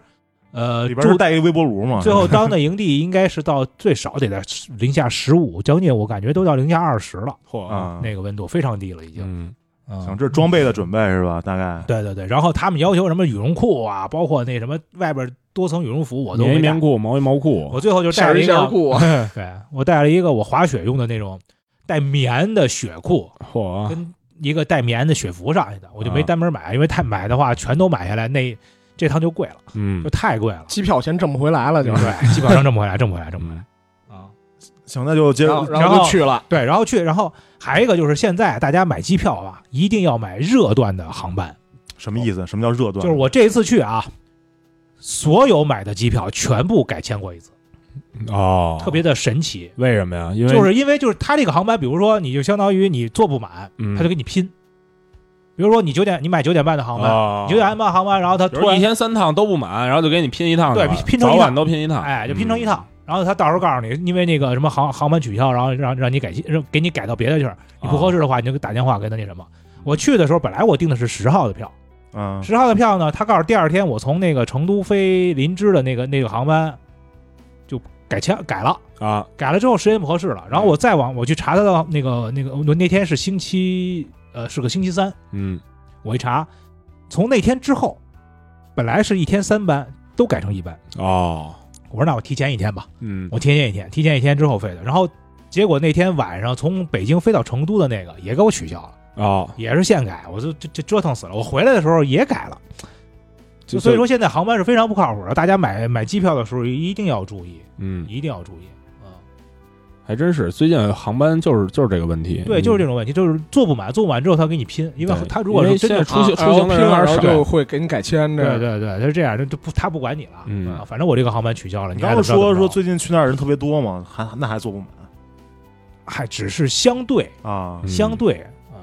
Speaker 1: 呃
Speaker 2: 里边是
Speaker 1: 住
Speaker 2: 带一微波炉嘛，
Speaker 1: 最后当的营地应该是到最少得在零下十五，将近我感觉都到零下二十了，
Speaker 3: 嚯
Speaker 2: 啊，
Speaker 1: 那个温度非常低了已经。
Speaker 3: 嗯
Speaker 1: 嗯
Speaker 2: 行，这是装备的准备是吧？大概
Speaker 1: 对对对，然后他们要求什么羽绒裤啊，包括那什么外边多层羽绒服，我都
Speaker 3: 棉
Speaker 1: 没
Speaker 3: 衣
Speaker 1: 带
Speaker 3: 棉。裤、毛衣毛裤，
Speaker 1: 我最后就带
Speaker 4: 夏
Speaker 1: 了
Speaker 4: 日
Speaker 1: 一
Speaker 4: 夏日
Speaker 1: 个，
Speaker 4: 裤啊，
Speaker 1: 对我带了一个我滑雪用的那种带棉的雪裤，
Speaker 3: 嚯，
Speaker 1: 跟一个带棉的雪服上去的，我就没
Speaker 3: 啊
Speaker 1: 单门买，因为太买的话全都买下来，那这趟就贵了，
Speaker 3: 嗯
Speaker 1: 就，太贵了。
Speaker 4: 机票钱挣不回来了就。
Speaker 1: 对，基本上挣不回来，挣不回来，挣不回来
Speaker 3: 嗯
Speaker 1: 啊。
Speaker 2: 行，那就接
Speaker 4: 然后
Speaker 1: 然后
Speaker 4: 后就去了，
Speaker 1: 对，然后去，然后还有一个就是现在大家买机票啊，一定要买热段的航班。
Speaker 2: 什么意思？什么叫热段？
Speaker 1: 就是我这一次去啊，所有买的机票全部改签过一次，
Speaker 3: 哦，
Speaker 1: 特别的神奇。
Speaker 3: 为什么呀？因为
Speaker 1: 就是因为就是它这个航班，比如说你就相当于你坐不满，
Speaker 3: 嗯
Speaker 1: 他就跟你拼。比如说你九点你买九点半的航班，
Speaker 3: 哦
Speaker 1: 你九点半航班，然后他
Speaker 3: 比
Speaker 1: 突
Speaker 3: 如一
Speaker 1: 然
Speaker 3: 天三趟都不满，然后就给你拼一趟去
Speaker 1: 对
Speaker 3: 了，
Speaker 1: 拼拼成一
Speaker 3: 早
Speaker 1: 趟
Speaker 3: 晚都拼一趟，
Speaker 1: 哎就拼
Speaker 3: 嗯
Speaker 1: 成一趟，然后他到时候告诉你，因为那个什么航航班取消，然后让让你改让给你改到别的去了，你
Speaker 3: 哦
Speaker 1: 不合适的话你就打电话跟他那什么。我去的时候本来我订的是十号的票。
Speaker 2: 嗯，
Speaker 1: 十号的票呢，他告诉第二天我从那个成都飞林芝的那个那个航班就改签改了，
Speaker 3: 嗯啊，
Speaker 1: 改了之后时间不合适了。然后我再往我去查他的那个那个，我那天是星期呃是个星期三，
Speaker 3: 嗯，
Speaker 1: 我一查，从那天之后，本来是一天三班都改成一班。
Speaker 3: 哦，
Speaker 1: 我说那我提前一天吧，
Speaker 3: 嗯，
Speaker 1: 我提前一天，提前一天之后飞的。然后结果那天晚上从北京飞到成都的那个也给我取消了，
Speaker 3: 哦，
Speaker 1: 也是现改，我就这这折腾死了。我回来的时候也改了。就所以说，现在航班是非常不靠谱的，大家买买机票的时候一定要注意，
Speaker 3: 嗯，
Speaker 1: 一定要注意啊！
Speaker 3: 还真是，最近航班就是就是这个问题，嗯
Speaker 1: 对，就是这
Speaker 3: 种，
Speaker 1: 种问题，就是坐不满，坐不满之后他给你拼，因为
Speaker 3: 对
Speaker 1: 他如果
Speaker 3: 因为
Speaker 1: 是真的，
Speaker 3: 现在出行
Speaker 4: 啊
Speaker 3: 出行的人还
Speaker 4: 然
Speaker 3: 是
Speaker 4: 后
Speaker 3: 少
Speaker 4: 就会给你改签
Speaker 1: 对
Speaker 4: 这。
Speaker 1: 对对，他是这样，就不他不管你了，
Speaker 3: 嗯
Speaker 1: 啊反正我这个航班取消了，
Speaker 2: 你
Speaker 1: 你
Speaker 2: 刚
Speaker 1: 爱
Speaker 2: 刚
Speaker 1: 怎么着
Speaker 2: 说
Speaker 1: 怎么
Speaker 2: 说
Speaker 1: 着
Speaker 2: 最近去那儿人特别多嘛，还那还坐不满
Speaker 1: 还只是相对
Speaker 2: 啊
Speaker 3: 嗯
Speaker 1: 相对啊，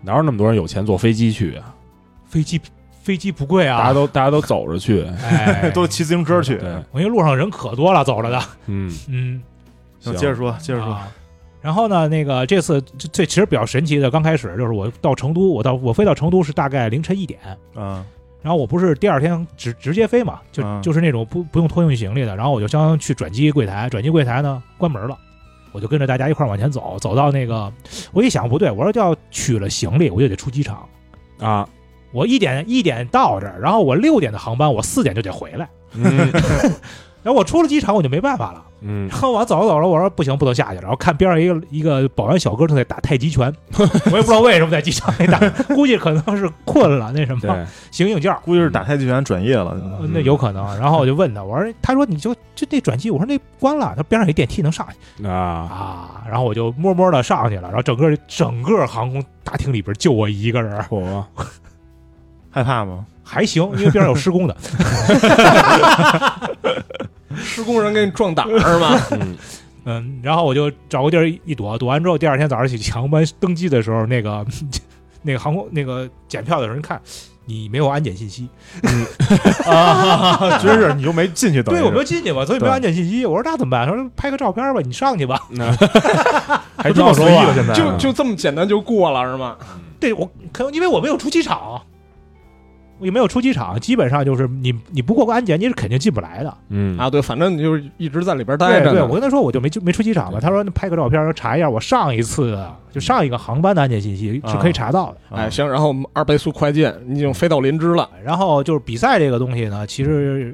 Speaker 3: 哪有那么多人有钱坐飞机去啊？
Speaker 1: 飞机飞机不贵
Speaker 3: 大家
Speaker 1: 啊，
Speaker 3: 都大家都走 着去，
Speaker 1: 哎
Speaker 2: ，都骑自行车去。
Speaker 3: 对，
Speaker 1: 我因为路上人可多了，走着的，
Speaker 3: 嗯，
Speaker 1: 嗯，
Speaker 2: 行
Speaker 3: 行，
Speaker 2: 接着说，接着说，
Speaker 1: 啊。然后呢，那个这次这这其实比较神奇的，刚开始就是我到成都，我到我飞到成都是大概凌晨一点，
Speaker 2: 嗯
Speaker 1: 然后我不是第二天直直接飞嘛，就、
Speaker 2: 嗯
Speaker 1: 就是那种不不用托运行李的，然后我就相当于去转机柜台，转机柜台呢关门了，我就跟着大家一块儿往前走，走到那个我一想不对，我说要取了行李我就得出机场，
Speaker 3: 啊，
Speaker 1: 我一点一点到这儿，然后我六点的航班我四点就得回来，
Speaker 3: 嗯
Speaker 1: 然后我出了机场我就没办法了，
Speaker 3: 嗯
Speaker 1: 然，后我走着走着我说不行不能下去了，然后看边上一个一个保安小哥正在打太极拳， 我也不知道为什么在机场里打，估计可能是困了那什么
Speaker 3: 对，
Speaker 1: 醒醒觉儿。
Speaker 2: 估计是打太极拳转业了。
Speaker 1: 呃那有可能。然后我就问他，我说，他说你就就那转机，我说那关了，他边上有一电梯能上去
Speaker 3: 啊，
Speaker 1: 啊。然后我就摸摸的上去了，然后整个整个航空大厅里边就我一个人儿，
Speaker 3: 嚯，
Speaker 2: 害怕吗？
Speaker 1: 还行，因为边上有施工 的，
Speaker 4: 施工人给你壮胆 儿嘛，
Speaker 3: 嗯
Speaker 1: 嗯。然后我就找个地儿一躲，躲完之后，第二天早上起航班登机的时候，那个那个航空那个检票的人看。你没有安检信息，
Speaker 2: 啊，真是你又没进去，等
Speaker 1: 对
Speaker 2: 于是
Speaker 1: 我没有进去嘛，所以没
Speaker 2: 对
Speaker 1: 有安检信息。我说那怎么办？他说拍个照片吧，你上去吧。
Speaker 3: 那
Speaker 2: 就这
Speaker 3: 还挺
Speaker 2: 么
Speaker 3: 好
Speaker 2: 随
Speaker 3: 说
Speaker 2: 意了，
Speaker 3: 话
Speaker 2: 现
Speaker 1: 啊
Speaker 2: 在
Speaker 4: 就就这么简单就过了是吗？
Speaker 1: 对我可能因为我没有出机场，我也没有出机场，基本上就是你你不过个安检，你是肯定进不来的。
Speaker 3: 嗯
Speaker 4: 啊，对，反正你就是一直在里边待
Speaker 1: 对
Speaker 4: 着呢。
Speaker 1: 对，我跟他说我就没就没出机场嘛，他说那拍个照片，说查一下我上一次就上一个航班的安检信息是可以查到的。
Speaker 2: 啊
Speaker 4: 哎，行，然后我们二倍速快进，你已经飞到林芝了。
Speaker 1: 然后就是比赛这个东西呢，其实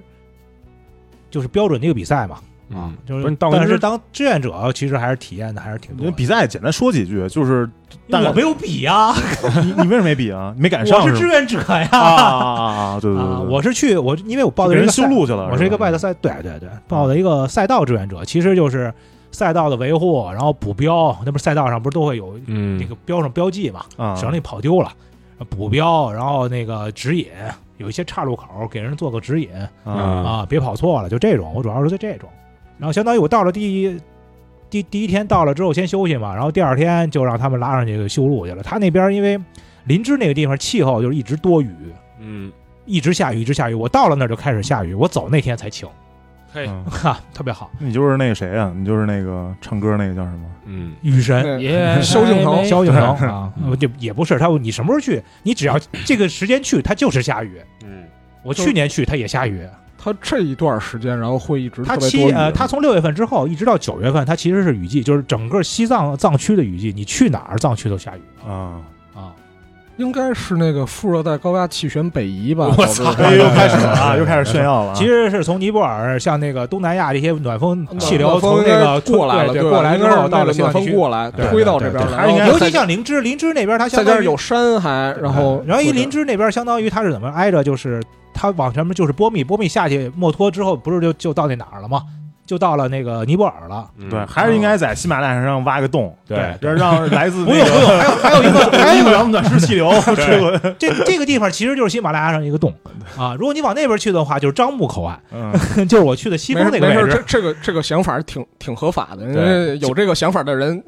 Speaker 1: 就是标准的一个比赛嘛，
Speaker 2: 嗯
Speaker 3: 啊，
Speaker 1: 嗯就
Speaker 3: 不
Speaker 1: 是
Speaker 3: 是你到那
Speaker 1: 但是
Speaker 3: 边
Speaker 1: 当志愿者其实还是体验的还是挺
Speaker 2: 你
Speaker 1: 多
Speaker 2: 们
Speaker 1: 的。
Speaker 2: 比赛简单说几句，就是
Speaker 1: 因为我没有比呀，
Speaker 2: 你你为什么没比啊？你没赶上
Speaker 1: 我是
Speaker 2: 吗
Speaker 1: 志愿者呀。
Speaker 2: 啊啊啊啊！对对对
Speaker 1: 啊，
Speaker 2: 对，
Speaker 1: 我是去我因为我报
Speaker 2: 就
Speaker 1: 的是一
Speaker 2: 给人
Speaker 1: 个
Speaker 2: 修
Speaker 1: 赛
Speaker 2: 路去了。
Speaker 1: 我是一个
Speaker 2: 吧嗯
Speaker 1: 外的赛，对对对，报的一个赛道志愿者，其实就是赛道的维护，然后补标，那不是赛道上不是都会有
Speaker 3: 嗯
Speaker 1: 那个标上标记嘛，
Speaker 2: 啊，
Speaker 1: 省里跑丢了，补标，然后那个指引，有一些岔路口给人做个指引
Speaker 2: 啊
Speaker 1: 啊，别跑错了，就这种，我主要是在这种，然后相当于我到了第一。第第一天到了之后先休息嘛，然后第二天就让他们拉上去修路去了。他那边因为林芝那个地方气候就是一直多雨，
Speaker 3: 嗯
Speaker 1: 一直下雨，一直下雨。我到了那儿就开始下雨，我走那天才晴。
Speaker 3: 可以，
Speaker 2: 嗯
Speaker 1: 哈，特别好。
Speaker 2: 你就是那个谁啊？你就是那个唱歌那个叫什么？
Speaker 3: 嗯，
Speaker 1: 雨神。
Speaker 4: 嗯 萧敬腾，
Speaker 1: 萧敬腾啊
Speaker 3: 嗯，
Speaker 1: 呃就也不是他，你什么时候去？你只要这个时间去，他就是下雨。
Speaker 3: 嗯，
Speaker 1: 我去年去，他也下雨。
Speaker 4: 他这一段时间，然后会一直
Speaker 1: 他
Speaker 4: 特别多
Speaker 1: 七
Speaker 4: 雨啊
Speaker 1: 呃，他从六月份之后一直到九月份，它其实是雨季，就是整个西藏藏区的雨季。你去哪儿，藏区都下雨
Speaker 2: 啊，
Speaker 1: 啊。
Speaker 4: 应该是那个副热带高压气旋北移吧？
Speaker 1: 我操
Speaker 4: 导致
Speaker 2: 哎，又开始了啊，又开始炫耀了啊。
Speaker 1: 其实是从尼泊尔向那个东南亚这些暖风
Speaker 4: 暖
Speaker 1: 气流从那个
Speaker 4: 过来了，
Speaker 1: 对
Speaker 4: 吧
Speaker 1: 过来
Speaker 4: 应
Speaker 1: 之
Speaker 4: 该是
Speaker 1: 后到
Speaker 4: 那
Speaker 1: 了
Speaker 4: 个
Speaker 1: 西藏
Speaker 4: 暖
Speaker 1: 地
Speaker 4: 风
Speaker 1: 区，
Speaker 4: 过来，
Speaker 1: 对
Speaker 4: 推到这边
Speaker 2: 对对对
Speaker 4: 来，
Speaker 2: 还应该
Speaker 4: 然后
Speaker 1: 尤其
Speaker 4: 再
Speaker 1: 像林芝，林芝那边它
Speaker 4: 再
Speaker 1: 相
Speaker 4: 加
Speaker 1: 当
Speaker 4: 上
Speaker 1: 于
Speaker 4: 有山还，然后
Speaker 1: 然后一林芝那边相当于它是怎么挨着，就是它往前面就是波密，波密下去墨脱之后，不是就就到那哪儿了吗？就到了那个尼泊尔了。
Speaker 3: 嗯
Speaker 2: 对，还是应该在喜马拉雅山上挖个洞，
Speaker 3: 对
Speaker 2: 让让来自
Speaker 1: 不用不用，还有还有一 个还有
Speaker 2: 一
Speaker 1: 一
Speaker 2: 个
Speaker 1: 个
Speaker 2: 两暖湿气流吹过来。
Speaker 1: 这这个地方其实就是喜马拉雅上一个洞啊。如果你往那边去的话，就是樟木口岸，
Speaker 2: 嗯，
Speaker 1: 就是我去的西
Speaker 4: 没
Speaker 1: 峰那
Speaker 4: 事
Speaker 1: 个
Speaker 4: 没事，
Speaker 1: 位
Speaker 4: 这
Speaker 1: 置。
Speaker 4: 这个这个想法挺挺合法的，因
Speaker 3: 对
Speaker 4: 为有这个想法的人，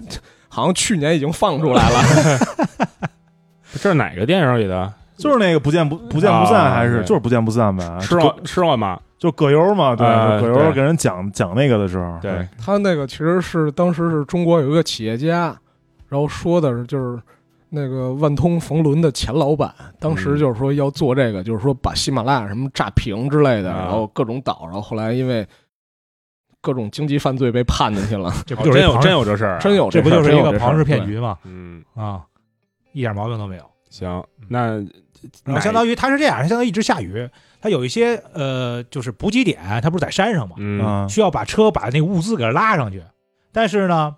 Speaker 4: 好像去年已经放出来了。
Speaker 3: 这是哪个电影里的？
Speaker 2: 就是那个不见不不见不散，
Speaker 3: 啊
Speaker 2: 还是
Speaker 3: 对
Speaker 2: 就是不见不散呗。
Speaker 3: 吃
Speaker 2: 就
Speaker 3: 了吃了吗？
Speaker 2: 就葛优嘛，对，
Speaker 3: 啊
Speaker 2: 就葛优
Speaker 3: 对
Speaker 2: 给人讲讲那个的时候，
Speaker 3: 对，
Speaker 4: 他那个其实是当时是中国有一个企业家，然后说的是就是。那个万通冯仑的前老板，当时就是说要做这个，就是说把喜马拉雅什么炸平之类的，
Speaker 3: 啊
Speaker 4: 然后各种倒，然后后来因为各种经济犯罪被判进去了，
Speaker 1: 这不
Speaker 3: 哦
Speaker 1: 就是
Speaker 3: 真
Speaker 1: 一
Speaker 3: 有
Speaker 1: 庞
Speaker 3: 真有这事儿啊，
Speaker 4: 真有
Speaker 1: 这
Speaker 4: 事
Speaker 1: 不
Speaker 4: 儿
Speaker 1: 就是一
Speaker 4: 真有
Speaker 1: 个
Speaker 4: 这事儿
Speaker 1: 庞氏骗
Speaker 4: 对
Speaker 1: 局吗？
Speaker 3: 嗯，
Speaker 1: 啊，一点毛病都没有。
Speaker 3: 行，那
Speaker 1: 然哦后相当于它是这样，它相当于一直下雨，它有一些呃，就是补给点，它不是在山上嘛，
Speaker 3: 嗯
Speaker 2: 啊，
Speaker 1: 需要把车把那物资给它拉上去，但是呢，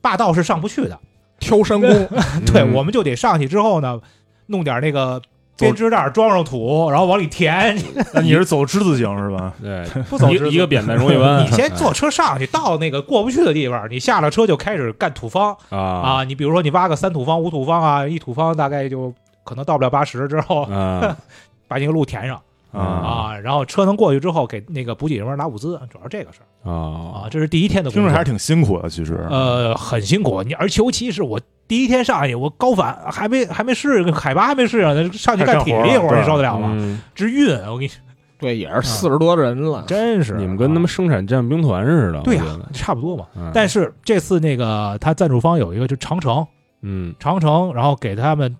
Speaker 1: 霸道是上不去的，
Speaker 4: 挑 山工，
Speaker 3: 嗯
Speaker 1: 对，我们就得上去之后呢，弄点那个编织袋儿装上土，然后往里 填，
Speaker 2: 那你是走之字形是吧？
Speaker 3: 对
Speaker 1: 不走
Speaker 3: 一
Speaker 1: 直
Speaker 3: 一个扁担容易 弯，
Speaker 1: 你先坐车上去，到那个过不去的地方，你下了车就开始干土方
Speaker 3: 啊
Speaker 1: 啊。你比如说，你挖个三土方、五土方啊，一土方大概就可能到不了八十，之后
Speaker 3: 啊
Speaker 1: 把那个路填上
Speaker 2: 啊，
Speaker 1: 啊，然后车能过去之后给那个补给人员拿物资，主要是这个事儿
Speaker 3: 啊
Speaker 1: 啊。这是第一天的工
Speaker 2: 听
Speaker 1: 作，
Speaker 2: 着还是挺辛苦的，其
Speaker 3: 嗯
Speaker 2: 实。
Speaker 1: 呃很辛苦。你而且尤其是我第一天上去，我高反还没还没适应，海拔还没适应，上去
Speaker 2: 还干
Speaker 1: 干体
Speaker 2: 活
Speaker 1: 力活
Speaker 2: 对
Speaker 1: 儿你受得了吗？
Speaker 3: 嗯
Speaker 1: 直晕，我跟你说，
Speaker 4: 对，也是四十多人 了，
Speaker 1: 真是啊
Speaker 3: 你们跟他们生产战兵团似的，
Speaker 1: 对
Speaker 3: 呀
Speaker 1: 呀、，差不多嘛。
Speaker 3: 嗯
Speaker 1: 但是这次那个他赞助方有一个就长城，
Speaker 3: 嗯，
Speaker 1: 长城，然后给他们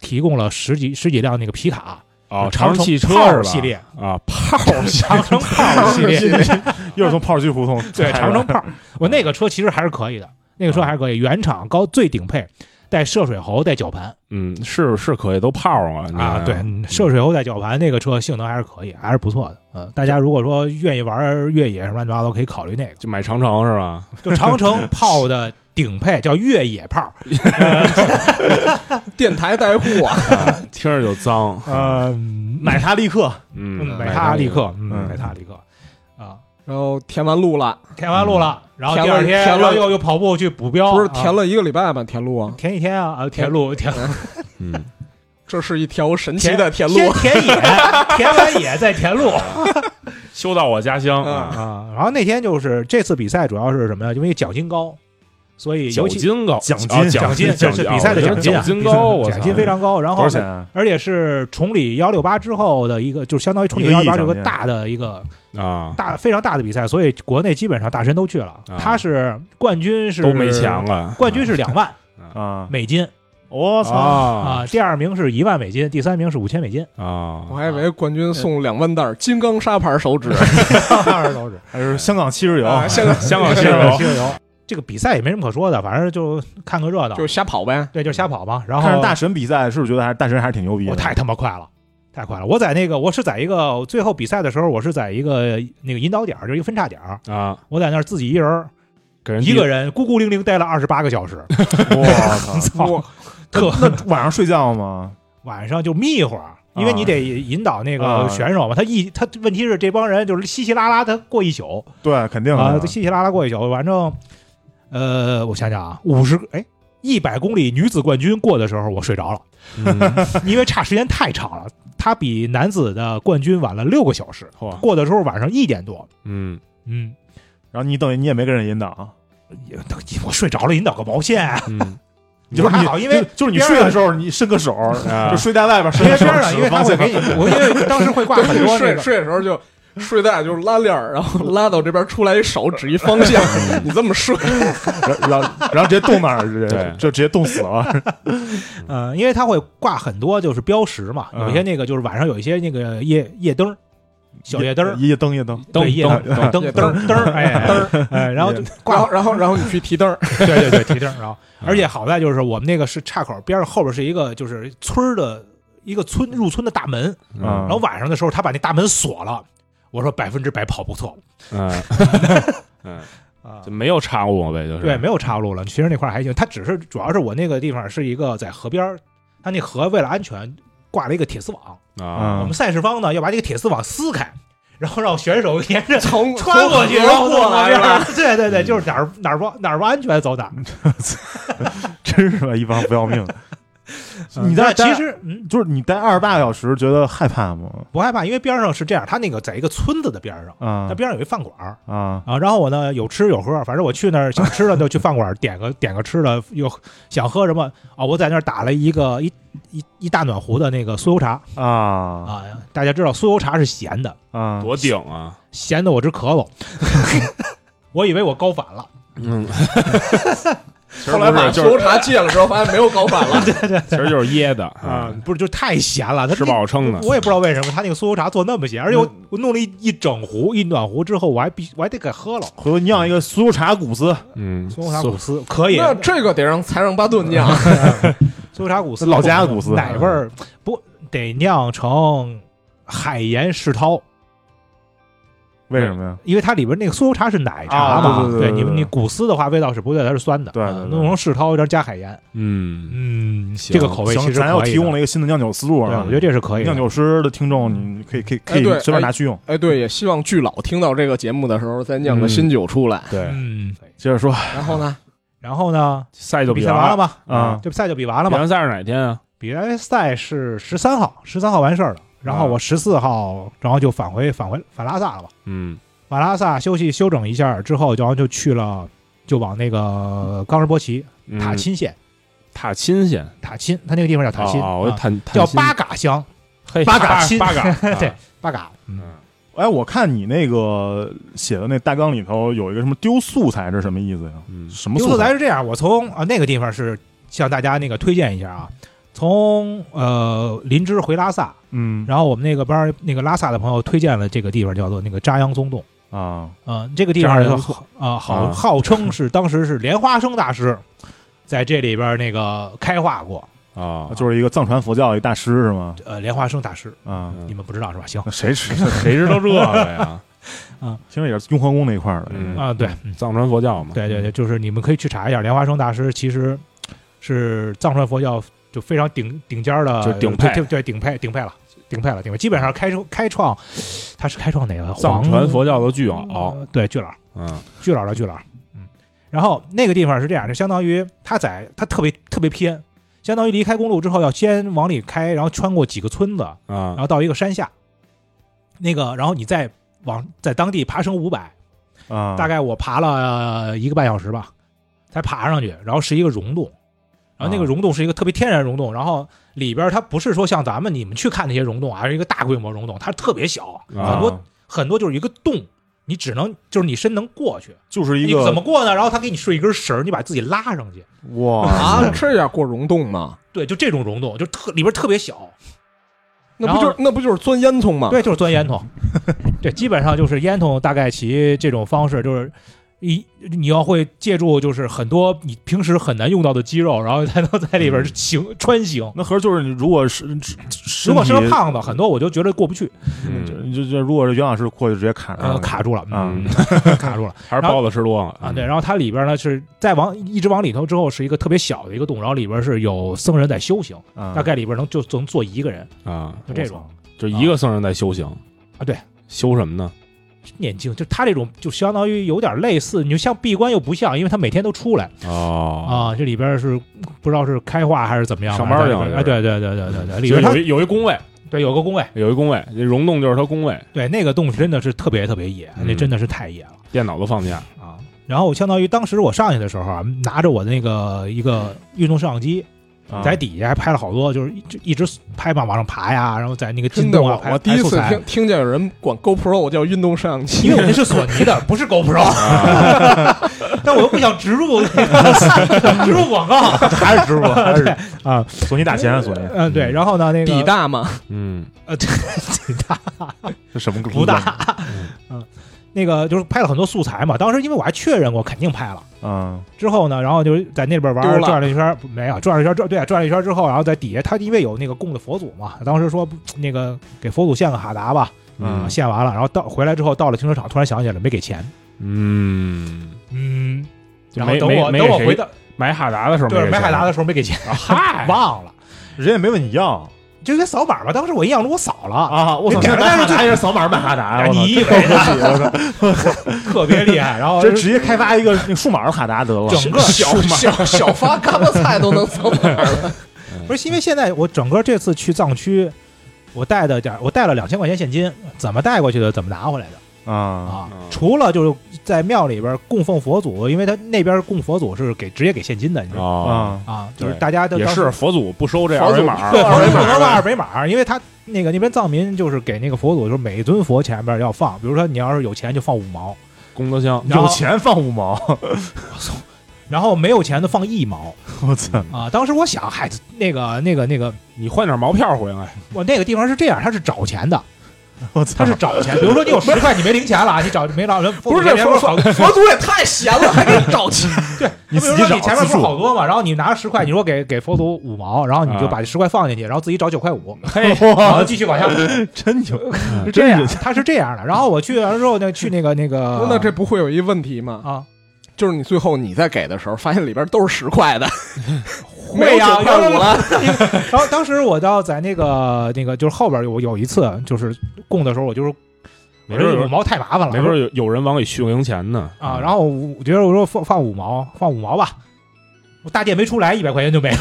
Speaker 1: 提供了十几十几辆那个皮卡，
Speaker 3: 哦，
Speaker 1: 长
Speaker 3: 城
Speaker 1: 城
Speaker 3: 汽车
Speaker 1: 炮
Speaker 3: 是吧？
Speaker 1: 系列
Speaker 3: 啊，
Speaker 1: 炮长城炮系列，
Speaker 2: 又是从炮区胡同
Speaker 1: 对
Speaker 2: 开的
Speaker 1: 长城炮，我那个车其实还是可以的，那个车还是可以，原厂高最顶配。带涉水喉，带绞盘
Speaker 3: 嗯，是是可以，都炮啊你
Speaker 1: 啊，
Speaker 3: 看
Speaker 1: 对，涉水喉带绞盘那个车性能还是可以，还是不错的。嗯，大家如果说愿意玩越野什么乱七八糟，可以考虑那个。
Speaker 3: 就买长城是吧？
Speaker 1: 就长城炮的顶配叫越野炮，
Speaker 4: 电台带货啊，
Speaker 3: 啊听着就脏，
Speaker 2: 呃，买它立刻，
Speaker 3: 嗯，
Speaker 1: 嗯，
Speaker 3: 买
Speaker 1: 它
Speaker 3: 它
Speaker 1: 立
Speaker 3: 立刻，
Speaker 1: 刻，嗯，
Speaker 2: 嗯
Speaker 1: 买它立刻，啊，
Speaker 4: 然后填完路了，
Speaker 1: 填完路了，然后
Speaker 4: 填
Speaker 1: 第
Speaker 4: 了
Speaker 1: 二天，
Speaker 4: 填
Speaker 1: 然
Speaker 4: 了
Speaker 1: 后又又跑步去补标，
Speaker 4: 不是
Speaker 1: 啊
Speaker 4: 填了一个礼拜吧？填哦路啊，
Speaker 1: 填一天啊，啊，填路填
Speaker 3: 嗯，
Speaker 4: 这是一条神 奇的
Speaker 1: 填
Speaker 4: 路，
Speaker 1: 先填野，填完野再填路
Speaker 3: 修到我家乡
Speaker 4: 啊
Speaker 1: 啊。然后那天就是这次比赛主要是什么呀？因为奖金高，所以
Speaker 3: 奖
Speaker 1: 尤其
Speaker 3: 金高，
Speaker 2: 奖金
Speaker 3: 啊
Speaker 1: 奖
Speaker 3: 奖
Speaker 1: 金
Speaker 3: 奖
Speaker 1: 是
Speaker 3: 金
Speaker 1: 比赛的
Speaker 3: 啊
Speaker 1: 奖金啊
Speaker 3: 奖金高，我操
Speaker 1: 奖金非常高，然
Speaker 2: 多
Speaker 1: 后
Speaker 2: 少钱啊？
Speaker 1: 而且是崇礼幺六八之后的一个，就是相当于崇礼幺
Speaker 2: 一
Speaker 1: 六八有
Speaker 2: 个亿
Speaker 1: 个
Speaker 2: 奖金
Speaker 1: 大的一个
Speaker 3: 啊，
Speaker 1: 大非常大的比赛，所以国内基本上大神都去了
Speaker 3: 啊。
Speaker 1: 他是冠军是
Speaker 3: 都没钱，了，
Speaker 1: 冠军是两万
Speaker 2: 啊！
Speaker 1: 美金
Speaker 2: 我操！
Speaker 3: 啊
Speaker 1: 啊，第二名是一万美金，第三名是五千美金，
Speaker 4: 我
Speaker 3: 啊，
Speaker 4: 还以为冠军送两万袋儿金刚砂牌手 指，
Speaker 1: 当然都是
Speaker 2: 还是香港七日游，
Speaker 4: 啊香港
Speaker 3: 香港
Speaker 1: 西
Speaker 3: 新
Speaker 1: 游
Speaker 3: 闻
Speaker 1: 西游。这个比赛也没什么可说的，反正就看个热闹
Speaker 4: 就，瞎跑呗。
Speaker 1: 对，就瞎跑嘛。然
Speaker 2: 看着
Speaker 1: 后
Speaker 2: 大神比赛，是不是觉得还大神还是挺牛逼
Speaker 1: 我
Speaker 2: 的？
Speaker 1: 太他妈快了，太快了！我在那个我是在一个最后比赛的时候，我是在一个那个引导点儿，就是一个分叉点儿，
Speaker 3: 啊，
Speaker 1: 我在那儿自己一人儿
Speaker 3: 给人
Speaker 1: 一个人孤孤零零待了二十八个小时，
Speaker 2: 啊 我操！
Speaker 1: 操，特
Speaker 2: 那那晚上睡觉吗？
Speaker 1: 晚上就眯一会儿，因为你得引导那个
Speaker 2: 啊
Speaker 1: 选手嘛。他一他问题是这帮人就是稀稀拉拉，他过一宿
Speaker 2: 对，肯定的
Speaker 1: 啊，稀稀拉拉过一宿。反正呃，我想想啊，五十哎一百公里女子冠军过的时候，我睡着了，
Speaker 3: 嗯
Speaker 1: 因为差时间太长了。他比男子的冠军晚了六个小时，
Speaker 3: 嚯，
Speaker 1: 过的时候晚上一点多。
Speaker 3: 嗯，
Speaker 1: 嗯，
Speaker 2: 然后你等于你也没跟人引导，
Speaker 1: 也我睡着了，引导个毛线啊！
Speaker 3: 嗯
Speaker 1: 你说还好
Speaker 2: 你
Speaker 1: 因为
Speaker 2: 就就是你
Speaker 1: 边
Speaker 2: 睡的
Speaker 1: 上
Speaker 2: 时候你伸个手，
Speaker 3: 啊
Speaker 2: 就睡在外边，伸
Speaker 1: 别
Speaker 2: 个 手
Speaker 1: 边上，因为他会给你，我因为当时会挂很多那
Speaker 4: 睡
Speaker 1: 个
Speaker 4: 睡的时候就睡袋就是拉链儿，然后拉到这边出来一手指一方 向，你这么睡，
Speaker 2: 然后然后直接冻那儿，直接
Speaker 3: 对
Speaker 2: 就直接冻死了。
Speaker 1: 呃，因为它会挂很多就是标识嘛，
Speaker 2: 嗯
Speaker 1: 有些那个就是晚上有一些那个夜夜灯儿，小夜灯儿，
Speaker 2: 一灯一灯，
Speaker 1: 对夜
Speaker 3: 灯
Speaker 1: 灯灯
Speaker 4: 夜
Speaker 1: 灯儿灯儿， 哎
Speaker 4: 灯
Speaker 1: 灯哎，然后嗯就
Speaker 4: 然
Speaker 1: 挂
Speaker 4: 后然后然后你去提 灯儿，
Speaker 1: 对对对提灯儿，然后而且好在就是我们那个是岔口边上后边是一个就是村儿的一个村入村的大门，
Speaker 2: 啊
Speaker 1: 然后晚上的时候他把那大门锁了，我说百分之百跑不错
Speaker 3: 嗯嗯，
Speaker 1: 啊
Speaker 3: 就。没有岔路呗，就是
Speaker 1: 对，没有岔路了。其实那块儿还行，它只是主要是我那个地方是一个在河边儿，它那河为了安全挂了一个铁丝网，
Speaker 3: 啊
Speaker 1: 我们赛事方呢要把这个铁丝网撕开，然后让选手沿 着
Speaker 4: 从
Speaker 1: 穿过去，
Speaker 4: 从
Speaker 1: 然后
Speaker 4: 河过来
Speaker 1: 边儿
Speaker 4: 了。。
Speaker 1: 对对对，
Speaker 3: 嗯
Speaker 1: 就是哪儿哪儿不哪儿不安全走哪儿。
Speaker 2: 真是吧，一帮不要命。你在
Speaker 1: 但
Speaker 2: 待
Speaker 1: 其实 嗯
Speaker 2: 就是你待二十八个小时，觉得害怕吗？
Speaker 1: 不害怕，因为边上是这样，它那个在一个村子的边上，它
Speaker 2: 啊
Speaker 1: 边上有一饭馆儿
Speaker 2: 啊
Speaker 1: 啊。然后我呢有吃有喝，反正我去那儿想吃的就去饭馆儿点个点个吃的，有想喝什么啊，我在那儿打了一个一一一大暖壶的那个酥油茶
Speaker 2: 啊
Speaker 1: 啊。大家知道酥油茶是咸的，
Speaker 2: 啊！
Speaker 3: 多顶啊，
Speaker 1: 咸的我直咳嗽， 我以为我高反了。
Speaker 3: 嗯，其实
Speaker 4: 后来
Speaker 3: 不
Speaker 4: 把
Speaker 3: 是，
Speaker 4: 酥油
Speaker 3: 就是
Speaker 4: 茶戒了之后，发现没有高反 了。
Speaker 3: 其实就是噎的
Speaker 1: 啊，，不是，就太咸了，它
Speaker 3: 吃不好撑的，
Speaker 1: 我也不知道为什么他那个酥油茶做那么咸，而且我我弄了一一整壶一暖壶之后，我还必我还得给喝了。
Speaker 2: 回头酿一个酥油茶骨丝，
Speaker 3: 嗯，
Speaker 1: 酥油茶古斯可以，
Speaker 4: 那这个得让才让巴顿 啊酿，
Speaker 1: 酥油茶古斯
Speaker 2: 老家的古斯
Speaker 1: 奶味儿不得酿成海盐世涛，
Speaker 2: 为什么呀？
Speaker 1: 因为它里边那个酥油茶是奶茶
Speaker 2: 啊
Speaker 1: 嘛，
Speaker 2: 对对对对
Speaker 1: 你
Speaker 2: 对
Speaker 1: 你古斯的话味道是不对，它是酸的，
Speaker 2: 对对
Speaker 1: 啊
Speaker 2: 对
Speaker 1: 弄成世涛有点加海盐，
Speaker 3: 嗯，
Speaker 1: 嗯，
Speaker 3: 行
Speaker 1: 这个口味其
Speaker 2: 行，
Speaker 1: 实
Speaker 2: 咱又
Speaker 1: 可以
Speaker 2: 提
Speaker 1: 的。
Speaker 2: 供了一个新的酿酒思路
Speaker 1: 对，
Speaker 2: 啊
Speaker 1: 我觉。得这是可以的
Speaker 2: 酿。酒师的听众，你可以可以可以
Speaker 4: 哎对
Speaker 2: 随便拿去用。
Speaker 4: 哎，对，也希望巨老听到这个节目的时候再酿个新酒出来。
Speaker 3: 对，
Speaker 1: 嗯，
Speaker 2: 接着说
Speaker 4: 嗯然后呢，
Speaker 1: 然后呢，
Speaker 3: 赛就
Speaker 1: 比赛
Speaker 3: 完
Speaker 1: 完了吧？
Speaker 2: 啊，
Speaker 1: 这比赛就比完了
Speaker 3: 比
Speaker 1: 吧？
Speaker 3: 完赛是哪天啊？
Speaker 1: 比赛是十三号，十三号完事儿了，然
Speaker 2: 啊
Speaker 1: 后我十四号，然后就返回返回返拉萨了吧？
Speaker 3: 嗯
Speaker 1: 返拉萨休息休整一下之后，然后就去了，就往那个冈仁波齐
Speaker 3: 嗯
Speaker 1: 塔钦县，
Speaker 3: 塔钦县，
Speaker 1: 塔钦，他那个地方叫塔钦，
Speaker 3: 哦，我
Speaker 1: 啊
Speaker 3: 塔
Speaker 1: 叫巴嘎乡，
Speaker 3: 嘿
Speaker 1: 巴嘎钦，
Speaker 3: 巴嘎
Speaker 1: 对
Speaker 3: 啊，
Speaker 1: 巴嘎，嗯，
Speaker 3: 嗯，
Speaker 2: 哎，我看你那个写的那大纲里头有一个什么丢素材，这是什么意思呀？
Speaker 3: 嗯
Speaker 2: 什么
Speaker 1: 刘
Speaker 2: 素
Speaker 1: 素
Speaker 2: 材
Speaker 1: 材是这样，我从啊那个地方是向大家那个推荐一下啊。从呃林芝回拉萨，
Speaker 2: 嗯
Speaker 1: 然后我们那个班儿那个拉萨的朋友推荐了这个地方，叫做那个扎央松洞。
Speaker 2: 啊
Speaker 1: 嗯，这个地方
Speaker 3: 这样
Speaker 1: 好啊、好
Speaker 3: 啊
Speaker 1: 号称是当时是莲花生大师在这里边那个开化过，
Speaker 3: 啊，
Speaker 2: 就是一个藏传佛教一大师是吗？
Speaker 1: 呃，莲花生大师
Speaker 2: 啊，
Speaker 3: 嗯
Speaker 1: 你们不知道是吧？行
Speaker 2: 那谁吃？
Speaker 3: 谁知道这个呀？
Speaker 2: 听着也是雍和宫那一块儿的。
Speaker 3: 嗯
Speaker 1: 啊、对
Speaker 3: 藏传佛教嘛，
Speaker 1: 对对对，就是你们可以去查一下，莲花生大师其实是藏传佛教就非常顶顶尖儿的，
Speaker 3: 就顶配
Speaker 1: 对对顶配顶配了。顶配了，顶配，基本上开创开创，他是开创哪个？
Speaker 3: 藏
Speaker 1: 黄
Speaker 3: 传佛教的巨
Speaker 1: 呃
Speaker 3: 鳌，
Speaker 1: 对，巨老，
Speaker 3: 哦嗯
Speaker 1: 巨老的巨老，嗯，然后那个地方是这样，就相当于它在它特别特别偏，相当于离开公路之后要先往里开，然后穿过几个村子，然
Speaker 3: 啊，
Speaker 1: 后到一个山下，那个然后你再往在当地爬升五百，
Speaker 2: 啊，
Speaker 1: 大概我爬了一个半小时吧，才爬上去，然后是一个溶洞。然后那个
Speaker 2: 啊
Speaker 1: 溶洞是一个特别天然溶洞，然后里边它不是说像咱们你们去看那些溶洞啊，是一个大规模溶洞，它特别小，
Speaker 3: 啊
Speaker 1: 很多很多就是一个洞，你只能就是你身能过去，
Speaker 2: 就是一
Speaker 1: 你
Speaker 2: 个
Speaker 1: 怎么过呢？然后他给你顺一根绳儿，你把自己拉上去。
Speaker 2: 哇
Speaker 4: 啊，这样过溶洞吗？
Speaker 1: 对，就这种溶洞，就特里边特别小。
Speaker 4: 那不就
Speaker 1: 然
Speaker 4: 是那不就是钻烟囱吗？
Speaker 1: 对，就是钻烟囱。对，基本上就是烟囱大概其这种方式，就是一你要会借助就是很多你平时很难用到的肌肉，然后才能在里边行穿行。
Speaker 2: 那合着就是你如果是是
Speaker 1: 如
Speaker 2: 身
Speaker 1: 果
Speaker 2: 体
Speaker 1: 是个胖子，很多我就觉得过不去，
Speaker 3: 嗯
Speaker 2: 就就如果是袁老师过去直接砍上
Speaker 1: 呃，
Speaker 2: 了
Speaker 1: 卡住了，
Speaker 2: 啊
Speaker 1: 嗯， 卡住了
Speaker 3: 还是包子吃多了
Speaker 1: 啊。对，然后它里边呢是再往一直往里头之后是一个特别小的一个洞，然后里边是有僧人在修行，
Speaker 2: 啊
Speaker 1: 大概里边能就能坐一个人，
Speaker 3: 啊，
Speaker 1: 就这种。
Speaker 3: 就一个僧人在修行
Speaker 1: 啊对，
Speaker 3: 修什么呢？
Speaker 1: 念经，就他这种就相当于有点类似，你就像闭关又不像，因为他每天都出来
Speaker 3: 哦
Speaker 1: 啊，这里边是不知道是开化还是怎么样，
Speaker 3: 上班去了
Speaker 1: 哎，对对对对对对，里
Speaker 3: 就
Speaker 1: 边
Speaker 3: 有
Speaker 1: 他
Speaker 3: 一有一工位，
Speaker 1: 对有个工位，
Speaker 3: 有一工位，这溶洞就是他工位，
Speaker 1: 对那个洞真的是特别特别野，
Speaker 3: 嗯
Speaker 1: 那真的是太野了
Speaker 3: 电脑都放不下
Speaker 1: 啊。然后我相当于当时我上去的时候啊，拿着我的那个一个运动摄像机，
Speaker 2: 啊
Speaker 1: 在底下还拍了好多，就是一就一直拍嘛往上爬呀，然后在那个
Speaker 4: 真
Speaker 1: 进
Speaker 4: 的，
Speaker 1: 洞啊
Speaker 4: 我
Speaker 1: 拍
Speaker 4: 我第一
Speaker 1: 拍素
Speaker 4: 次
Speaker 1: 材
Speaker 4: 听听见有人管 GoPro 叫运动摄像
Speaker 1: 因
Speaker 4: 机
Speaker 1: 为， 我那是索尼的，不是 GoPro，但
Speaker 4: 啊
Speaker 1: 我又不想植入那个 植入广告
Speaker 2: 还是直播，还 是
Speaker 1: 啊，
Speaker 2: 索尼打钱，索尼
Speaker 1: 嗯对，然后呢那个
Speaker 4: 底大嘛，
Speaker 3: 嗯
Speaker 1: 呃对底大
Speaker 2: 这什么
Speaker 1: 不大，嗯，那个就是拍了很多素材嘛，当时因为我还确认过肯定拍了。
Speaker 2: 啊？
Speaker 1: 之后呢，然后就是在那边玩
Speaker 4: 丢
Speaker 1: 儿
Speaker 4: 了
Speaker 1: 转了一圈儿，不没有转了一圈儿，转对啊转了一圈儿之后，然后在底下，他因为有那个供的佛祖嘛， 当时说不那个给佛祖献个哈达吧，
Speaker 2: 嗯
Speaker 3: 啊
Speaker 1: 献完了，然后到回来之后到了停车场，突然想起来没给钱，
Speaker 3: 嗯，
Speaker 1: 嗯，
Speaker 3: 就
Speaker 1: 然后
Speaker 3: 没
Speaker 1: 等
Speaker 3: 没
Speaker 1: 我
Speaker 3: 没
Speaker 1: 等我
Speaker 3: 给谁
Speaker 1: 回到
Speaker 3: 买哈达的时候没给
Speaker 1: 对
Speaker 3: 钱，
Speaker 1: 买海达的时候没给钱，
Speaker 3: 嗨
Speaker 1: 忘了，
Speaker 2: 人也没问你要
Speaker 1: 就跟扫码吧，当时我一样，我扫了，
Speaker 2: 啊！我操，
Speaker 1: 这
Speaker 2: 现
Speaker 1: 改了
Speaker 2: 在买哈
Speaker 1: 就
Speaker 2: 达也是扫码买哈达，我操
Speaker 1: 你以为
Speaker 2: 我
Speaker 1: 呢？ 特别厉害，然后
Speaker 2: 这直接开发一个那个数码的哈达得了，
Speaker 1: 哦整个
Speaker 4: 小小小发嘎巴菜都能 扫码了，
Speaker 1: 不是因为现在我整个这次去藏区，我带的点儿，我带了两千块钱现金，怎么带过去的，怎么拿回来的。
Speaker 2: 啊
Speaker 1: 啊
Speaker 3: 嗯，
Speaker 1: 除了就是在庙里边供奉佛祖，因为他那边供佛祖是给直接给现金的，你知道吗？
Speaker 3: 啊，
Speaker 2: 啊！
Speaker 1: 啊，就是
Speaker 3: 对
Speaker 1: 大家都
Speaker 3: 也
Speaker 1: 当时
Speaker 3: 是佛祖不收这
Speaker 4: 佛
Speaker 3: 二
Speaker 4: 祖
Speaker 3: 维码，
Speaker 1: 对，
Speaker 4: 二
Speaker 1: 佛
Speaker 4: 维
Speaker 1: 祖
Speaker 4: 码
Speaker 1: 不是二维码，因为他那个那边藏民就是给那个佛祖，就是每尊佛前面要放，比如说你要是有钱就放五毛，
Speaker 3: 功德箱，
Speaker 1: 然后
Speaker 2: 有钱放五毛，
Speaker 1: 然后没有钱的放一毛
Speaker 2: 我操！
Speaker 1: 啊。当时我想，嗨，那个那个那个，
Speaker 3: 你换点毛票回来，
Speaker 1: 我那个地方是这样，他是找钱的，
Speaker 2: 我
Speaker 1: 他
Speaker 2: 操！
Speaker 1: 是找钱。比如说你有十块，你没零钱了，啊你找没找人？
Speaker 4: 不是这佛
Speaker 1: 好，
Speaker 4: 佛祖也太闲了，还给你找钱，
Speaker 1: 你
Speaker 2: 你
Speaker 1: 比如
Speaker 2: 自
Speaker 1: 说
Speaker 2: 己找
Speaker 1: 你前面不
Speaker 2: 自
Speaker 1: 是
Speaker 2: 助
Speaker 1: 好多嘛，然后你拿十块，你说给给佛祖五毛，然后你就
Speaker 3: 啊
Speaker 1: 把十块放进去，然后自己找九块五，
Speaker 3: 嘿，
Speaker 1: 然后
Speaker 2: 哇，
Speaker 1: 继续往下。
Speaker 2: 哎真牛！
Speaker 1: 啊是
Speaker 2: 这
Speaker 1: 这样
Speaker 2: 样，
Speaker 1: 他是这样的。然后我去完了之后呢，去那个那个，
Speaker 4: 那这不会有一问题吗？
Speaker 1: 啊
Speaker 4: 就是你最后你再给的时候，发现里边都是十块的，
Speaker 1: 会啊呀
Speaker 4: 没有9块五了，
Speaker 1: 然后当时我到在那个那个就是后边有有一次就是供的时候，我就是
Speaker 3: 没
Speaker 1: 我
Speaker 3: 准儿有
Speaker 1: 说五毛太麻烦了，
Speaker 3: 没准有有人往里续零钱呢
Speaker 1: 啊。然后我觉得我说放放五毛，放五毛吧。我大借没出来，一百块钱就没了，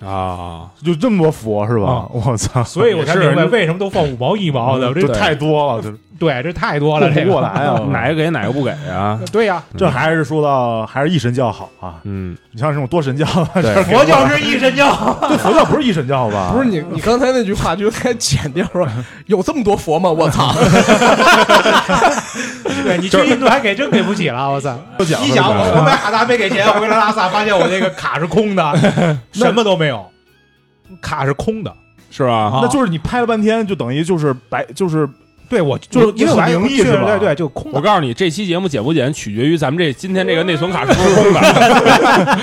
Speaker 3: 后 啊，
Speaker 2: 就这么多佛是吧
Speaker 1: 啊？
Speaker 2: 我操！
Speaker 1: 所以我才
Speaker 3: 也是
Speaker 1: 明白为什么都放五毛一毛哦的，这
Speaker 2: 就太多了，就
Speaker 1: 对这嗯太多了，
Speaker 2: 供
Speaker 1: 这
Speaker 2: 不过
Speaker 1: 个
Speaker 2: 来 啊！
Speaker 3: 哪个给哪个不给啊？
Speaker 1: 对呀、
Speaker 2: 这还是说到还是一神教好啊！
Speaker 3: 嗯，
Speaker 2: 你像这种多神教，这
Speaker 3: 对
Speaker 2: 儿给
Speaker 1: 佛
Speaker 2: 我
Speaker 1: 教是一神教，
Speaker 2: 对佛教不是一神教吧？
Speaker 4: 不是你，你刚才那句话就该剪掉了。有这么多佛吗？我操！
Speaker 1: 对你去印度还给真给不起了，我操！
Speaker 2: 不讲了
Speaker 1: 你想，
Speaker 2: 这个
Speaker 1: 我我买哈达没给 钱，回来拉萨发现我那个卡是空的， 什么都没有，啊卡是空的。
Speaker 3: 是吧？
Speaker 2: 那就是你拍了半天，就等于就是白，就是
Speaker 1: 对我就
Speaker 2: 就是
Speaker 1: 是因为我还
Speaker 2: 很灵异
Speaker 1: 确实
Speaker 2: 是吧
Speaker 1: 对对，就空
Speaker 3: 我
Speaker 1: 的。
Speaker 3: 告诉你，这期节目剪不剪，取决于咱们这今天这个内存卡是不是 空的。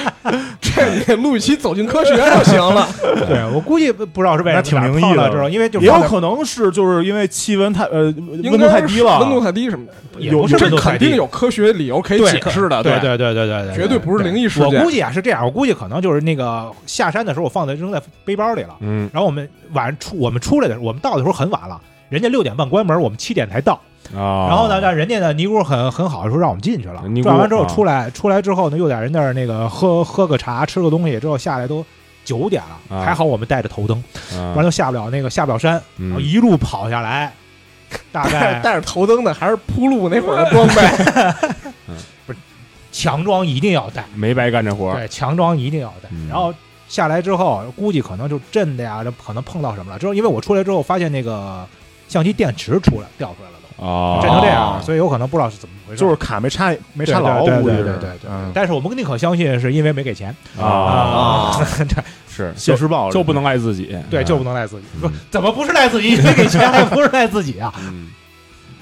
Speaker 4: 这你录一期走进科学就行了。
Speaker 1: 对我估计不知道是为什么
Speaker 2: 那挺灵异的
Speaker 1: 哪儿碰到这种，因为就
Speaker 2: 也有可能是就是因为气温太呃
Speaker 4: 应
Speaker 2: 温度太
Speaker 4: 该是
Speaker 2: 低了，
Speaker 4: 温度太低啊什么的，
Speaker 1: 也不
Speaker 2: 有
Speaker 1: 是温
Speaker 2: 有
Speaker 4: 这
Speaker 1: 度太
Speaker 4: 肯
Speaker 1: 低
Speaker 4: 定有科学理由可以
Speaker 1: 对
Speaker 4: 解释的，
Speaker 1: 对对对对对对，
Speaker 4: 绝对不是灵异事
Speaker 1: 我
Speaker 4: 件
Speaker 1: 估。计啊是这样，我估计可能就是那个下山的时候，我放在扔在背包里了。
Speaker 3: 嗯
Speaker 1: 然后我们晚上出我们出来的时候，我们到的时候很晚了，人家六点半关门，我们七点才到。
Speaker 3: 啊，
Speaker 1: 然后呢，让人家呢尼姑很很好，说让我们进去了
Speaker 3: 尼。姑
Speaker 1: 转完之后出来，出来之后呢，又在人那儿那个喝喝个茶，吃个东西之后下来都九点了，
Speaker 3: 啊
Speaker 1: 还好我们带着头灯，
Speaker 3: 啊
Speaker 1: 完了下不了那个下不了山，然后
Speaker 3: 嗯
Speaker 1: 一路跑下来，大
Speaker 4: 但是
Speaker 1: 概
Speaker 4: 但是头灯的还是铺路那会儿的装备，
Speaker 1: 强装一定要带，
Speaker 3: 没白干这活儿，
Speaker 1: 对，强装一定要带
Speaker 3: 嗯。
Speaker 1: 然后下来之后，估计可能就震的呀，这可能碰到什么了。之后因为我出来之后发现那个相机电池出来掉出来了都，
Speaker 2: 哦
Speaker 3: 啊，
Speaker 1: 震成这样了，所以有可能不知道是怎么回事。
Speaker 2: 就是卡没插没插牢，
Speaker 1: 对对
Speaker 2: 估计
Speaker 1: 对
Speaker 2: 是
Speaker 1: 对对对
Speaker 2: 嗯哦
Speaker 1: 但是我们宁可相信是因为没给钱
Speaker 3: 啊，
Speaker 4: 啊，
Speaker 1: 对
Speaker 3: 是
Speaker 2: 现世
Speaker 1: 啊
Speaker 2: 报
Speaker 3: 就不能赖自己，
Speaker 1: 对，
Speaker 3: 啊
Speaker 1: 就不能赖自己。不
Speaker 3: 嗯，
Speaker 1: 怎么不是赖自己？没给钱还不是赖自 己啊？
Speaker 3: 嗯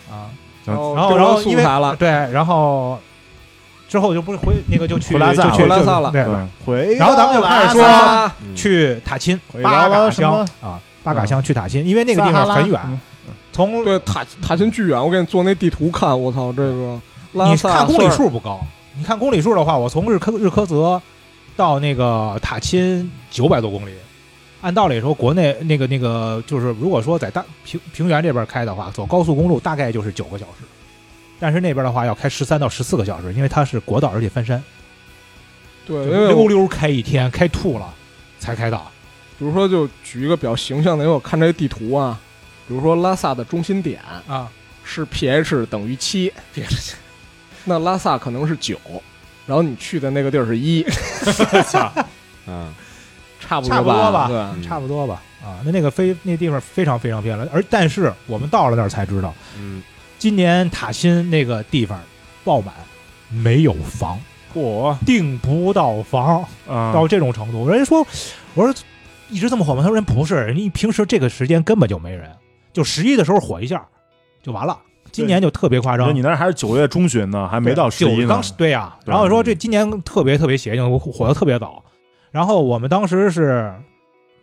Speaker 1: 啊，
Speaker 4: 然
Speaker 1: 然后
Speaker 4: 丢
Speaker 1: 然
Speaker 4: 了
Speaker 1: 后
Speaker 4: 素
Speaker 1: 因为
Speaker 4: 材了，
Speaker 1: 啊对，然后之后就不是回那个就去
Speaker 2: 回哎拉萨
Speaker 1: 就去
Speaker 4: 回拉萨了
Speaker 1: 对，
Speaker 2: 嗯回
Speaker 1: 然后咱们就
Speaker 2: 拉
Speaker 1: 开始
Speaker 2: 萨
Speaker 1: 说
Speaker 4: 啊
Speaker 3: 嗯
Speaker 1: 去塔钦
Speaker 2: 回
Speaker 1: 巴
Speaker 2: 拉
Speaker 1: 嘎
Speaker 2: 拉什
Speaker 1: 乡
Speaker 2: 么
Speaker 1: 啊，巴嘎乡去塔钦，因为那个地
Speaker 2: 撒哈
Speaker 1: 方
Speaker 2: 拉
Speaker 1: 很远，从
Speaker 4: 对塔塔钦巨远，我给你做那地图看，我操，这个拉
Speaker 1: 你
Speaker 4: 萨
Speaker 1: 看公里
Speaker 4: 算是
Speaker 1: 数不高，你看公里数的话，我从日科日喀则到那个塔钦九百多公里。按道理说，国内那个那个就是，如果说在大平平原这边开的话，走高速公路大概就是九个小时，但是那边的话要开十三到十四个小时，因为它是国道，而且翻山，
Speaker 4: 对，因为
Speaker 1: 溜
Speaker 4: 我
Speaker 1: 溜开一天，开吐了才开到。
Speaker 4: 比如说就举一个比较形象的，因为我看这地图啊，比如说拉萨的中心点
Speaker 1: 啊，
Speaker 4: 是 pH 等于七，那拉萨可能是九，然后你去的那个地儿是一，
Speaker 3: 嗯，
Speaker 4: 差不
Speaker 1: 差不多吧
Speaker 4: 吧，对，
Speaker 1: 嗯差不多吧。
Speaker 4: 嗯
Speaker 1: 啊，那那个非那地方非常非常漂亮，而但是我们到了那儿才知道，
Speaker 3: 嗯，
Speaker 1: 今年塔新那个地方爆满，没有房，
Speaker 2: 嚯
Speaker 1: 订不到房，
Speaker 2: 啊
Speaker 1: 到这种程度。人家说，我说一直这么火吗？他说人不是，人家平时这个时间根本就没人，就十一的时候火一下就完了。今年就特别夸
Speaker 2: 对！
Speaker 1: 张
Speaker 2: 你，那儿还是九月中旬呢，还没到十
Speaker 1: 九
Speaker 2: 一呢
Speaker 1: 刚。对呀、
Speaker 2: 对
Speaker 1: 然后说这今年特别特别邪性，火火的特别早。然后我们当时是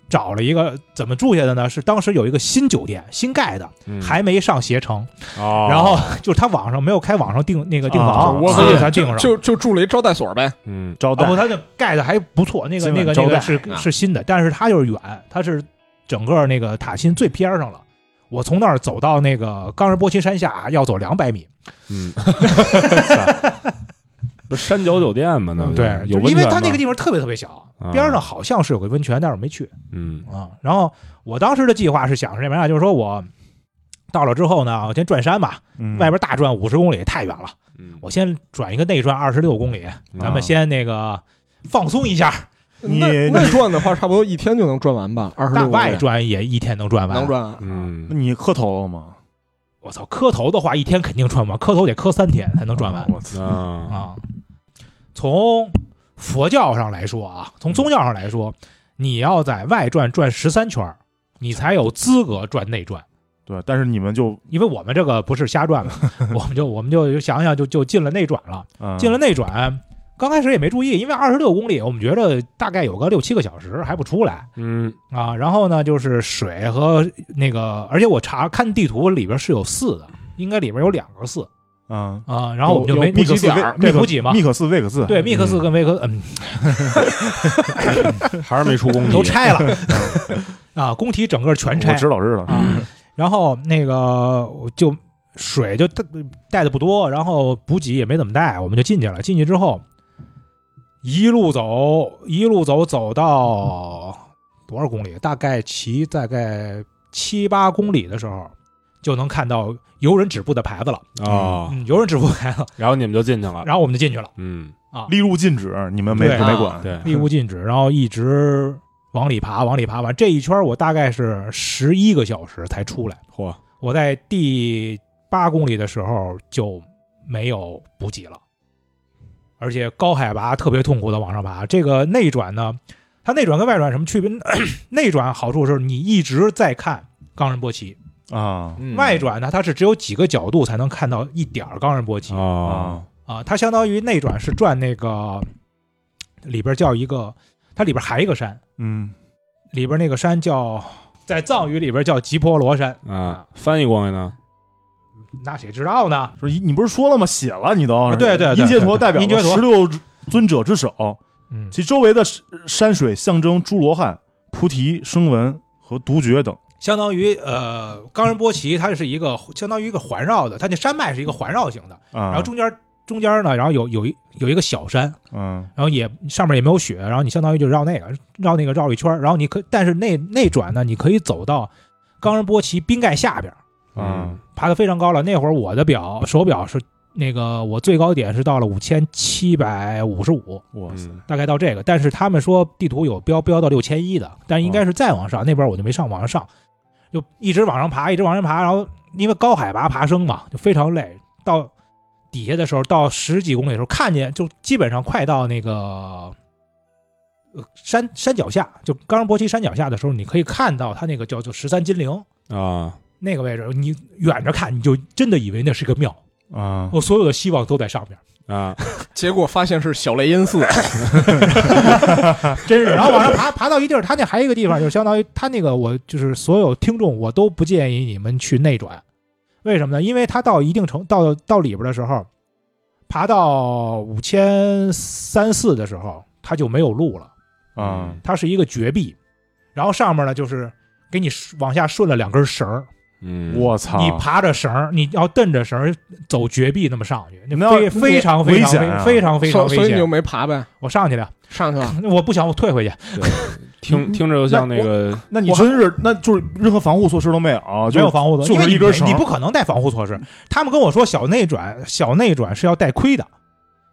Speaker 1: 找了一个怎么住下的呢？是当时有一个新酒店新盖的，
Speaker 3: 嗯
Speaker 1: 还没上携程，
Speaker 3: 哦，
Speaker 1: 然后 就是他网上没有开网上订那个订
Speaker 2: 啊
Speaker 1: 房，
Speaker 2: 我
Speaker 1: 所以才订上。
Speaker 4: 哦就就住了一招待所呗，
Speaker 3: 嗯
Speaker 2: 招
Speaker 1: 啊
Speaker 2: 待
Speaker 1: 不，他就盖的还不错，那个
Speaker 2: 今晚
Speaker 1: 那个
Speaker 2: 招
Speaker 1: 那
Speaker 2: 待
Speaker 1: 个是
Speaker 4: 啊
Speaker 1: 是新的，但是它就是远，它是整个那个塔钦最边儿上了。我从那儿走到那个冈仁波齐山下要走两百米，
Speaker 3: 嗯， 不是山脚酒店吗？那不就
Speaker 1: 对，
Speaker 3: 有
Speaker 1: 就是
Speaker 3: 温
Speaker 1: 因为
Speaker 3: 泉
Speaker 1: 它那
Speaker 3: 吗
Speaker 1: 个地方特别特别小
Speaker 3: 啊，
Speaker 1: 边儿上好像是有个温泉，但是我没去
Speaker 3: 嗯
Speaker 1: 啊。然后我当时的计划是想是什么呀？就是说我到了之后呢，我先转山吧，
Speaker 2: 嗯
Speaker 1: 外边大转五十公里太远了，
Speaker 3: 嗯，
Speaker 1: 我先转一个内转二十六公里，咱
Speaker 2: 啊
Speaker 1: 们先那个放松一下，
Speaker 2: 你
Speaker 4: 那
Speaker 2: 你
Speaker 4: 那转的话，差不多一天就能转完吧，二十
Speaker 1: 大
Speaker 4: 六
Speaker 1: 外转也一天能转完，啊
Speaker 4: 能转完，
Speaker 3: 嗯
Speaker 2: 那你磕头了吗？
Speaker 1: 我操，磕头的话一天肯定转不完，磕头得磕三天才能转完
Speaker 2: 我操！
Speaker 3: 啊，
Speaker 1: 啊。从佛教上来说啊，从宗教上来说，你要在外转转十三圈儿，你才有资格转内转。
Speaker 2: 对，但是你们就
Speaker 1: 因为我们这个不是瞎转嘛，我们就我们就想想就就进了内转了，
Speaker 2: 嗯
Speaker 1: 进了内转。刚开始也没注意，因为二十六公里，我们觉得大概有个六七个小时还不出来
Speaker 3: 嗯
Speaker 1: 啊。然后呢，就是水和那个，而且我查看地图里边是有寺的，应该里边有两个寺，
Speaker 2: 啊，
Speaker 1: 啊，然后我们就
Speaker 2: 有
Speaker 1: 没
Speaker 2: 有密
Speaker 1: 补
Speaker 2: 克
Speaker 1: 给
Speaker 2: 斯
Speaker 1: 点
Speaker 2: 威
Speaker 1: 儿，
Speaker 2: 密
Speaker 1: 没
Speaker 2: 克
Speaker 1: 补给嘛。
Speaker 2: 密克斯、魏克斯，
Speaker 1: 对，密克斯跟维克，嗯，
Speaker 3: 还是没出工
Speaker 1: 都拆了 啊，工体整个全拆
Speaker 2: 嗯我知道知道，
Speaker 1: 啊。然后那个我就水就带带的不多，然后补给也没怎么带，我们就进去了。进去之后，一路走，一路走，走到多少公里？大概骑大概七八公里的时候，就能看到游人止步的牌子了。啊
Speaker 3: 啊，
Speaker 1: 嗯，游人止步牌子，
Speaker 3: 然后你们就进去了，
Speaker 1: 然后我们就进去了。
Speaker 3: 嗯
Speaker 2: 立入禁止，你们没
Speaker 1: 对
Speaker 4: 啊
Speaker 1: 啊
Speaker 2: 没管，
Speaker 3: 对，
Speaker 1: 力无禁止，然后一直往里爬，往里爬完这一圈，我大概是十一个小时才出来。
Speaker 3: 嚯，
Speaker 1: 我在第八公里的时候就没有补给了，而且高海拔特别痛苦的往上爬。这个内转呢，它内转跟外转有什么区别？ 内转好处是你一直在看冈仁波齐，
Speaker 2: 啊
Speaker 4: 嗯
Speaker 1: 外转呢它是只有几个角度才能看到一点儿冈仁波齐
Speaker 3: 哦
Speaker 2: 啊，
Speaker 1: 啊，它相当于内转是转那个里边叫一个，它里边还一个山。
Speaker 2: 嗯，
Speaker 1: 里边那个山叫，在藏语里边叫吉婆罗山，
Speaker 3: 啊，翻译过来呢，
Speaker 1: 那谁知道呢？
Speaker 2: 说一你不是说了吗？写了你都
Speaker 1: 啊对对对
Speaker 2: 因杰陀代表
Speaker 1: 因杰陀
Speaker 2: 十六尊者之首，
Speaker 1: 嗯，
Speaker 2: 其周围的山水象征诸罗汉、菩提、声闻和独觉等。
Speaker 1: 相当于呃，冈仁波齐它是一个相当于一个环绕的，它那山脉是一个环绕型的，
Speaker 2: 啊，
Speaker 1: 然后中间中间呢，然后有有一有一个小山，
Speaker 2: 嗯
Speaker 1: 然后也上面也没有雪，然后你相当于就绕那个绕那个绕一圈，然后你可但是内内转呢，你可以走到冈仁波齐冰盖下边，
Speaker 2: 啊
Speaker 1: 爬得非常高了。那会儿我的表手表是那个我最高点是到了五千七百五十五，
Speaker 2: 哇塞，
Speaker 1: 大概到这个，但是他们说地图有标标到六千一的，但是应该是再往上，那边我就没上往上上，就一直往上爬，一直往上爬，然后因为高海拔爬升嘛，就非常累。到底下的时候，到十几公里的时候，看见就基本上快到那个呃山山脚下，就冈仁波齐山脚下的时候，你可以看到它那个叫做十三金陵
Speaker 3: 啊，
Speaker 1: 那个位置，你远着看你就真的以为那是个庙，
Speaker 2: 啊，
Speaker 1: 我所有的希望都在上面。
Speaker 3: 啊，
Speaker 4: 结果发现是小雷音寺，
Speaker 1: 真是。然后往上爬，爬到一地儿，他那还有一个地方，就是相当于他那个，我就是所有听众，我都不建议你们去内转，为什么呢？因为他到一定程到到里边的时候，爬到五千三四的时候，他就没有路了，
Speaker 2: 啊，
Speaker 1: 它是一个绝壁，然后上面呢就是给你往下顺了两根绳儿，
Speaker 3: 嗯，
Speaker 2: 我
Speaker 4: 啊
Speaker 2: 操！
Speaker 1: 你爬着绳儿，你要蹬着绳儿走绝壁那么上去，
Speaker 2: 那
Speaker 1: 非非常非
Speaker 2: 危
Speaker 1: 常
Speaker 2: 险啊
Speaker 1: 非 常非常危
Speaker 4: 所所以你就
Speaker 1: 险。
Speaker 4: 没爬呗，
Speaker 1: 我上去了，
Speaker 4: 上去了。
Speaker 1: 我不想，我退回去。
Speaker 3: 听
Speaker 1: 嗯
Speaker 3: 听着就像那个
Speaker 2: 那你真是，那就是任何防护措施都没有，
Speaker 1: 没
Speaker 2: 啊就
Speaker 1: 有防护措施，
Speaker 2: 就是
Speaker 1: 因为
Speaker 2: 一根绳
Speaker 1: 你，你不可能带防护措施。他们跟我说小内转，小内转是要带盔的，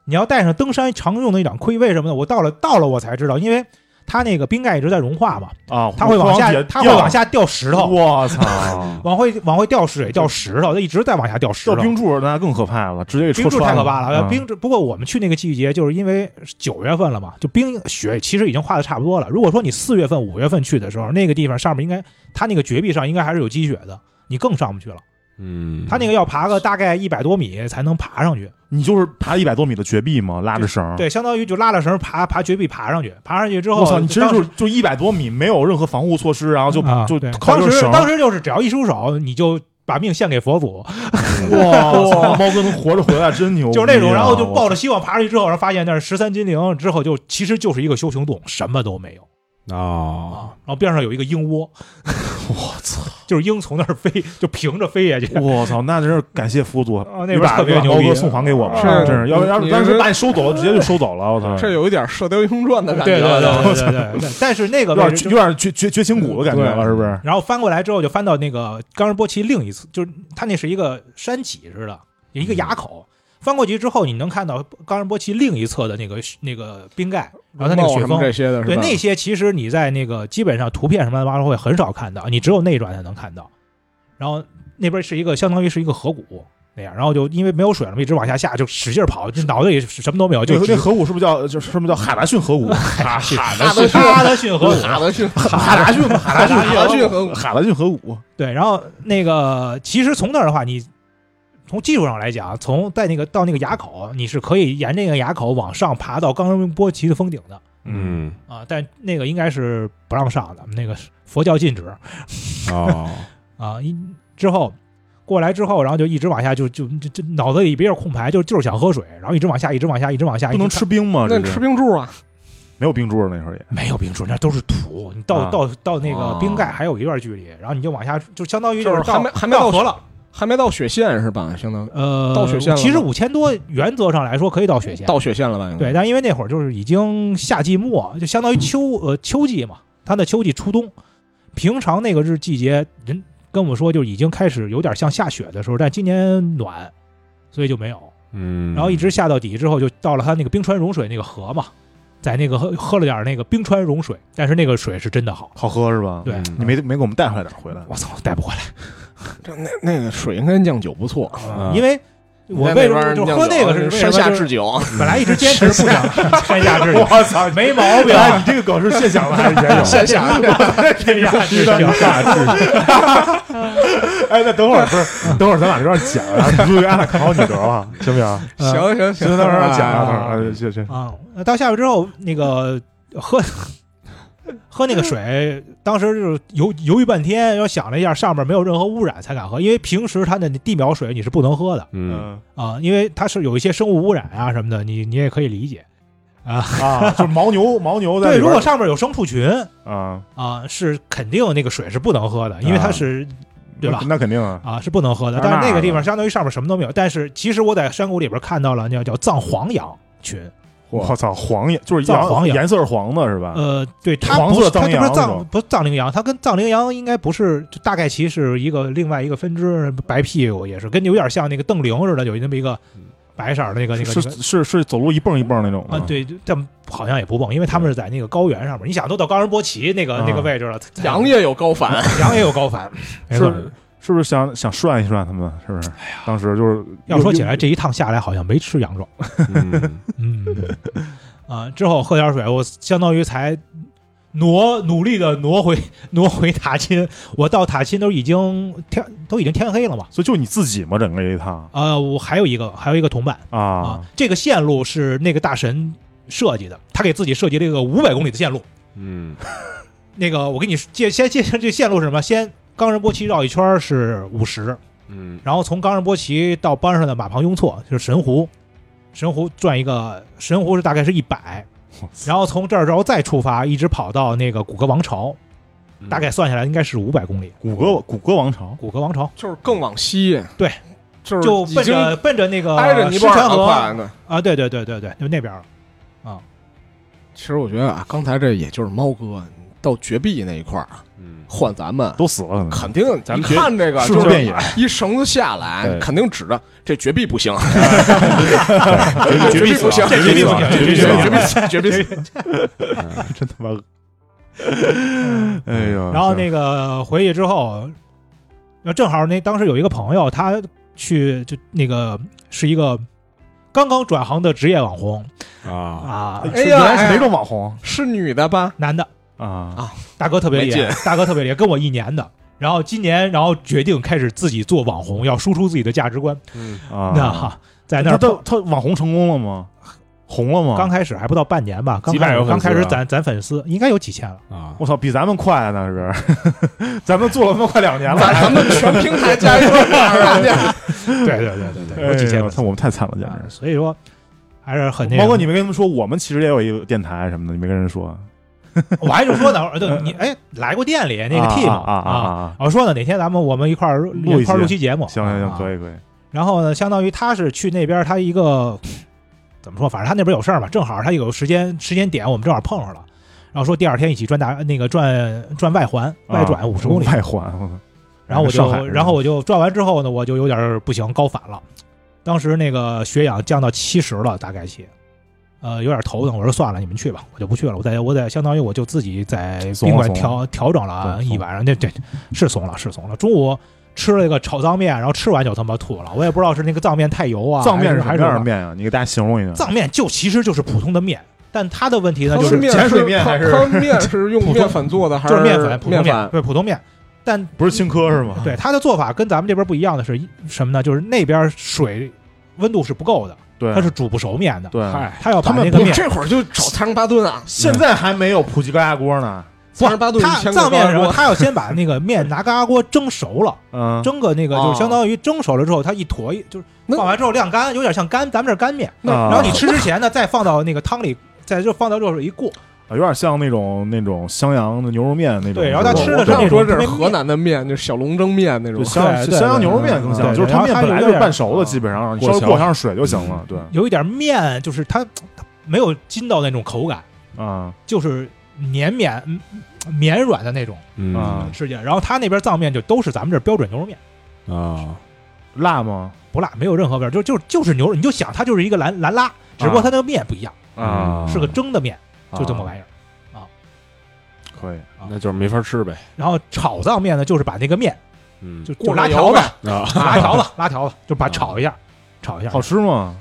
Speaker 1: 你要带上登山常用的一张盔。为什么呢？我到了到了我才知道，因为它那个冰盖一直在融化嘛，
Speaker 2: 啊，
Speaker 1: 它会往
Speaker 2: 往
Speaker 1: 下
Speaker 2: 底
Speaker 1: 它会
Speaker 2: 掉
Speaker 1: 往下掉石头，！
Speaker 2: 我操
Speaker 1: 往会往会掉水掉石头，它一直在往下掉石
Speaker 2: 掉
Speaker 1: 头。
Speaker 2: 冰柱那更可怕了，直接给
Speaker 1: 冰
Speaker 2: 戳
Speaker 1: 柱
Speaker 2: 穿
Speaker 1: 太可怕了，要
Speaker 2: 嗯
Speaker 1: 冰柱。不过我们去那个季节，就是因为九月份了嘛，就冰雪其实已经化的差不多了。如果说你四月份、五月份去的时候，那个地方上面应该，它那个绝壁上应该还是有积雪的，你更上不去了。
Speaker 3: 嗯，
Speaker 1: 它那个要爬个大概一百多米才能爬上去，
Speaker 2: 你就是爬一百多米的绝壁嘛，拉着绳儿。
Speaker 1: 对，相当于就拉着绳爬爬绝壁爬上去，爬上去之后，
Speaker 2: 嗯我操，你其实
Speaker 1: 当
Speaker 2: 就就一百多米，没有任何防护措施，然后就
Speaker 1: 啊
Speaker 2: 就
Speaker 1: 对
Speaker 2: 靠一
Speaker 1: 当
Speaker 2: 根
Speaker 1: 时
Speaker 2: 绳儿。
Speaker 1: 当时就是只要一出手，你就把命献给佛
Speaker 2: 哦
Speaker 1: 祖，
Speaker 2: 哇操，猫哥能活着回来真牛逼啊，
Speaker 1: 就是那种，然后就抱
Speaker 2: 着
Speaker 1: 着希望爬上去之后，然后发现那是十三金铃，之后就其实就是一个修行洞，什么都没有。
Speaker 3: 哦，
Speaker 1: 然后边上有一个鹰窝，
Speaker 2: 我操，
Speaker 1: 就是鹰从那儿飞，就平着飞 下去。
Speaker 2: 我操，那真是感谢佛祖，
Speaker 1: 啊
Speaker 2: 你
Speaker 1: 那边
Speaker 2: 把
Speaker 1: 特别
Speaker 2: 把
Speaker 1: 牛
Speaker 2: 猫
Speaker 1: 逼
Speaker 2: 哥送还给我们，
Speaker 4: 是
Speaker 2: 真是要要
Speaker 4: 你
Speaker 2: 当时
Speaker 4: 是
Speaker 2: 把你收走，直接就收走了，我操，
Speaker 4: 这有一点《射雕英雄传》的感觉
Speaker 1: 嗯对对
Speaker 4: 了。
Speaker 1: 对对对对。但是那个
Speaker 2: 啊有
Speaker 1: 位
Speaker 2: 点
Speaker 1: 置
Speaker 2: 有点绝绝绝情谷的感觉了，
Speaker 4: 对
Speaker 2: 是不是？
Speaker 1: 然后翻过来之后，就翻到那个冈仁波齐另一侧，就是它那是一个山脊似的，有一个
Speaker 4: 嗯
Speaker 1: 垭口。翻过去之后，你能看到冈仁波齐另一侧的那个雪那个冰盖，然啊后它那个
Speaker 4: 冒
Speaker 1: 雪
Speaker 4: 什么
Speaker 1: 峰。
Speaker 4: 这些的是
Speaker 1: 对
Speaker 4: 吧？
Speaker 1: 那些，其实你在那个基本上图片什么的会很少看到，你只有内转才能看到。然后那边是一个相当于是一个河谷那样，然后就因为没有水了嘛，一直往下下，就使劲跑，这脑袋里什么都没有，就
Speaker 2: 那
Speaker 1: 只
Speaker 2: 那河谷是不是叫就是什么叫海达逊河 谷？海海
Speaker 1: 哈德逊哈德逊河谷。
Speaker 4: 哈德逊，
Speaker 2: 海达逊吧，海达逊
Speaker 4: 海达逊河谷
Speaker 2: 海达逊河谷。
Speaker 1: 对，然后那个其实从那儿的话，你从技术上来讲，从在那个到那个垭口，你是可以沿这个垭口往上爬到冈仁波齐的峰顶的
Speaker 3: 嗯，
Speaker 1: 啊，但那个应该是不让上的，那个是佛教禁止
Speaker 3: 哦，
Speaker 1: 啊。一之后过来之后，然后就一直往下，就就就就脑子里边有空白，就就是想喝水，然后一直往下，一直往下，一直往下，
Speaker 2: 不能
Speaker 1: 一直
Speaker 2: 吃冰吗？
Speaker 4: 那
Speaker 2: 这是
Speaker 4: 吃冰柱啊，
Speaker 2: 没有冰柱那会儿也
Speaker 1: 没有冰柱，那都是土，你到、
Speaker 2: 啊
Speaker 1: 到到那个
Speaker 3: 哦
Speaker 1: 冰盖还有一段距离，然后你就往下，就相当于
Speaker 4: 就是是
Speaker 1: 到
Speaker 4: 还没还没
Speaker 1: 到
Speaker 4: 到
Speaker 1: 河了。
Speaker 4: 还没到雪线是吧？相当于
Speaker 1: 呃，
Speaker 4: 到雪线了吗
Speaker 1: 其实五千多原则上来说可以到雪线，
Speaker 4: 到雪线了嗯吧？应该
Speaker 1: 对，，但因为那会儿就是已经夏季末，就相当于秋呃秋季嘛，它的秋季初冬，平常那个日季节，人跟我说就已经开始有点像下雪的时候，但今年暖，所以就没有。
Speaker 3: 嗯，
Speaker 1: 然后一直下到底之后，就到了它那个冰川融水那个河嘛，在那个喝喝了点那个冰川融水，但是那个水是真的好，
Speaker 2: 好喝是吧？
Speaker 1: 对
Speaker 3: 嗯
Speaker 2: 你没没给我们带回来点儿回来。
Speaker 1: 我操，带不回来，
Speaker 4: 这那那个水应该酿酒不错。
Speaker 3: 啊
Speaker 1: 因为我为什么就喝那个啊是
Speaker 4: 山下
Speaker 1: 治
Speaker 4: 制，酒？
Speaker 1: 本来一直坚持不想 山下治酒，
Speaker 2: 我操，
Speaker 1: 没毛病。
Speaker 2: 哎你这个梗是现 想的还是
Speaker 1: 哎
Speaker 2: 原有的？
Speaker 4: 山下
Speaker 1: 山下治酒，
Speaker 2: 哎，那等会儿不 是，等会儿咱把这段剪了，你就按考你得了，行不 行？
Speaker 1: 嗯
Speaker 4: 行行
Speaker 2: 行，到时候剪
Speaker 1: 啊
Speaker 2: 了，
Speaker 1: 啊
Speaker 2: 等
Speaker 1: 啊
Speaker 2: 会儿，行行。
Speaker 1: 啊、那到下去之后，那个喝喝那个水，当时就是犹犹豫半天，然后想了一下，上面没有任何污染才敢喝，因为平时它的地表水你是不能喝的
Speaker 3: 嗯，
Speaker 2: 嗯
Speaker 1: 啊、因为它是有一些生物污染啊什么的，你你也可以理解。
Speaker 2: 啊，就是牦牛， 牦牛在
Speaker 1: 对，
Speaker 2: 里
Speaker 1: 如
Speaker 2: 边
Speaker 1: 果
Speaker 2: 儿
Speaker 1: 上面有牲畜群
Speaker 2: 啊，
Speaker 1: 啊、是肯定那个水是不能喝的，因为它是、对吧
Speaker 2: 那？那肯定啊，
Speaker 1: 啊，是不能喝的。
Speaker 2: 那
Speaker 1: 但是那个
Speaker 2: 那
Speaker 1: 地方相当于上面什么都没有，但是其实我在山谷里边看到了那个叫藏黄羊群，
Speaker 2: 我操，黄羊就是
Speaker 1: 藏
Speaker 2: 羊
Speaker 1: 黄羊
Speaker 2: 颜色嗯是黄的是吧？
Speaker 1: 呃，对，它
Speaker 2: 黄
Speaker 1: 不
Speaker 2: 色
Speaker 1: 是，它
Speaker 2: 藏
Speaker 1: 就
Speaker 2: 羚
Speaker 1: 不是
Speaker 2: 羊那
Speaker 1: 藏
Speaker 2: 种
Speaker 1: 不是藏羚羊，它跟藏羚羊应该不是，就大概其是一个另外一个分支，白屁股也是，跟有点像那个瞪羚似的，有那么一个白色儿的那个那个
Speaker 2: 是嗯
Speaker 1: 那个
Speaker 2: 是是走路一蹦一蹦那种吗
Speaker 1: 啊，，对，但好像也不蹦，因为他们是在那个高原上面，你想都到冈仁波齐那个、那个
Speaker 2: 啊
Speaker 1: 位置了，才
Speaker 4: 羊也有高反，
Speaker 1: 羊也有高反，没错
Speaker 2: 是是不是想想涮一涮他们？是不是？当时就是
Speaker 1: 哎要说起来，这一趟下来好像没吃羊肉，
Speaker 3: 嗯
Speaker 1: 嗯，啊、之后喝点水，我相当于才挪努力的挪回挪回塔钦，我到塔钦都已经天都已经天黑了嘛。
Speaker 2: 所以就你自己嘛，整个一趟
Speaker 1: 呃，我还有一个，还有一个同伴啊
Speaker 2: 啊，，
Speaker 1: 这个线路是那个大神设计的，他给自己设计了一个五百公里的线路。
Speaker 3: 嗯，
Speaker 1: 那个，我给你介先介绍这线路是什么？先冈仁波齐绕一圈儿是五十，
Speaker 3: 嗯，
Speaker 1: 然后从冈仁波齐到班上的马旁雍错就是神湖，神湖转一个，神湖是大概是一百
Speaker 2: 哇，
Speaker 1: 然后从这儿然后再出发，一直跑到那个古格王朝，
Speaker 3: 嗯
Speaker 4: 嗯
Speaker 1: 大概算下来应该是五百公里。
Speaker 2: 谷歌谷歌王朝，
Speaker 1: 古格王朝
Speaker 4: 就是更往西。
Speaker 1: 对，
Speaker 4: 就是
Speaker 1: 就
Speaker 4: 已
Speaker 1: 奔
Speaker 4: 经
Speaker 1: 着奔着那个
Speaker 4: 挨着尼
Speaker 1: 石
Speaker 4: 泊尔
Speaker 1: 泉
Speaker 4: 了
Speaker 1: 河
Speaker 4: 快呢。
Speaker 1: 啊，对对对对对，就那边儿了。
Speaker 4: 其实我觉得啊，刚才这也就是猫哥到绝壁那一块儿啊，
Speaker 3: 嗯
Speaker 4: 换咱们
Speaker 2: 都死了可能，
Speaker 4: 肯定，
Speaker 3: 咱们
Speaker 4: 你看这个
Speaker 2: 世
Speaker 4: 就
Speaker 2: 俗电
Speaker 4: 是
Speaker 2: 影，
Speaker 4: 一绳子下来，
Speaker 3: 对
Speaker 4: 肯定指着这绝壁不行，
Speaker 2: 绝壁
Speaker 4: 壁不行，
Speaker 2: 绝
Speaker 1: 壁
Speaker 4: 壁
Speaker 1: 不
Speaker 4: 不
Speaker 1: 行绝壁不
Speaker 4: 行，绝壁
Speaker 1: 行
Speaker 4: 绝壁绝壁
Speaker 2: 真他妈恶哎
Speaker 4: 嗯
Speaker 2: 呦，
Speaker 1: 然后那个回去之后，那正好那当时有一个朋友，他去就那个是一个刚刚转行的职业网红
Speaker 3: 啊，
Speaker 1: 啊，
Speaker 2: 是
Speaker 4: 哎呀
Speaker 2: 原来是
Speaker 4: 哎呀
Speaker 2: 哪种网红
Speaker 4: 是女的吧？
Speaker 1: 男的，
Speaker 2: 啊？
Speaker 1: 大哥特别厉害，大哥特别厉害，跟我一年的。然后今年，然后决定开始自己做网红，要输出自己的价值观。
Speaker 4: 嗯，
Speaker 1: 那、
Speaker 2: 啊，
Speaker 1: 在那
Speaker 2: 他
Speaker 1: 儿
Speaker 2: 他他网红成功了吗？红了吗？
Speaker 1: 刚开始还不到半年吧，刚
Speaker 3: 几百
Speaker 1: 开始
Speaker 3: 个粉丝啊
Speaker 1: 刚开始攒攒粉丝，应该有几千了。
Speaker 3: 啊，
Speaker 2: 我操，比咱们快啊！那是， 咱们做了他妈快两年了，
Speaker 4: 咱咱们全平台加一块 儿啊干去。
Speaker 1: 对对对对对，有几
Speaker 2: 哎
Speaker 1: 千粉
Speaker 2: 呀我
Speaker 1: 丝
Speaker 2: 操，我们太惨了，简
Speaker 1: 啊
Speaker 2: 直。
Speaker 1: 所以说还是很那个。
Speaker 2: 包括你没跟他们说，我们其实也有一个电台什么的，你没跟人说。
Speaker 1: 我还就说呢， 我说你哎来过店里那个 T 嘛
Speaker 2: 啊啊啊！
Speaker 1: 我说呢，哪天咱们我们一块儿
Speaker 2: 录一期
Speaker 1: 一块儿录期节目，
Speaker 2: 行行
Speaker 1: 啊
Speaker 2: 行，可以可以。
Speaker 1: 然后呢，相当于他是去那边，他一个怎么说，反正他那边有事儿嘛，正好他有时间时间点，我们正好碰上了。然后说第二天一起转大那个转转外环外转五十公里，
Speaker 2: 啊外环，我操
Speaker 1: 然后我
Speaker 2: 上海
Speaker 1: 就然后我就转完之后呢，我就有点儿不行，高反了。当时那个血氧降到七十了，大概起，呃，有点头疼。我说算了，你们去吧，我就不去了。我在我在相当于我就自己在
Speaker 2: 怂了
Speaker 1: 宾馆
Speaker 2: 怂了
Speaker 1: 调调整了啊
Speaker 2: 对
Speaker 1: 一
Speaker 2: 怂
Speaker 1: 晚上，这这是怂了是怂了。中午吃了一个炒藏面，然后吃完就他妈吐了。我也不知道是那个藏面太油啊，
Speaker 2: 藏面
Speaker 1: 还是还
Speaker 2: 是什么
Speaker 1: 是
Speaker 2: 样的面啊？你给大家形容一下。
Speaker 1: 藏面就其实就是普通的面，但它的问题呢
Speaker 4: 汤
Speaker 1: 就是
Speaker 4: 面
Speaker 2: 碱水面还是
Speaker 4: 汤汤面是用
Speaker 1: 普通
Speaker 4: 面粉做的还
Speaker 1: 就是面粉，
Speaker 4: 粉？
Speaker 1: 普通
Speaker 4: 面
Speaker 1: 面，对普通面。但
Speaker 2: 不是青稞是吗？
Speaker 1: 对，它的做法跟咱们这边不一样的是什么呢？就是那边水温度是不够的，
Speaker 2: 对，
Speaker 1: 它是煮不熟面的，
Speaker 2: 对。
Speaker 3: 嗨，
Speaker 1: 它要把
Speaker 2: 他们
Speaker 1: 那个
Speaker 4: 我
Speaker 1: 面
Speaker 4: 这会儿就找三十八吨啊，
Speaker 2: 现在还没有普及高压锅呢。
Speaker 1: 不
Speaker 4: 三十八，吨一
Speaker 1: 它
Speaker 4: 千
Speaker 1: 藏
Speaker 4: 个
Speaker 1: 面
Speaker 4: 高
Speaker 1: 是什么？
Speaker 4: 锅，
Speaker 1: 它要先把那个面拿高压锅蒸熟了，
Speaker 2: 嗯，
Speaker 1: 蒸个那个就是
Speaker 4: 哦
Speaker 1: 相当于蒸熟了之后，它一坨一就是
Speaker 4: 那嗯
Speaker 1: 放完之后晾干，有点像干咱们这儿干面。
Speaker 4: 那
Speaker 2: 啊
Speaker 1: 然后你吃之前呢，再放到那个汤里，再就放到热水一过，
Speaker 2: 有点像那种那种襄阳的牛肉面那种。
Speaker 1: 对然后他吃的是
Speaker 4: 我跟
Speaker 1: 那
Speaker 4: 你
Speaker 1: 种
Speaker 4: 说这
Speaker 1: 特
Speaker 4: 是
Speaker 1: 别
Speaker 4: 河南的面，就小笼蒸面那种
Speaker 2: 就。襄
Speaker 1: 对对
Speaker 2: 襄阳牛肉面更
Speaker 4: 对
Speaker 2: 像，
Speaker 1: 对
Speaker 2: 就是它面本来就是半熟
Speaker 1: 然后它有啊点
Speaker 2: 的，基本上你稍
Speaker 3: 过
Speaker 2: 微
Speaker 3: 桥
Speaker 2: 过上水就行了。对
Speaker 1: 有一点面就是它它没有筋道那种口感，
Speaker 2: 啊
Speaker 1: 就是绵绵嗯绵软的那种
Speaker 3: 嗯
Speaker 2: 啊
Speaker 1: 世界。然后它那边藏面就都是咱们这儿标准牛肉面。
Speaker 3: 啊，
Speaker 2: 辣吗？
Speaker 1: 不辣，没有任何味儿，就就就是牛肉，你就想它就是一个兰兰拉，只不过它那个面不一样，
Speaker 3: 嗯
Speaker 2: 啊，
Speaker 1: 是个蒸的面，就这么
Speaker 2: 来，
Speaker 1: 玩意儿。
Speaker 2: 嗯啊可以。
Speaker 3: 啊那就是没法吃呗，
Speaker 1: 然后炒藏面呢，就是把那个面
Speaker 3: 嗯，
Speaker 1: 就
Speaker 4: 过
Speaker 1: 就拉
Speaker 4: 油
Speaker 1: 条子，
Speaker 3: 啊，
Speaker 1: 拉条 子，拉条子，就把炒一下， 炒一下，
Speaker 2: 啊好吃吗？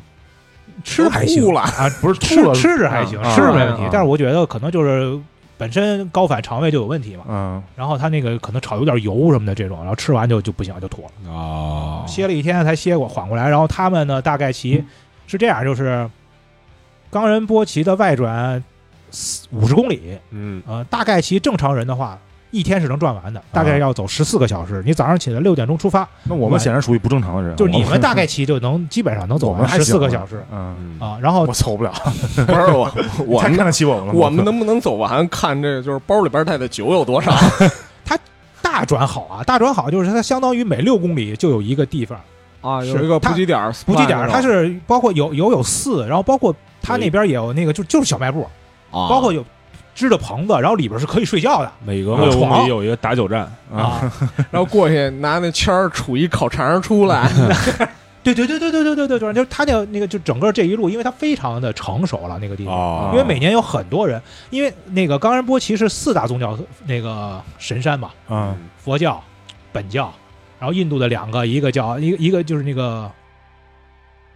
Speaker 1: 吃还行
Speaker 4: 吐 了
Speaker 1: 啊，
Speaker 2: 不是
Speaker 1: 吃
Speaker 2: 吐了
Speaker 1: 吃着还行，
Speaker 2: 啊
Speaker 1: 吃着没问题
Speaker 2: 啊。
Speaker 1: 但是我觉得可能就是本身高反肠胃就有问题嘛，
Speaker 2: 嗯，
Speaker 1: 然后它那个可能炒有点油什么的这种，然后吃完就就不行就吐了。
Speaker 3: 哦，
Speaker 1: 歇了一天才歇过缓过来。然后他们呢，大概其
Speaker 2: 嗯
Speaker 1: 是这样，就是冈仁波齐的外转五十公里，
Speaker 3: 嗯
Speaker 1: 呃，大概其正常人的话，一天是能转
Speaker 2: 啊
Speaker 1: 完的，大概要走十四个小时。你早上起来六点钟出发，
Speaker 2: 那我们显然属于不正常的人。啊
Speaker 1: 就是你们大概其就能基本上能走
Speaker 2: 我们
Speaker 1: 完
Speaker 2: 还
Speaker 1: 十
Speaker 2: 行
Speaker 1: 四个小时
Speaker 2: 嗯，
Speaker 3: 嗯
Speaker 1: 啊。然后
Speaker 2: 我凑不了，
Speaker 4: 不是 我，我
Speaker 2: 太
Speaker 4: 们
Speaker 2: 看得起我们了。
Speaker 4: 我 们能不能走完，看这个就是包里边带的酒有多少。
Speaker 1: 大转好啊，大转好就是它相当于每六公里就有一个地方
Speaker 4: 啊，
Speaker 1: 是
Speaker 4: 有一个
Speaker 1: 它
Speaker 4: 补给点儿，
Speaker 1: 补给点儿，
Speaker 4: SPA
Speaker 1: 它是包括有有有寺，然后包括它那边也有那个就就是小卖部，
Speaker 4: 那种
Speaker 2: 哦
Speaker 4: 啊
Speaker 1: 包括有支的棚子，然后里边是可以睡觉的。
Speaker 3: 每个六公里有一个打酒站，
Speaker 1: 啊，
Speaker 4: 然后过去拿那签儿杵一烤肠出来，
Speaker 1: 对对对对对对对对，对就是他那个那个就整个这一路，因为它非常的成熟了那个地方，
Speaker 3: 哦
Speaker 1: 因为每年有很多人，因为那个冈仁波齐是四大宗教那个神山嘛，
Speaker 2: 啊，
Speaker 1: 佛教、本教，然后印度的两个，一个叫一个一个就是那个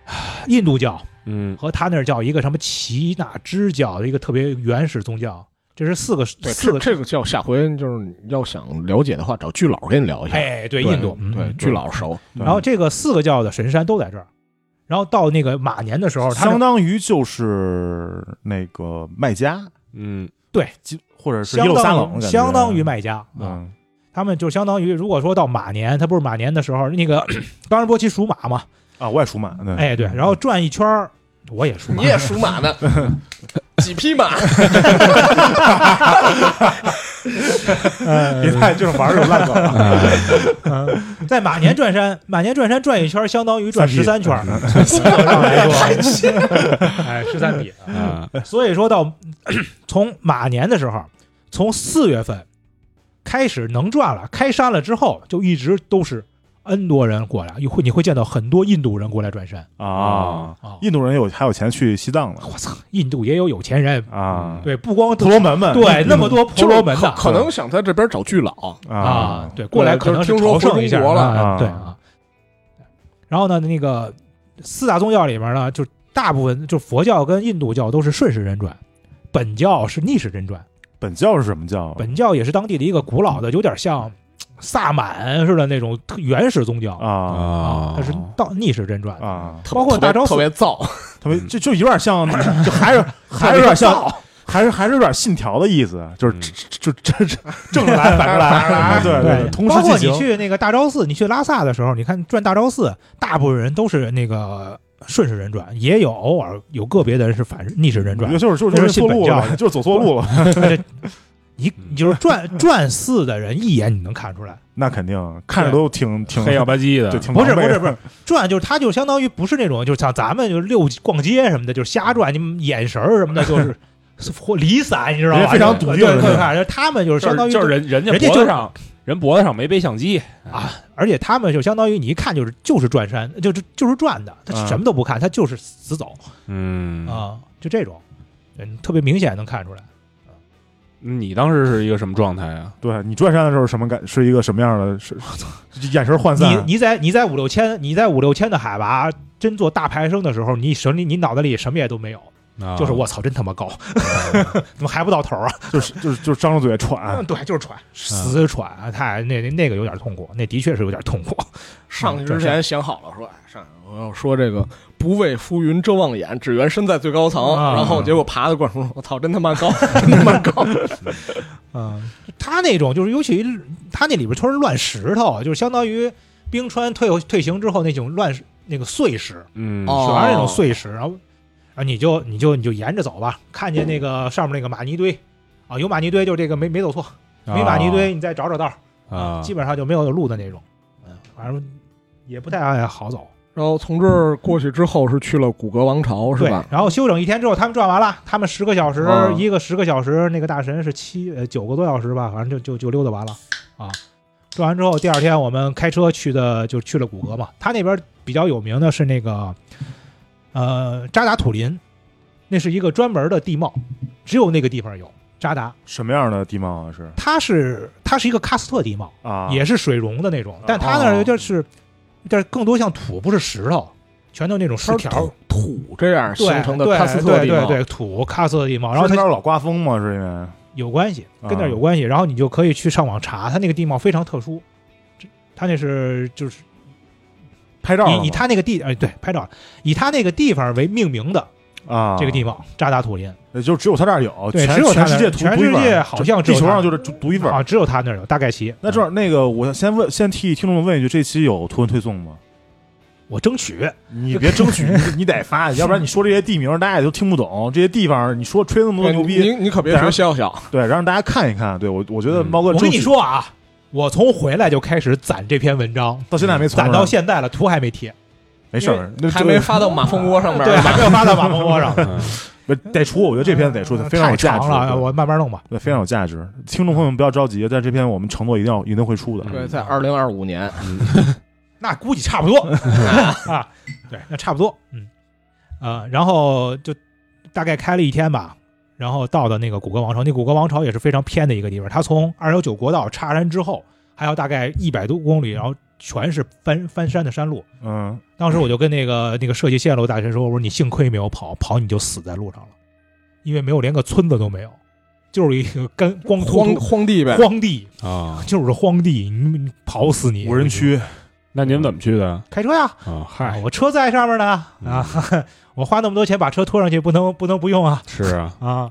Speaker 1: 唉印度教
Speaker 3: 嗯
Speaker 1: 和他那儿叫一个什么耆那支教的一个特别原始宗教，这是四个四
Speaker 4: 这
Speaker 1: 个
Speaker 4: 这个叫下回就是你要想了解的话，找巨佬给你聊一下。
Speaker 1: 哎对
Speaker 4: 对，
Speaker 1: 印度嗯
Speaker 4: 对
Speaker 1: 嗯
Speaker 4: 巨佬 熟，
Speaker 2: 对
Speaker 1: 然后这个四个教的神山都在这儿，然后到那个马年的时候，他
Speaker 2: 相
Speaker 1: 们
Speaker 2: 当于就是那个卖家，
Speaker 3: 嗯
Speaker 2: 基或者是耶
Speaker 1: 相
Speaker 2: 路撒冷
Speaker 1: 当
Speaker 2: 的感觉，
Speaker 1: 相当于卖家啊。
Speaker 2: 嗯
Speaker 1: 他们就相当于，如果说到马年，他不是马年的时候，那个冈仁波齐属马嘛，
Speaker 2: 啊，我也属马，对，
Speaker 1: 哎对，然后转一圈儿，我也属马
Speaker 4: 你，也属马 呢，几匹 马？
Speaker 1: 哎
Speaker 2: 别太 就是玩儿有烂梗了，
Speaker 1: 啊 嗯在马年转山，马年转山转一圈儿，相当于转十三
Speaker 2: 三嗯
Speaker 1: 圈儿，从功能上来 说，哎，十三比。
Speaker 3: 啊
Speaker 1: 所以说到 从马年的时候，从四月份开始能转了，开山了之后，就一直都是 N 多人过来，你会你会见到很多印度人过来转山
Speaker 2: 啊。
Speaker 1: 啊。
Speaker 2: 印度人有还有钱去西藏呢
Speaker 1: 我操，印度也有有钱人，
Speaker 2: 啊，
Speaker 1: 对，不光
Speaker 2: 婆罗门们
Speaker 1: 对那么多
Speaker 4: 就
Speaker 1: 婆
Speaker 4: 是
Speaker 1: 罗门
Speaker 4: 可
Speaker 1: 的
Speaker 4: 可能想在这边找巨佬，
Speaker 2: 啊
Speaker 1: 啊，，对，过来
Speaker 4: 对
Speaker 1: 可能是
Speaker 4: 就是听说
Speaker 1: 朝圣一下
Speaker 4: 回中国了
Speaker 1: 啊
Speaker 2: 啊
Speaker 1: 对啊。然后呢，那个四大宗教里面呢，就大部分就佛教跟印度教都是顺时针转，本教是逆时针转。
Speaker 2: 本教是什么教啊？
Speaker 1: 本教也是当地的一个古老的，有点像萨满似的那种特原始宗教
Speaker 2: 啊
Speaker 3: 啊
Speaker 1: 它是倒逆时针转的。
Speaker 2: 啊，
Speaker 4: 特
Speaker 1: 包括
Speaker 4: 特别
Speaker 1: 大昭寺
Speaker 4: 特别燥，
Speaker 2: 他
Speaker 1: 嗯
Speaker 2: 们就就有 点像，就还是还是有点像，还是还是有点信条的意思，就是
Speaker 3: 嗯
Speaker 2: 就这这正 着来反着来，对对，同
Speaker 1: 包
Speaker 2: 时
Speaker 1: 括
Speaker 2: 进
Speaker 1: 你
Speaker 2: 行
Speaker 1: 去那个大昭寺，你去拉萨的时候，你看转大昭寺，大部分人都是那个顺时针转，也有偶尔有个别的人是反逆时针转
Speaker 2: 就。就是就是错路了，就是走错路了，
Speaker 1: 你你就是转转寺的人，一眼你能看出来，
Speaker 2: 那肯定看着都挺挺
Speaker 1: 啊
Speaker 3: 黑了吧唧的，
Speaker 2: 对，挺
Speaker 1: 不是
Speaker 2: 狼狈
Speaker 1: 不是
Speaker 2: 的
Speaker 1: 不是转就是他就相当于不是那种就是像咱们就是溜逛街什么的，就是瞎转，你们眼神儿什么的，就是 或离散，你知道
Speaker 2: 人
Speaker 1: 吗？
Speaker 2: 家非常笃定
Speaker 1: 对
Speaker 2: 人家
Speaker 1: 对看，就是他们就是
Speaker 3: 就
Speaker 1: 相当
Speaker 3: 是
Speaker 1: 于
Speaker 3: 就是人人家
Speaker 1: 人家
Speaker 3: 脖
Speaker 1: 就
Speaker 3: 子
Speaker 1: 是
Speaker 3: 上人脖子上没背相机，
Speaker 1: 而且他们就相当于你一看就是就是转山，就是就是转的，他
Speaker 2: 啊
Speaker 1: 什么都不看，他就是死走
Speaker 3: 嗯
Speaker 1: 啊，就这种，嗯，特别明显能看出来。
Speaker 3: 你当时是一个什么状态啊？
Speaker 2: 对你转山的时候什么感？是一个什么样的？是是眼神涣散
Speaker 1: 你你在你在五六千你在五六千的海拔真做大排升的时候，你手里你脑袋里什么也都没有，
Speaker 3: 啊
Speaker 1: 就是我操，真他妈 高，怎么还不到头啊？
Speaker 2: 就是就是就是张着嘴喘
Speaker 1: 嗯，对，就是喘，死喘，啊太那那那个有点痛苦，那的确是有点痛苦。
Speaker 4: 上去之前想好了，说哎上去我要说这个不畏浮云遮望眼，只缘身在最高层。
Speaker 1: 啊
Speaker 4: 然后结果爬的过程中，我操，真他妈高，真他妈高！
Speaker 1: 嗯， 他那种就是，尤其他那里边全是乱石头，就是相当于冰川退退行之后那种乱石那个碎石，
Speaker 3: 嗯
Speaker 4: 哦
Speaker 1: 全是那种碎石，然后啊，你就你就你就沿着走吧，看见那个上面那个玛尼堆啊，有玛尼堆就是这个没没走错，没玛尼堆你再找找道儿
Speaker 3: 啊，
Speaker 1: 基本上就没有路的那种，嗯，反正也不太好走。
Speaker 4: 然后从这儿过去之后是去了古格王朝，是
Speaker 1: 对
Speaker 4: 吧，？
Speaker 1: 然后休整一天之后，他们转完了，他们十个小时，
Speaker 4: 嗯
Speaker 1: 一个十个小时，那个大神是七呃九个多小时吧，反正就就就溜达完了啊。转完之后，第二天我们开车去的，就去了古格嘛。他那边比较有名的是那个呃扎达土林，那是一个专门的地貌，只有那个地方有扎达。
Speaker 2: 什么样的地貌啊？是
Speaker 1: 它是它是一个喀斯特地貌，
Speaker 2: 啊，
Speaker 1: 也是水溶的那种，但它那儿
Speaker 4: 哦
Speaker 1: 就是就是更多像土，不是石头，全都那种石
Speaker 4: 它是
Speaker 1: 条。
Speaker 4: 土这样
Speaker 1: 对
Speaker 4: 形成的
Speaker 1: 对
Speaker 4: 喀斯特地
Speaker 1: 对对
Speaker 4: 貌，
Speaker 1: 对土喀斯特地貌，然后
Speaker 2: 是那
Speaker 1: 它
Speaker 2: 儿老刮风吗？是因为
Speaker 1: 有关系，跟那
Speaker 2: 啊
Speaker 1: 儿有关系，然后你就可以去上网查，它那个地貌非常特殊，这它那是就是
Speaker 2: 拍照了吗
Speaker 1: 以以它那个地哎对拍照以它那个地方为命名的
Speaker 2: 啊
Speaker 1: 这个地貌扎达土林，
Speaker 2: 也就只有他这儿有，
Speaker 1: 对
Speaker 2: 全
Speaker 1: 只有他
Speaker 2: 全
Speaker 1: 那儿
Speaker 2: 世界独
Speaker 1: 全
Speaker 2: 独一份儿
Speaker 1: 世界好像只
Speaker 2: 地
Speaker 1: 有
Speaker 2: 球
Speaker 1: 他
Speaker 2: 上就是独独一份儿。
Speaker 1: 啊只有它那儿有大概齐。
Speaker 2: 那这样，那个我先问，先替听众们问一句，这期有图文推送吗？
Speaker 1: 我争取
Speaker 2: 你别争 取，你你得发，要不然你说这些地名大家也都听不懂，这些地方你说吹那么多
Speaker 4: 对
Speaker 2: 牛
Speaker 4: 你
Speaker 2: 逼，
Speaker 4: 哎你可别学肖小，
Speaker 2: 对，让大家看一看。对我，我觉得
Speaker 3: 嗯
Speaker 2: 猫哥
Speaker 1: 我
Speaker 2: 争
Speaker 1: 跟
Speaker 2: 取
Speaker 1: 你说啊，我从回来就开始攒这篇文章，
Speaker 2: 到现在还没存
Speaker 1: 攒
Speaker 2: 上
Speaker 1: 到现在了，图还没贴，
Speaker 2: 没事儿，那
Speaker 4: 还
Speaker 2: 这
Speaker 4: 没发到马蜂窝上面。
Speaker 1: 对，啊还没有发到马蜂窝上，呃
Speaker 3: 嗯
Speaker 2: 不得出， 我觉得这篇得出，非常
Speaker 1: 太
Speaker 2: 有价
Speaker 1: 长
Speaker 2: 值，
Speaker 1: 了，我慢慢弄吧。
Speaker 2: 对，非常有价值。听众朋友们不要着急，但这篇我们承诺一定要一定会出的。
Speaker 3: 嗯
Speaker 4: 对，在二零二五年，
Speaker 1: 那估计差 不多啊，对，那差不多，嗯，呃，然后就大概开了一天吧，然后到的那个古格王朝，那古格王朝也是非常偏的一个地方，它从二幺九国道插山之后，还有大概一百多公里，然后全是翻翻山的山路。
Speaker 2: 嗯，
Speaker 1: 当时我就跟那个那个设计线路大神说，我说你幸亏没有跑，跑你就死在路上了，因为没有连个村子都没有，就是一个干光秃
Speaker 4: 荒
Speaker 1: 秃
Speaker 4: 荒地呗，
Speaker 1: 荒地，
Speaker 3: 啊，
Speaker 1: 就是荒地，你你跑死你！
Speaker 2: 无人区
Speaker 3: 那你们怎么去的
Speaker 1: 开车呀、
Speaker 3: 啊？
Speaker 1: 啊
Speaker 3: 嗨，
Speaker 1: 我车在上面呢啊， 我花那么多钱把车拖上去，不能不能不用啊
Speaker 3: 是啊，
Speaker 1: 啊，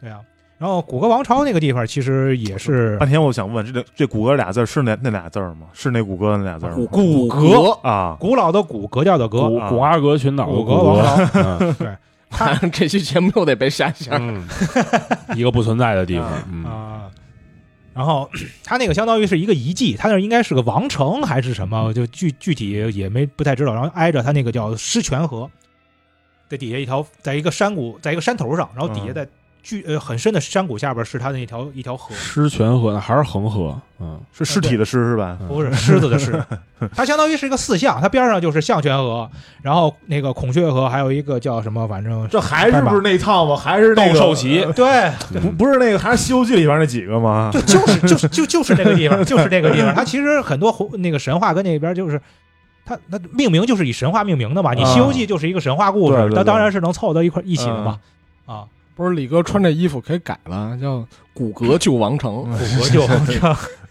Speaker 1: 对啊。然后古格王朝那个地方其实也是
Speaker 2: 半天，我想问，这这谷歌俩字儿是那那俩字儿吗？是那谷歌那俩字儿吗？
Speaker 4: 骨
Speaker 1: 骼
Speaker 2: 啊，
Speaker 1: 古老的古，格调的格，
Speaker 3: 古
Speaker 2: 啊
Speaker 3: 古阿哥群岛的
Speaker 1: 古
Speaker 3: 古
Speaker 1: 格王
Speaker 3: 格，
Speaker 1: 朝。
Speaker 3: 嗯
Speaker 4: 看这期节目又得被下线。
Speaker 3: 嗯，一个不存在的地方
Speaker 2: 啊，
Speaker 3: 嗯
Speaker 1: 啊。然后 他那个相当于是一个遗迹，他那应该是个王城还是什么，就具具体也没不太知道。然后挨着他那个叫狮泉河，在底下一条，在一个山谷，在一个山头上，然后底下
Speaker 2: 嗯
Speaker 1: 再巨呃很深的山谷下边是它那一条一条河，
Speaker 3: 狮泉河还是恒河？嗯，
Speaker 2: 是尸体的尸是吧？
Speaker 1: 不是狮子的 狮，它相当于是一个四象，它边上就是象泉河，然后那个孔雀河，还有一个叫什么，反正呃
Speaker 2: 这还是不是那一套吗？还是那个
Speaker 3: 斗 兽棋
Speaker 1: 对，
Speaker 2: 不不是那个，还是《西游记》里边那几个吗？
Speaker 1: 就就是就是就就是那个地方，就是那个地方。它其实很多胡那个神话跟那边就是。它它命名就是以神话命名的嘛，你《西游记》就是一个神话故
Speaker 2: 对
Speaker 1: 事
Speaker 2: 嗯对，对嗯
Speaker 1: 它当然是能凑到一块一起的嘛。啊，
Speaker 4: 不是李哥穿这衣服可以改了，叫骨骼救王城。
Speaker 1: 骨骼就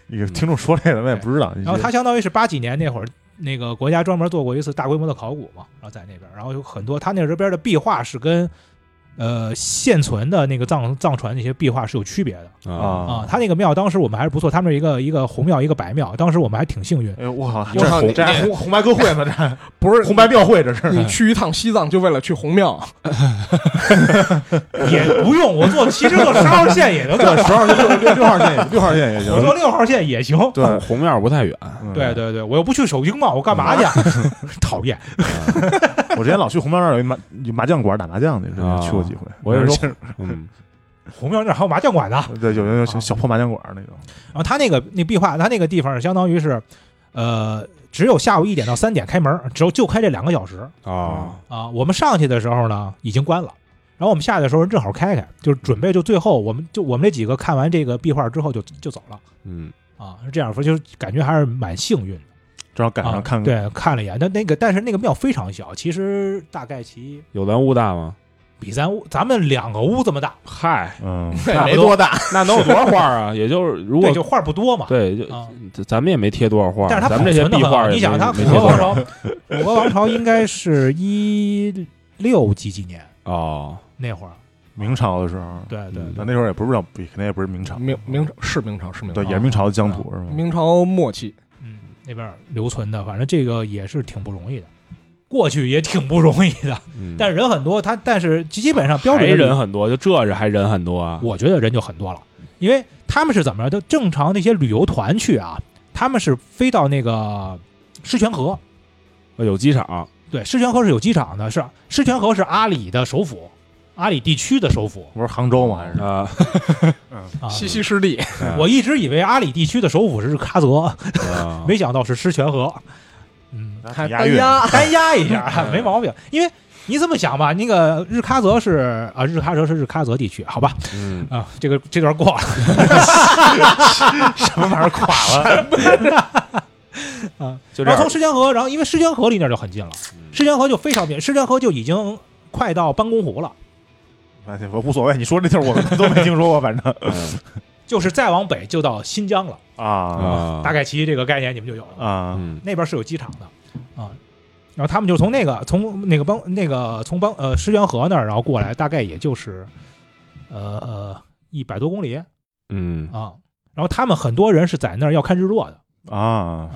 Speaker 2: 你听众说这个我也不知道。
Speaker 1: 然后它相当于是八几年那会儿，那个国家专门做过一次大规模的考古嘛，然后在那边，然后有很多它那这边的壁画是跟呃现存的那个藏藏传那些壁画是有区别的
Speaker 3: 啊，
Speaker 1: 啊
Speaker 2: 啊。，
Speaker 1: 它那个庙当时我们还是不错，他们是一个一个红庙一个白庙，当时我们还挺 幸运。
Speaker 2: 哎呦我靠，
Speaker 4: 我
Speaker 2: 这
Speaker 4: 靠
Speaker 2: 红这
Speaker 4: 你
Speaker 2: 还红红白歌会呢，这还
Speaker 4: 不是
Speaker 2: 红白庙会这是。
Speaker 4: 你去一趟西藏就为了去红庙，
Speaker 1: 啊 也不用我坐，其实坐十号线也 能坐，
Speaker 2: 十号线六六六号线也六号线也
Speaker 1: 我
Speaker 2: 行。
Speaker 1: 坐六号线也行。
Speaker 2: 对
Speaker 3: 红红面儿不太远。
Speaker 2: 嗯
Speaker 1: 对对对，我又不去首经嘛，我干嘛 去？啊讨厌，
Speaker 2: 我之前老去红庙那儿有一麻有麻将馆打麻将去，真
Speaker 3: 啊
Speaker 2: 的去过几回。
Speaker 3: 我也
Speaker 2: 说，
Speaker 3: 嗯，
Speaker 1: 红庙那儿还有麻将馆呢。
Speaker 2: 对，有有有
Speaker 1: 啊
Speaker 2: 小破麻将馆那种。
Speaker 1: 然后他那个那壁画，他那个地方相当于是，呃，只有下午一点到三点开门，只有就开这两个小时
Speaker 3: 啊，
Speaker 1: 啊。我们上去的时候呢，已经关了。然后我们下去的时候正好开开，就是准备就最后我们就我们这几个看完这个壁画之后就就走了
Speaker 3: 嗯，
Speaker 1: 啊，是这样说，就是感觉还是蛮幸运的。
Speaker 2: 正好赶上看
Speaker 1: 啊、，对看了一眼，但那个但是那个庙非常小，其实大概其
Speaker 3: 有咱屋大吗？
Speaker 1: 比咱屋咱们两个屋这么大，
Speaker 3: 嗨，
Speaker 2: 嗯，
Speaker 1: 差不
Speaker 4: 没
Speaker 1: 多
Speaker 4: 多大。
Speaker 3: 那能有多少画儿啊？ 也就是如果
Speaker 1: 对，就画儿不多嘛。
Speaker 3: 对，就
Speaker 1: 啊
Speaker 3: 咱咱们也没贴多少画儿，
Speaker 1: 但是它
Speaker 3: 啊咱们这些
Speaker 1: 保存得
Speaker 3: 壁
Speaker 1: 很好
Speaker 3: 画儿也没，
Speaker 1: 你想它
Speaker 3: 没
Speaker 1: 古国
Speaker 3: 贴多
Speaker 1: 王
Speaker 3: 少
Speaker 1: 朝，古国王朝应该是一六几几年
Speaker 3: 哦，
Speaker 1: 那会儿，
Speaker 2: 明朝的时候，
Speaker 1: 对对对
Speaker 3: 嗯
Speaker 2: 那那时候也不是叫，肯定也不是明朝，
Speaker 4: 明明朝是明朝是明朝，
Speaker 2: 对，
Speaker 1: 啊
Speaker 2: 也是明朝的疆土是吗？
Speaker 4: 明朝末期。
Speaker 1: 嗯，那边儿留存的，反正这个也是挺不容易的，过去也挺不容易的，
Speaker 3: 嗯
Speaker 1: 但是人很多，他但是基本上标准
Speaker 3: 还
Speaker 1: 的旅
Speaker 3: 人很多，就这是还人很多啊。
Speaker 1: 我觉得人就很多了，因为他们是怎么着？就正常那些旅游团去啊，他们是飞到那个狮泉河，
Speaker 3: 有机场，
Speaker 1: 对，狮泉河是有机场的，是狮泉河是阿里的首府，阿里地区的首府
Speaker 2: 不是杭州吗？还是
Speaker 3: 啊，
Speaker 1: 啊。
Speaker 4: 西溪湿地，
Speaker 1: 我一直以为阿里地区的首府是喀则，
Speaker 3: 啊
Speaker 1: 没想到是狮泉河。嗯，
Speaker 4: 还哎
Speaker 2: 押
Speaker 4: 单
Speaker 2: 韵，
Speaker 4: 押，
Speaker 1: 单压一下
Speaker 3: 啊
Speaker 1: 没毛病，因为你这么想吧，那个日喀则是啊，日喀则是日喀则地区，好吧？
Speaker 3: 嗯，
Speaker 1: 啊，这个这段过了。
Speaker 2: 什么玩意儿垮了？
Speaker 3: 就这
Speaker 1: 然后
Speaker 3: 样嗯
Speaker 1: 从。狮泉河，然后因为狮泉河离那儿就很近了，狮泉河就非常近，狮泉河就已经快到班公湖了，
Speaker 2: 哎我无所谓，你说那地儿我们都没听说过，反 正
Speaker 3: 嗯
Speaker 1: 就是再往北就到新疆了，
Speaker 2: 啊
Speaker 3: 啊，
Speaker 1: 大概其这个概念你们就有了。
Speaker 2: 啊，
Speaker 3: 嗯
Speaker 1: 那边是有机场的啊，然后他们就从那个从那个邦那个从邦呃狮泉河那儿然后过来，大概也就是呃呃一百多公里
Speaker 3: 嗯
Speaker 1: 啊。然后他们很多人是在那儿要看日落的，
Speaker 2: 啊，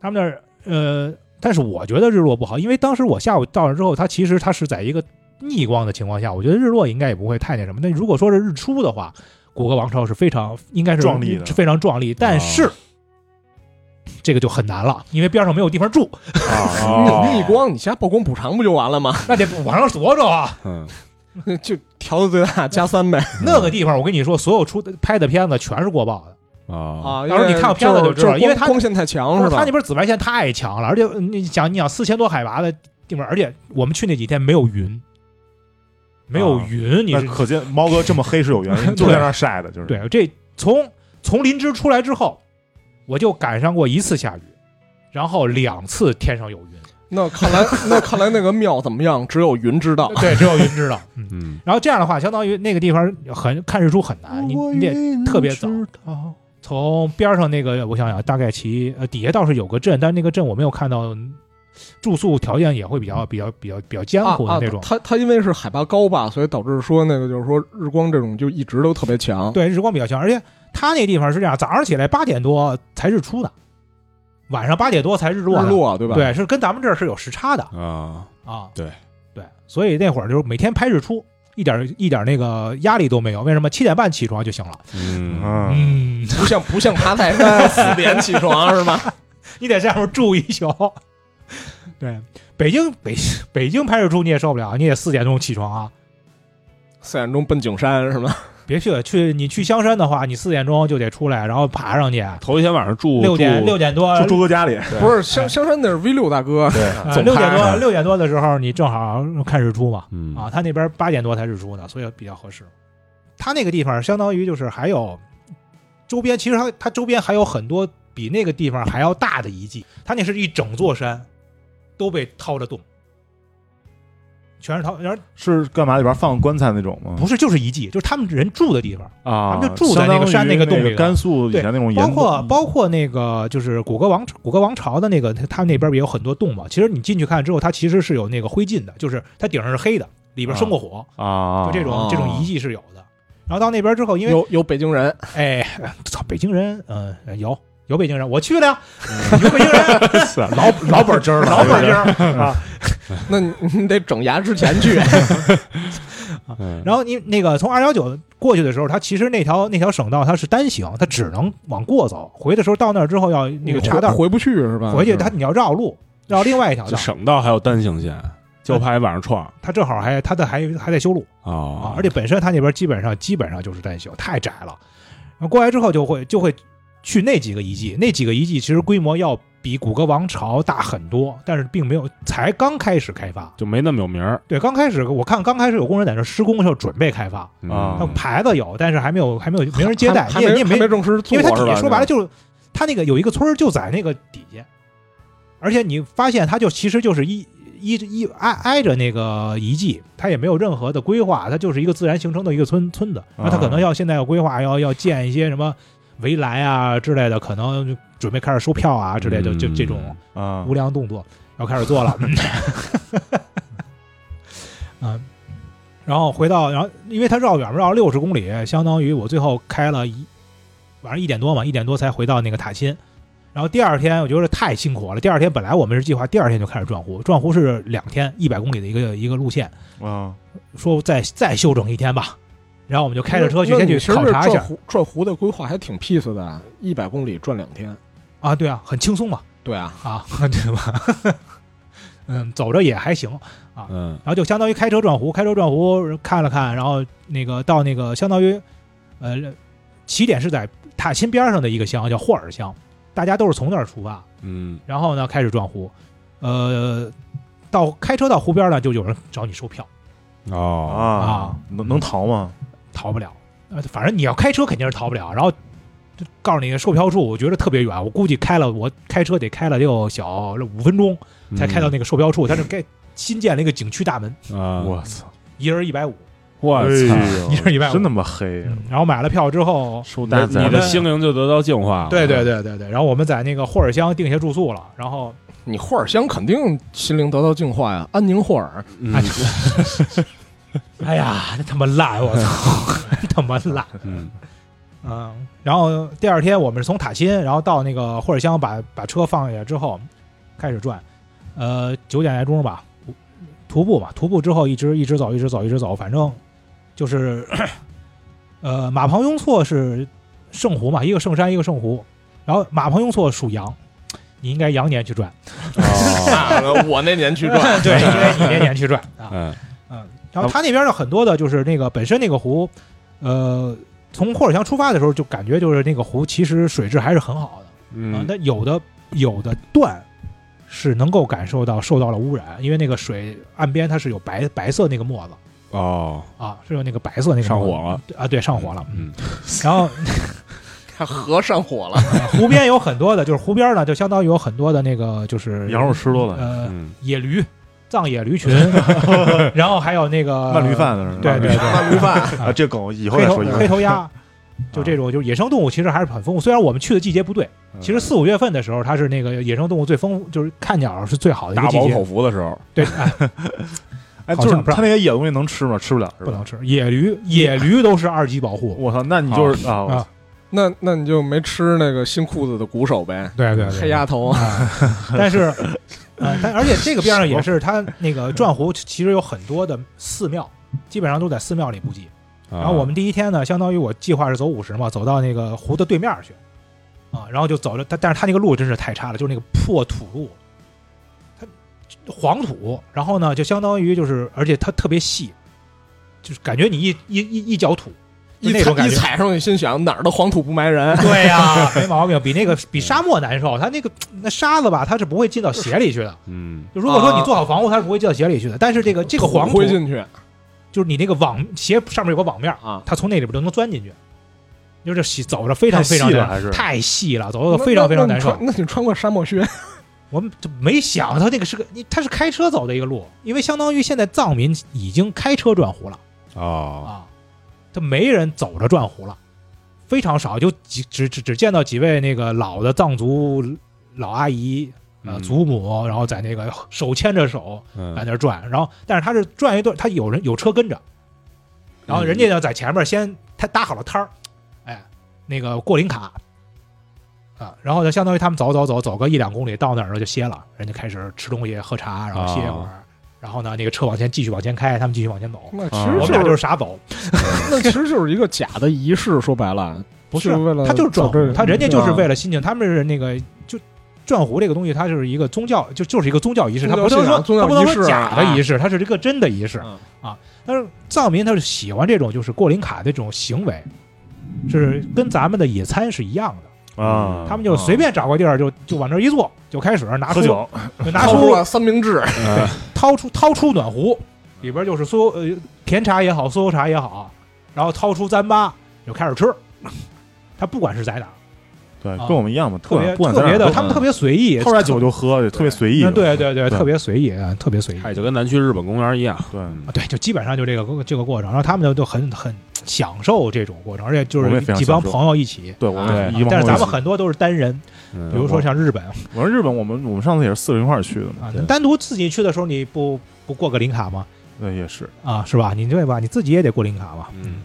Speaker 1: 他们那儿呃，但是我觉得日落不好，因为当时我下午到那之后，它其实它是在一个逆光的情况下，我觉得日落应该也不会太那什么。但如果说是日出的话，古格王朝是非常应该是
Speaker 2: 壮丽的啊
Speaker 1: 非常壮丽，但是。这个就很难了，因为边上没有地方住，哦
Speaker 3: 啊
Speaker 4: 逆逆光， 你加曝光补偿不就完了吗？
Speaker 1: 那得往上琢磨啊。
Speaker 3: 嗯
Speaker 4: 就调到最大加三呗。
Speaker 1: 那个地方，我跟你说，所有出的拍的片子全是过曝的，
Speaker 3: 啊
Speaker 4: 啊，
Speaker 1: 哦到时候你看过片子就知道
Speaker 4: 是
Speaker 1: 因为它
Speaker 4: 光线太强
Speaker 1: 不
Speaker 4: 是
Speaker 1: 是
Speaker 4: 吧？
Speaker 1: 他那边紫外线太强了，而且呃你想，你想四千多海拔的地方，而且我们去那几天没有云，没有
Speaker 2: 啊
Speaker 1: 云，你
Speaker 2: 那
Speaker 1: 是
Speaker 2: 可见猫哥这么黑是有原 因，就是在那儿晒的，就是
Speaker 1: 对这从从林芝出来之后，我就赶上过一次下雨，然后两次天上有云，
Speaker 4: 那看来，那看来那个庙怎么样，只有云 知道。
Speaker 1: 对，只有云知道。嗯，
Speaker 3: 嗯
Speaker 1: 然后这样的话，相当于那个地方很看日出很难，你你得特别早从边上那个，我想想，大概其呃底下倒是有个镇，但是那个镇我没有看到，嗯住宿条件也会比较比较比较比较艰
Speaker 4: 啊
Speaker 1: 苦的
Speaker 4: 啊
Speaker 1: 那种。！
Speaker 4: 它它因为是海拔高吧，所以导致说那个就是说日光这种就一直都特别强。
Speaker 1: 对，日光比较强，而且它那地方是这样，早上起来八点多才日出呢，晚上八点多才日落
Speaker 4: 日
Speaker 1: 呢。
Speaker 4: 落对吧？
Speaker 1: 对，是跟咱们这儿是有时差的
Speaker 3: 啊，
Speaker 1: 啊。
Speaker 3: 对
Speaker 1: 对，所以那会儿就是每天拍日出，一点一点那个压力都没有。为什么？七点半起床就行了。
Speaker 3: 嗯
Speaker 2: 嗯，
Speaker 1: 嗯，
Speaker 4: 不像不像爬泰 山四点起床是吧？
Speaker 1: 你得在上面住一宿。对，北京北北京拍日出你也受不了，你也四点钟起床啊。
Speaker 4: 四点钟奔景山是吗？
Speaker 1: 别去去你去香山的话，你四点钟就得出来，然后爬上去，
Speaker 3: 头一天晚上住
Speaker 1: 六点
Speaker 3: 住
Speaker 1: 六点多
Speaker 2: 就。住哥家里，
Speaker 3: 对
Speaker 4: 不是香香山那是 V 六大哥，
Speaker 2: 对，
Speaker 1: 啊
Speaker 2: 总
Speaker 1: 六
Speaker 2: 拍
Speaker 1: 点
Speaker 2: 啊
Speaker 1: 多，六点多的时候，你正好看日出嘛，
Speaker 3: 嗯
Speaker 1: 啊，他那边八点多才日出呢，所以比较合适。他那个地方相当于就是还有周边，其实它它周边还有很多比那个地方还要大的遗迹，它那是一整座山都被掏着洞，全是掏，然后
Speaker 2: 是干嘛里边放棺材那种吗？
Speaker 1: 不是就是遗迹，就是他们人住的地方，
Speaker 2: 啊，
Speaker 1: 他们就住在那个山
Speaker 2: 相当于那
Speaker 1: 那个洞里了
Speaker 2: 甘肃以前那种
Speaker 1: 包
Speaker 2: 岩
Speaker 1: 括
Speaker 2: 洞，
Speaker 1: 包括那个就是古哥王古哥王朝的那个，它它那边也有很多洞嘛。其实你进去看之后，它其实是有那个灰烬的，就是它顶上是黑的，里边生过火，
Speaker 2: 啊，
Speaker 1: 就这种
Speaker 4: 哦
Speaker 1: 这种遗迹是有的。然后到那边之后，因为
Speaker 4: 有有北京人，
Speaker 1: 哎，操，北京人，嗯、有有北京人，我去了呀，有北京人，
Speaker 2: 老老本真儿了，
Speaker 1: 老北京
Speaker 2: 儿。
Speaker 1: 人。
Speaker 4: 那你 你得整牙之前 去。
Speaker 3: 嗯
Speaker 1: 然后你那个从二幺九过去的时候，它其实那条那条省道它是单行，它只能往过走。回的时候到那儿之后要那个查道
Speaker 4: 回，回不去是吧？嗯
Speaker 1: 回去
Speaker 4: 是
Speaker 1: 它你要绕路，绕另外一条
Speaker 3: 就
Speaker 1: 道。
Speaker 3: 省道还有单行线，
Speaker 1: 嗯
Speaker 3: 就怕晚上撞
Speaker 1: 它正好还它的还还在修路啊
Speaker 3: 啊，，
Speaker 1: 而且本身它那边基本上基本上就是单行，太窄了。然后过来之后就会就会去那几个遗迹，那几个遗迹其实规模要比古哥王朝大很多，但是并没有才刚开始开发。
Speaker 3: 就没那么有名儿
Speaker 1: 对，刚开始我看刚开始有工人在那施工的时候准备开发，
Speaker 2: 啊
Speaker 1: 那牌子嗯有，但是还没有还没有没人接待，
Speaker 4: 嗯还
Speaker 1: 你也
Speaker 4: 还
Speaker 1: 你也
Speaker 4: 没
Speaker 1: 没
Speaker 4: 还，正式
Speaker 1: 因
Speaker 4: 做
Speaker 1: 为它底下
Speaker 4: 是吧
Speaker 1: 说白了就是它那个有一个村儿就在那个底下，而且你发现它就其实就是一。一一挨挨着那个遗迹，它也没有任何的规划，它就是一个自然形成的一个村村子。那它可
Speaker 4: 啊
Speaker 1: 能要现在要规划，要要建一些什么围栏啊之类的，可能就准备开始收票啊之类的，就就这种
Speaker 2: 啊
Speaker 1: 无良动作要开始做 了。 嗯，然后回到，然后因为它绕远嘛，绕六十公里，相当于我最后开了一晚上一点多嘛，一点多才回到那个塔钦。然后第二天我觉得太辛苦了，第二天本来我们是计划第二天就开始转湖，转湖是两天一百公里的一个一个路线，
Speaker 2: 啊，
Speaker 1: 说再再休整一天吧。然后我们就开着车去
Speaker 4: 那
Speaker 1: 先
Speaker 4: 你
Speaker 1: 去
Speaker 4: 其实
Speaker 1: 考
Speaker 4: 这
Speaker 1: 察一
Speaker 4: 转
Speaker 1: 下
Speaker 4: 湖转湖的规划还挺 peace 的，啊一百公里转两天。
Speaker 1: 啊，对啊，很轻松嘛
Speaker 4: 对啊，
Speaker 1: 啊， 对吧？嗯，走着也还行，
Speaker 3: 嗯
Speaker 1: 然后就相当于开车转湖，开车转湖看了看，然后那个到那个相当于，呃，起点是在塔钦边上的一个乡叫霍尔乡，大家都是从那儿出发，
Speaker 3: 嗯
Speaker 1: 然后呢开始转湖，呃，到开车到湖边呢，就有人找你收票，
Speaker 3: 哦
Speaker 2: 啊
Speaker 1: 啊，
Speaker 2: 能能逃吗？
Speaker 1: 逃不了，呃，反正你要开车肯定是逃不了，然后。就告诉你售票处，我觉得特别远，我估计开了我开车得开了得有小五分钟才
Speaker 3: 嗯
Speaker 1: 开到那个售票处，它是该新建了一个景区大门，
Speaker 3: 那啊，
Speaker 2: 我操！
Speaker 1: 一人一百五，
Speaker 3: 我
Speaker 2: 哎
Speaker 3: 操！
Speaker 4: 哦
Speaker 2: 呦
Speaker 1: 一人一百五
Speaker 2: 真他妈黑啊！
Speaker 1: 嗯然后买了票之后，
Speaker 2: 收啊大
Speaker 3: 你
Speaker 2: 咱
Speaker 3: 你的
Speaker 2: 们
Speaker 3: 心灵就得到净化了。
Speaker 1: 对对对对对，然后我们在那个霍尔乡定下住宿了，然后
Speaker 4: 你霍尔乡肯定心灵得到净化呀，安宁霍尔。
Speaker 3: 嗯，
Speaker 1: 哎 哎呀，那他妈烂，我操，他妈烂，
Speaker 3: 嗯
Speaker 1: 嗯，然后第二天我们是从塔钦，然后到那个霍尔乡把把车放下之后，开始转，呃，九点来钟吧，徒步嘛，徒步之后一直一直走，一直走，一直走，反正就是， 呃，马旁雍错是圣湖嘛，一个圣山，一个圣湖，然后马旁雍错属羊，你应该羊年去转，，
Speaker 4: 我哦那年去
Speaker 1: 对，因为你那年去转啊。
Speaker 3: 嗯
Speaker 1: 嗯，然后他那边的很多的就是那个本身那个湖，呃，从霍尔乡出发的时候就感觉就是那个湖其实水质还是很好的啊、
Speaker 3: 嗯，
Speaker 1: 但有的有的段是能够感受到受到了污染，因为那个水岸边它是有白白色那个沫子
Speaker 3: 哦，
Speaker 1: 啊，是有那个白色那个
Speaker 3: 上
Speaker 1: 沫子
Speaker 3: 火了，
Speaker 1: 啊，对，上火了。
Speaker 3: 嗯
Speaker 1: 然后
Speaker 4: 河上火了。
Speaker 1: 湖边有很多的，就是湖边呢就相当于有很多的那个就是
Speaker 2: 羊肉吃多了，
Speaker 1: 呃
Speaker 3: 嗯，
Speaker 1: 野驴、藏野驴群，然后还有那 个
Speaker 2: 呃慢驴贩子是吧？
Speaker 1: 对对对
Speaker 4: 鳗鱼饭，
Speaker 2: 啊，这梗以后
Speaker 1: 黑
Speaker 2: 再
Speaker 1: 头
Speaker 2: 说。以啊后
Speaker 1: 黑头鸭，就这种就是野生动物，其实还是很丰富。虽然我们去的季节不对，其
Speaker 2: 嗯
Speaker 1: 实四五月份的时候，它是那个野生动物最丰富，就是看鸟是最好的一
Speaker 3: 大
Speaker 1: 个季
Speaker 3: 饱
Speaker 1: 节
Speaker 3: 口。福的时候，
Speaker 1: 对， 哎
Speaker 2: 哎，
Speaker 1: 好
Speaker 2: 就是
Speaker 1: 像不
Speaker 2: 他那些野东西能吃吗？吃不了是
Speaker 1: 不能
Speaker 2: 吧？
Speaker 1: 吃野驴，野驴都是二级保护。
Speaker 2: 我操，那你就是啊，
Speaker 1: 啊
Speaker 4: 那那你就没吃那个新裤子的鼓手呗，
Speaker 1: 对对
Speaker 4: 黑丫头。
Speaker 1: 啊但是，呃，但而且这个边上也 是，它那个转湖其实有很多的寺庙，基本上都在寺庙里布祭。
Speaker 3: 然
Speaker 1: 然后我们第一天呢，相当于我计划是走五十嘛，走到那个湖的对面去，啊，然后就走着，但但是它那个路真是太差了，就是那个破土路，它黄土，然后呢就相当于就是，而且它特别细，就是感觉你一一一一脚土，就
Speaker 4: 啊一
Speaker 1: 那种
Speaker 4: 踩
Speaker 1: 感
Speaker 4: 一
Speaker 1: 觉。
Speaker 4: 踩上去，心想哪儿的黄土不埋 人，
Speaker 1: 对呀、没毛病，比那个比沙漠难受。它那个那沙子吧，它是不会进到鞋里去的。
Speaker 3: 嗯，
Speaker 1: 就如果说
Speaker 4: 啊
Speaker 1: 你做好防护，它是不会进到鞋里去的。但是这个这个黄土
Speaker 4: 灰，进去
Speaker 1: 就是你那个网鞋上面有个网面，
Speaker 4: 啊，
Speaker 1: 它从那里边就能钻进去。就是洗走着非常
Speaker 2: 太细
Speaker 1: 非常
Speaker 2: 了
Speaker 1: 难
Speaker 2: 还是
Speaker 1: 太细了，走的非常非常难受
Speaker 4: 那。那你穿那你穿过沙漠靴？
Speaker 1: 我们就没想到那个是个，你他是开车走的一个路，因为相当于现在藏民已经开车转湖了
Speaker 3: 哦，
Speaker 1: 啊，他没人走着转湖了，非常少，就几只只只见到几位那个老的藏族老阿姨呃
Speaker 3: 嗯
Speaker 1: 祖母，然后在那个手牵着手在
Speaker 3: 嗯
Speaker 1: 那儿转，然后但是他是转一段，他有人有车跟着，然后人
Speaker 3: 嗯
Speaker 1: 家要在前面先他搭好了摊儿，哎，那个过林卡啊，然后就相当于他们走走走走个一两公里，到那儿了就歇了，人家开始吃东西喝茶，然后
Speaker 3: 啊
Speaker 1: 歇一会儿，然后呢那个车往前继续往前开，他们继续往前走，
Speaker 4: 那其
Speaker 3: 啊
Speaker 1: 我
Speaker 4: 实
Speaker 1: 们俩就
Speaker 4: 就
Speaker 1: 是是傻走，
Speaker 4: 那其实就是一个假的仪式，说白了
Speaker 1: 不是
Speaker 4: 就为了
Speaker 1: 他就是转
Speaker 4: 走这
Speaker 1: 湖，他人家就是
Speaker 4: 对啊
Speaker 1: 为了心情，他们是那个就。转湖这个东西，它就是一个宗教，就就是一个宗教仪式，它
Speaker 4: 宗教
Speaker 1: 不能说
Speaker 4: 信仰宗
Speaker 1: 它
Speaker 4: 教
Speaker 1: 不能说
Speaker 4: 仪式
Speaker 1: 假
Speaker 4: 啊
Speaker 1: 的仪式，它是一个真的仪式。
Speaker 4: 嗯
Speaker 1: 但是藏民他是喜欢这种就是过林卡的这种行为，是跟咱们的野餐是一样的。
Speaker 2: 啊，
Speaker 4: 嗯
Speaker 1: 他们就随便找个地儿就就往这儿一坐，就开始拿
Speaker 2: 喝
Speaker 1: 出
Speaker 2: 酒，
Speaker 1: 就拿
Speaker 4: 拿
Speaker 1: 出
Speaker 4: 出了三明治，
Speaker 1: 掏出掏出暖壶，里边就是酥呃甜茶也好，酥油茶也好，然后掏出糌粑就开始吃。他不管是在哪儿，
Speaker 2: 对，
Speaker 1: 啊
Speaker 2: 跟我们一样嘛，
Speaker 1: 特别
Speaker 2: 不管
Speaker 1: 特别的，
Speaker 2: 在哪儿
Speaker 1: 他们特别随意，
Speaker 2: 都掏出来酒就喝，也特别随意
Speaker 1: 嗯。对对对，
Speaker 2: 对
Speaker 1: 特别随意，嗯特别随意。
Speaker 3: 嗨，就跟咱去日本公园一样，
Speaker 2: 对，
Speaker 1: 啊，对，就基本上就这个这个过程，然后他们就就很很享受这种过程，而且就
Speaker 2: 我们
Speaker 1: 是
Speaker 2: 也非常
Speaker 1: 几帮
Speaker 2: 享受啊
Speaker 1: 朋友一起，
Speaker 2: 对，我们
Speaker 3: 对
Speaker 2: 以往
Speaker 1: 啊但是咱们
Speaker 2: 我
Speaker 1: 很多都是单人，
Speaker 3: 嗯
Speaker 1: 比如说像日本啊，
Speaker 2: 我说日本，我们我们上次也是四个人一块儿去的嘛，
Speaker 1: 单独自己去的时候你不不过个零卡吗？
Speaker 2: 对，也是
Speaker 1: 啊，是吧？你对吧？你自己也得过零卡吧？
Speaker 3: 嗯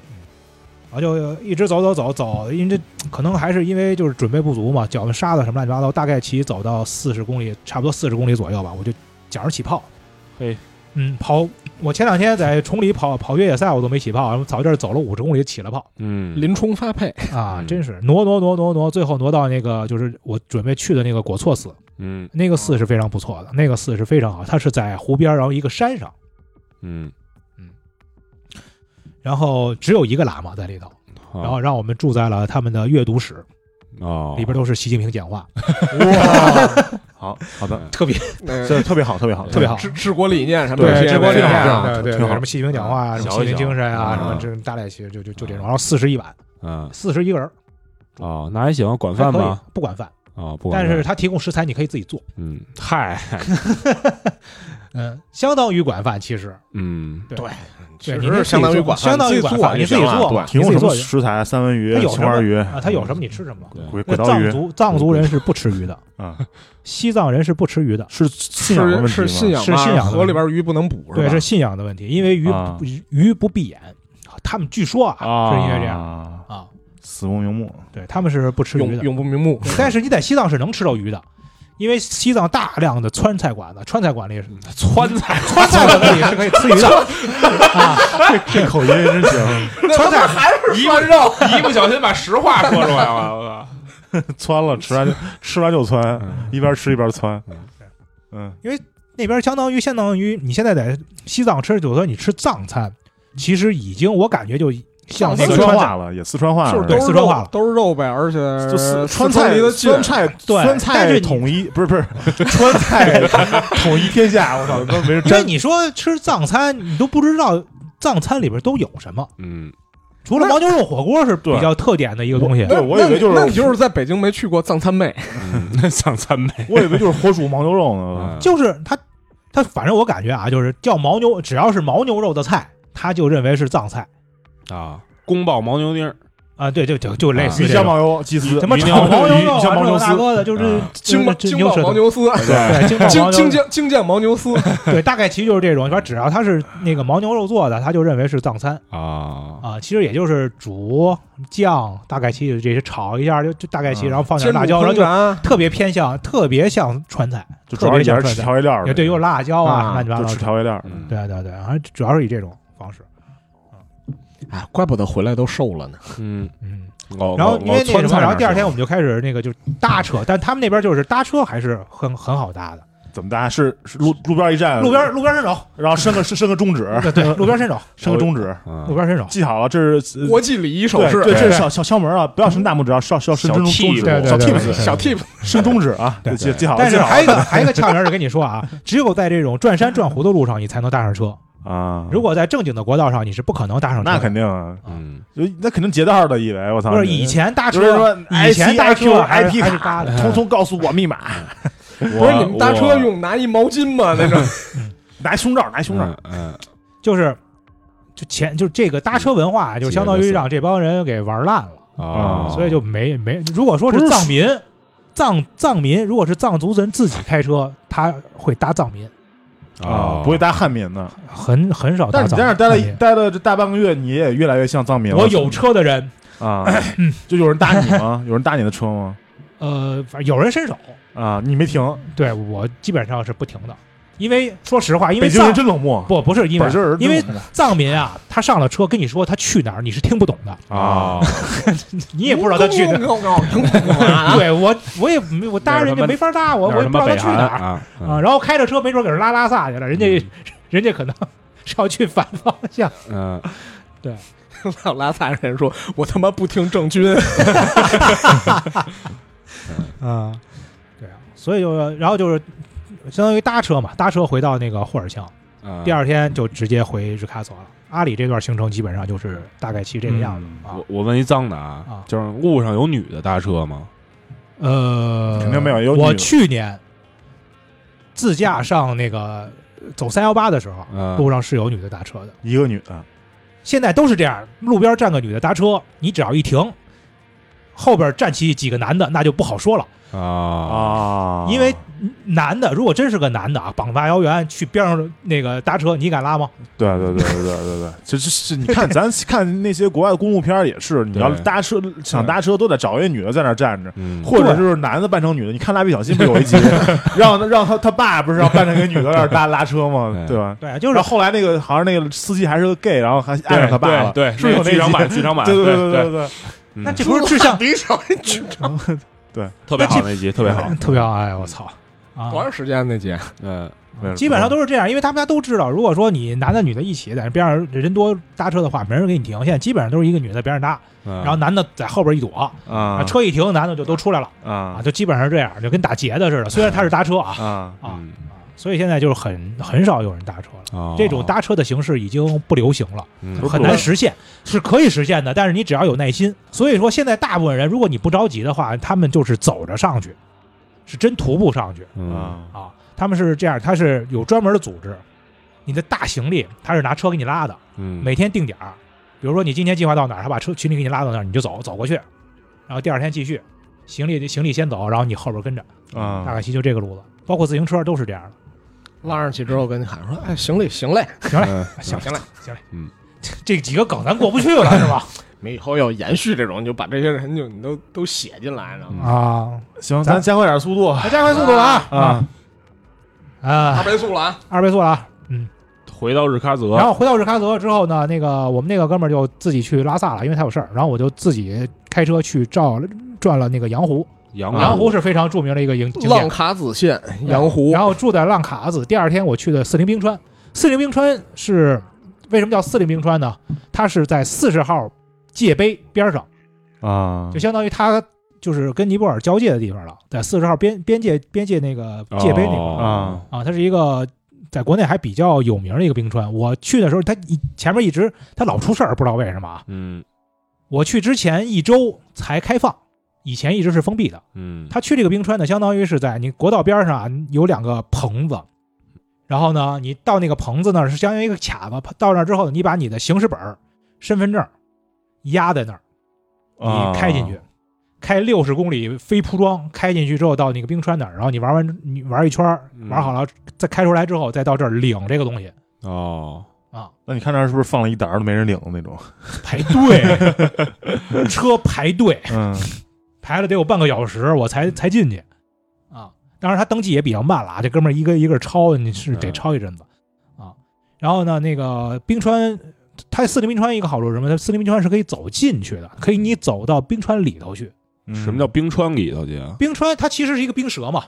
Speaker 1: 然后就一直走走走走，因为这可能还是因为就是准备不足嘛，脚上沙子什么乱七八糟，大概骑走到四十公里，差不多四十公里左右吧，我就脚上起泡。
Speaker 3: 嘿，
Speaker 1: 嗯，跑我前两天在崇礼跑跑越野赛，我都没起泡，然后草地儿走了五十公里起了泡。
Speaker 3: 嗯，
Speaker 4: 林冲发配，
Speaker 1: 啊，
Speaker 3: 嗯
Speaker 1: 真是挪挪挪挪挪，最后挪到那个就是我准备去的那个果措寺，
Speaker 3: 嗯
Speaker 1: 那个寺是非常不错的，那个寺是非常好，它是在湖边儿，然后一个山上，
Speaker 3: 嗯，
Speaker 1: 然后只有一个喇嘛在里头，
Speaker 3: 好
Speaker 1: 然后让我们住在了他们的阅读室，
Speaker 3: 啊哦
Speaker 1: 里边都是习近平讲话，
Speaker 4: 哇，
Speaker 2: 好好的，
Speaker 1: 特别
Speaker 4: 那
Speaker 1: 呃
Speaker 2: 这特别好，特别好，
Speaker 1: 特别好
Speaker 4: 治治国理念什么
Speaker 2: 对
Speaker 4: 这些，
Speaker 1: 啊治国理
Speaker 2: 挺
Speaker 1: 念
Speaker 2: 好
Speaker 1: 啊，
Speaker 2: 挺好
Speaker 1: 对对
Speaker 2: 挺
Speaker 1: 对，
Speaker 2: 好
Speaker 1: 什么习近平讲话啊，什么习近平精神啊，
Speaker 3: 想一
Speaker 1: 什
Speaker 3: 想
Speaker 1: 么这大类些，就就就这种，然后四十一晚，
Speaker 3: 嗯
Speaker 1: 四十一个人，
Speaker 3: 哦，那还行，管
Speaker 1: 还
Speaker 3: 饭
Speaker 1: 可以
Speaker 3: 吗？？
Speaker 1: 不管饭，
Speaker 3: 啊，不管
Speaker 1: 但
Speaker 3: 饭，
Speaker 1: 是他提供食材，你可以自己做，
Speaker 3: 嗯，嗨，
Speaker 1: 嗯，相当于管饭其实，
Speaker 3: 嗯，
Speaker 1: 对
Speaker 4: 其
Speaker 1: 对你
Speaker 4: 实
Speaker 1: 那
Speaker 4: 相当于管饭，
Speaker 1: 相当于管饭
Speaker 4: 你
Speaker 1: 你
Speaker 4: 自
Speaker 1: 自己
Speaker 4: 己做
Speaker 1: 做
Speaker 4: 啊
Speaker 1: 嘛
Speaker 2: 提供什
Speaker 1: 你自己做
Speaker 2: 么食材啊？三文鱼
Speaker 1: 他、有什
Speaker 2: 青花
Speaker 1: 么
Speaker 2: 鱼嗯
Speaker 1: 啊？他有什么你吃什么？
Speaker 3: 对
Speaker 2: 鬼
Speaker 1: 那
Speaker 2: 鬼刀
Speaker 1: 藏
Speaker 2: 鱼
Speaker 1: 族藏族人是不吃鱼的，
Speaker 2: 啊，
Speaker 1: 西藏人是不吃鱼的，
Speaker 2: 是信仰的问题
Speaker 4: 是
Speaker 2: 吗？
Speaker 4: 是信仰吧，
Speaker 1: 是信仰的
Speaker 4: 河里边鱼不能捕，
Speaker 1: 对，
Speaker 4: 吧
Speaker 1: 是？信仰的问题，因为鱼
Speaker 2: 啊
Speaker 1: 不鱼不闭眼，他们据说啊
Speaker 2: 啊，
Speaker 1: 是因为这样啊，
Speaker 2: 死不瞑目，
Speaker 1: 对他们是不吃鱼
Speaker 4: 永
Speaker 1: 的，
Speaker 4: 永不瞑目，
Speaker 1: 对但是你在西藏是能吃到鱼的。因为西藏大量的川菜馆子，川菜馆
Speaker 2: 嗯
Speaker 1: 里是川菜 川菜馆里是可以吃鱼的啊，
Speaker 2: 这口音真行，
Speaker 1: 川菜
Speaker 3: 一不肉， 一不小心把实话说出来了，
Speaker 2: 窜了，吃 完就吃完就窜，
Speaker 1: 嗯
Speaker 2: 一边吃一边窜，嗯，
Speaker 1: 那边相当于相当于你现在在西藏吃，有时候你吃藏餐，其实已经我感觉就像那
Speaker 2: 四
Speaker 1: 个
Speaker 2: 川
Speaker 1: 川菜，
Speaker 2: 话了，也四川话
Speaker 4: 就是
Speaker 2: 了，
Speaker 4: 都
Speaker 1: 对
Speaker 4: 是
Speaker 1: 四川
Speaker 4: 肉
Speaker 1: 话了
Speaker 4: 都是肉呗，而且
Speaker 2: 就是
Speaker 4: 川
Speaker 2: 川菜
Speaker 4: 离得近
Speaker 2: 川，菜
Speaker 1: 对
Speaker 2: 川
Speaker 1: 但是
Speaker 2: 菜
Speaker 1: 你
Speaker 2: 统一，不 是不是川菜统一天下，我操，都没人
Speaker 1: 因为
Speaker 2: 沾。
Speaker 1: 你说吃藏餐，你都不知道藏餐里边都有什么，
Speaker 3: 嗯，
Speaker 1: 除了牦牛肉火锅是比较特点的一个东西
Speaker 2: 对，我以为就是
Speaker 4: 那你就是在北京没去过藏餐 妹，
Speaker 3: 那想三妹，
Speaker 2: 我以为就是火煮牦牛肉呢，
Speaker 3: 嗯
Speaker 1: 就是它它反正我感觉啊，就是叫牦牛，只要是牦牛肉的菜，他就认为是藏菜
Speaker 3: 啊，宫爆牦牛丁儿，
Speaker 1: 啊，对，就就就类似
Speaker 2: 鱼
Speaker 1: 于这
Speaker 2: 香
Speaker 1: 种
Speaker 2: 牦牛鸡丝，
Speaker 1: 什么
Speaker 2: 鱼
Speaker 1: 炒牦牛肉
Speaker 2: 鱼
Speaker 1: 啊，
Speaker 2: 香牦
Speaker 1: 这
Speaker 2: 牛
Speaker 1: 个大
Speaker 2: 丝，
Speaker 1: 哥的，就是
Speaker 3: 啊
Speaker 1: 就是
Speaker 4: 京
Speaker 1: 这
Speaker 4: 京
Speaker 1: 牛
Speaker 4: 爆
Speaker 1: 舌
Speaker 4: 牦
Speaker 1: 头
Speaker 4: 牛丝，
Speaker 1: 对，
Speaker 3: 对，
Speaker 1: 京爆牦
Speaker 4: 京
Speaker 1: 牛
Speaker 4: 京酱京酱牦牛丝，
Speaker 1: 对，大概其就是这种，反正只要它是那个牦牛肉做的，他就认为是藏餐。
Speaker 3: 啊，
Speaker 1: 啊，其实也就是煮酱，大概其就是这些炒一下，就就大概其，
Speaker 2: 嗯
Speaker 1: 然后放点
Speaker 4: 煎
Speaker 1: 辣
Speaker 4: 煮
Speaker 1: 椒，然后
Speaker 4: 烹
Speaker 1: 就
Speaker 4: 炸
Speaker 1: 特别偏向，特别像川菜，
Speaker 2: 就
Speaker 1: 特
Speaker 2: 主要
Speaker 1: 别
Speaker 2: 也
Speaker 1: 像
Speaker 2: 是
Speaker 1: 川
Speaker 2: 吃
Speaker 1: 菜，
Speaker 2: 调味料儿的，
Speaker 1: 也对，有辣椒啊，
Speaker 4: 啊
Speaker 1: 乱七八
Speaker 2: 就
Speaker 1: 糟
Speaker 2: 吃
Speaker 1: 的。
Speaker 2: 调味料儿的。
Speaker 3: 嗯
Speaker 1: 对对对，反正主要是以这种方式。
Speaker 4: 哎，怪不得回来都瘦了呢。
Speaker 3: 嗯，
Speaker 1: 嗯，
Speaker 3: 老
Speaker 1: 然后因为那
Speaker 3: 川
Speaker 1: 什
Speaker 3: 菜
Speaker 1: 么，
Speaker 3: 那
Speaker 1: 然后第二
Speaker 3: 是
Speaker 1: 天我们就开始那个就搭车，但他们那边就是搭车还是很很好搭的，
Speaker 2: 怎么搭？是是路路边一站，
Speaker 1: 路边路边伸 手，
Speaker 2: 然后 伸个伸伸个中指，
Speaker 1: 对对，路边伸手，
Speaker 2: 伸个中指，
Speaker 3: 啊
Speaker 1: 路边 伸手，
Speaker 2: 记好了，这是呃
Speaker 4: 国际礼仪手
Speaker 2: 对
Speaker 4: 势，
Speaker 2: 对，
Speaker 1: 对
Speaker 2: 这是小小窍门啊，不要伸大拇指，要要要伸中中指，
Speaker 1: 对对
Speaker 2: 小
Speaker 1: 对
Speaker 2: tips，
Speaker 1: 对
Speaker 4: 小 tip
Speaker 2: 伸中指啊，
Speaker 1: 对
Speaker 2: 对记记好了，
Speaker 1: 但
Speaker 2: 记
Speaker 1: 是
Speaker 2: 好
Speaker 1: 还有一
Speaker 2: 了
Speaker 1: 个还有一个窍门是跟你说啊，只有在这种转山转湖的路上，你才能搭上车。
Speaker 2: 啊，
Speaker 1: 如果在正经的国道上，你是不可能搭上车的。
Speaker 2: 那肯定啊，
Speaker 3: 嗯，
Speaker 2: 就那肯定劫道的，以为我操，
Speaker 1: 不是以前搭
Speaker 2: 就是
Speaker 1: 车，
Speaker 2: 说哎
Speaker 1: 以前搭
Speaker 2: IQ
Speaker 1: 车还
Speaker 2: IP
Speaker 1: 还是搭
Speaker 2: 卡，
Speaker 1: 的
Speaker 2: 通通告诉我密码，
Speaker 4: 不
Speaker 3: 不
Speaker 4: 是你们搭
Speaker 3: 嗯
Speaker 4: 车用拿一毛巾吗？那种
Speaker 2: 拿胸罩，拿胸罩，
Speaker 3: 嗯嗯，
Speaker 1: 就是就前就这个搭车文化，啊就相当于让这帮人给玩烂了，
Speaker 3: 啊，
Speaker 2: 哦
Speaker 1: 所以就没没。如果说是藏民，藏藏民如果是藏族人自己开车，他会搭藏民，
Speaker 3: 啊
Speaker 2: 不会搭汉民的。
Speaker 1: 很很少搭
Speaker 2: 但是
Speaker 1: 藏民。
Speaker 2: 你在那儿待
Speaker 1: 藏
Speaker 2: 了
Speaker 1: 民
Speaker 2: 待了这大半个月，你也越来越像藏民了。
Speaker 1: 我有车的人，
Speaker 2: 啊，就有人搭 你吗？有人搭你的车吗？
Speaker 1: 呃，反正有人伸手，
Speaker 2: 啊，你没停，
Speaker 1: 对我基本上是不停的，因为说实话，因为
Speaker 2: 北京人
Speaker 1: 藏
Speaker 2: 真冷漠
Speaker 1: 不不是因为
Speaker 2: 本地人真
Speaker 1: 因为
Speaker 2: 冷漠
Speaker 1: 藏民啊，他上了车跟你说他去哪儿，你是听不懂的，
Speaker 3: 啊，
Speaker 1: 你也不知道他去哪儿。
Speaker 4: 啊
Speaker 1: 对我我也没我搭人家没法搭，我
Speaker 3: 那
Speaker 1: 我
Speaker 3: 是
Speaker 1: 也
Speaker 3: 他
Speaker 1: 不知道他
Speaker 3: 妈北
Speaker 1: 去
Speaker 3: 韩
Speaker 1: 哪儿
Speaker 3: 啊
Speaker 1: 啊。然后开着车没准给人拉拉萨去了，人家、 人家可能是要去反方向。
Speaker 3: 嗯，
Speaker 1: 啊
Speaker 4: 老拉萨人说：“我他妈不听郑 钧。
Speaker 1: 啊，对啊，所以就然后就是相当于搭车嘛，搭车回到那个霍尔乡，
Speaker 3: 嗯
Speaker 1: 第二天就直接回日喀则了。阿里这段行程基本上就是大概其这个样子、
Speaker 2: 嗯
Speaker 1: 啊
Speaker 3: 嗯我。我问一脏的
Speaker 1: 啊
Speaker 3: 啊，就是路上有女的搭车吗？
Speaker 1: 呃，
Speaker 2: 肯定没有有
Speaker 1: 我
Speaker 2: 女
Speaker 1: 去年自驾上那个走三幺八的时候，
Speaker 3: 嗯
Speaker 1: 路上是有女的搭车的。
Speaker 2: 一个女的，
Speaker 1: 现在都是这样，路边站个女的搭车，你只要一停，后边站起几个男的，那就不好说了。
Speaker 3: 啊
Speaker 2: 啊
Speaker 1: 因为男的如果真是个男的啊，膀大腰圆去边上那个搭车，你敢拉吗？
Speaker 2: 对对对对对对 对，这这是你看咱看那些国外的公路片儿也是，你要
Speaker 3: 对
Speaker 2: 搭车想搭车都得找一女的在那儿站着。
Speaker 3: 嗯，
Speaker 2: 或者就是男的扮成女的，你看《蜡笔小新》不有一 集，让让他他爸不是要扮成一个女的在那儿搭拉车吗？
Speaker 3: 对
Speaker 2: 对吧？
Speaker 1: 对啊，就是
Speaker 2: 然后后来那个好像那个司机还是个 gay，然后还爱上他爸了，
Speaker 3: 对，
Speaker 2: 是有那
Speaker 3: 剧场
Speaker 2: 集
Speaker 3: 版，剧场 版，
Speaker 2: 对
Speaker 3: 对
Speaker 2: 对对，对，
Speaker 3: 嗯
Speaker 1: 那这不是志 向”
Speaker 4: 李少人去
Speaker 3: 特别好那集，特别好，
Speaker 1: 特别好，哎，我操！啊
Speaker 4: 多，长时间那节？
Speaker 3: 嗯
Speaker 2: 对
Speaker 1: 基本上都是这样，因为他们家都知道，如果说你男的女的一起在边上人多搭车的话，没人给你停。现在基本上都是一个女的在边上搭，
Speaker 3: 嗯，
Speaker 1: 然后男的在后边一躲，
Speaker 2: 啊
Speaker 1: 啊，车一停，男的就都出来了啊，
Speaker 2: 啊
Speaker 1: 就基本上是这样，就跟打劫的似的。虽然他是搭车啊，
Speaker 2: 啊
Speaker 1: 啊
Speaker 3: 嗯
Speaker 1: 所以现在就是很很少有人搭车了。
Speaker 3: 哦
Speaker 1: 这种搭车的形式已经不流行了，
Speaker 3: 嗯
Speaker 2: 不是
Speaker 1: 很
Speaker 2: 不
Speaker 1: 难
Speaker 2: 是
Speaker 1: 实现，是可以实现的，但是你只要有耐心。所以说，现在大部分人，如果你不着急的话，他们就是走着上去，是真徒步上去
Speaker 3: 嗯
Speaker 2: 啊
Speaker 1: 啊。他们是这样，他是有专门的组织，你的大行李他是拿车给你拉的，
Speaker 3: 嗯，
Speaker 1: 每天定点儿，比如说你今天计划到哪儿，他把车群里给你拉到那儿，你就走走过去，然后第二天继续，行李行李先走，然后你后边跟着，大
Speaker 2: 啊！
Speaker 1: 概其就这个路子，包括自行车都是这样
Speaker 4: 拉上去之后跟你喊说：“哎，行嘞，行嘞，
Speaker 1: 的。行了，
Speaker 3: 嗯
Speaker 1: 行了，行了，行了，
Speaker 3: 嗯，
Speaker 1: 这几个梗咱过不去了是吧？
Speaker 4: 们以后要延续这种，你就把这些人就你都都写进来，然后
Speaker 3: 嗯
Speaker 1: 啊，
Speaker 2: 行，
Speaker 1: 咱
Speaker 2: 咱加快点速度
Speaker 1: 那加快速度了啊
Speaker 2: 啊！
Speaker 4: 二
Speaker 1: 啊，
Speaker 4: 倍速了啊！
Speaker 1: 二倍速了啊，嗯。
Speaker 3: 回到日喀则，
Speaker 1: 然后回到日喀则之后呢，那个我们那个哥们儿就自己去拉萨了，因为他有事儿，然后我就自己开车去照转了那个羊湖，
Speaker 3: 羊
Speaker 1: 羊湖
Speaker 3: 湖
Speaker 1: 是非常著名的一个景景
Speaker 4: 浪
Speaker 1: 点，
Speaker 4: 卡子县羊湖
Speaker 1: 然后住在浪卡子。第二天我去的四零冰川，四零冰川是为什么叫四零冰川呢？它是在四十号界碑边儿上，
Speaker 2: 啊
Speaker 1: 就相当于它就是跟尼泊尔交界的地方了，在四十号边边界边界那个界碑那块儿
Speaker 3: 啊
Speaker 2: 啊，
Speaker 1: 啊，它是一个在国内还比较有名的一个冰川。我去的时候，它一前面一直它老出事儿，不知道为什么啊。
Speaker 3: 嗯
Speaker 1: 我去之前一周才开放，以前一直是封闭的。
Speaker 3: 嗯，
Speaker 1: 他去这个冰川呢，相当于是在你国道边上啊，有两个棚子，然后呢，你到那个棚子那儿是相当于一个卡子，到那儿之后，你把你的行驶本儿、身份证儿压在那儿，
Speaker 2: 啊
Speaker 1: 你开进去，开六十公里非铺装，开进去之后到那个冰川那儿，然后你玩完你玩一圈儿，
Speaker 3: 嗯
Speaker 1: 玩好了再开出来之后，再到这儿领这个东西
Speaker 3: 哦，
Speaker 1: 啊，
Speaker 2: 那你看那儿是不是放了一沓儿都没人领的那种？
Speaker 1: 排队， 车排队，
Speaker 2: 嗯
Speaker 1: 排了得有半个小时，我才才进去啊。当然他登记也比较慢了啊，这哥们儿一个一个抄，你是得
Speaker 3: 嗯
Speaker 1: 抄一阵子啊。然后呢，那个冰川，它四零冰川一个好处是什么？它四零冰川是可以走进去的，可以你走到冰川里头去。
Speaker 2: 嗯
Speaker 3: 什么叫冰川里头去啊？
Speaker 1: 冰川它其实是一个冰舌嘛，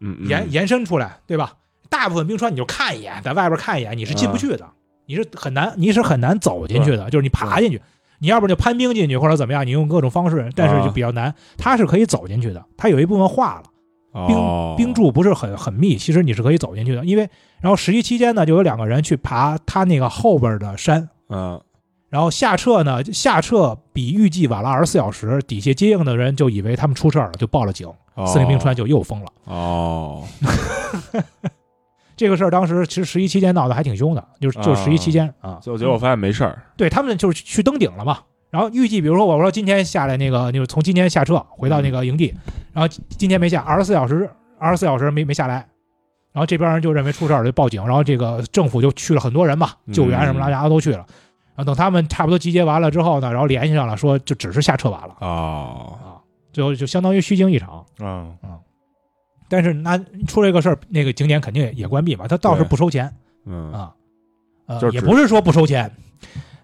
Speaker 3: 嗯，嗯
Speaker 1: 延延伸出来，对吧？大部分冰川你就看一眼，在外边看一眼，你是
Speaker 3: 啊
Speaker 1: 进不去的，你是很难，你是很难走进去的，就是你爬进去，你要不然就攀冰进去或者怎么样，你用各种方式，但是
Speaker 3: 啊
Speaker 1: 就比较难。它是可以走进去的，它有一部分化了，
Speaker 3: 哦
Speaker 1: 冰柱不是很很密，其实你是可以走进去的。因为然后十一期间呢，就有两个人去爬它那个后边的山，
Speaker 3: 嗯
Speaker 1: 然后下撤呢，下撤比预计晚了二十四小时，底下接应的人就以为他们出事儿了，就报了警，
Speaker 3: 哦
Speaker 1: 四林冰川就又封了。
Speaker 3: 哦，
Speaker 1: 这个事儿当时其实十一期间闹得还挺凶的，就是就
Speaker 3: 啊
Speaker 1: 十一期间啊，
Speaker 3: 结果结果我发现没事儿，
Speaker 1: 对他们就是去登顶了嘛。然后预计，比如说我说今天下来那个，就是从今天下撤回到那个营地，
Speaker 3: 嗯
Speaker 1: 然后今天没下，二十四小时二十四小时没没下来，然后这边人就认为出事儿了就报警，然后这个政府就去了很多人嘛，
Speaker 3: 嗯
Speaker 1: 救援什么的大家都去了。然后等他们差不多集结完了之后呢，然后联系上了，说就只是下撤完了
Speaker 3: 哦，
Speaker 1: 啊，最后就相当于虚惊一场。
Speaker 2: 嗯，
Speaker 1: 但是那出了这个事儿，那个景点肯定也也关闭嘛，他倒是
Speaker 3: 对
Speaker 1: 不收钱，
Speaker 3: 嗯
Speaker 1: 啊，呃，
Speaker 3: 就是
Speaker 1: 也
Speaker 3: 只
Speaker 1: 不是说不收钱。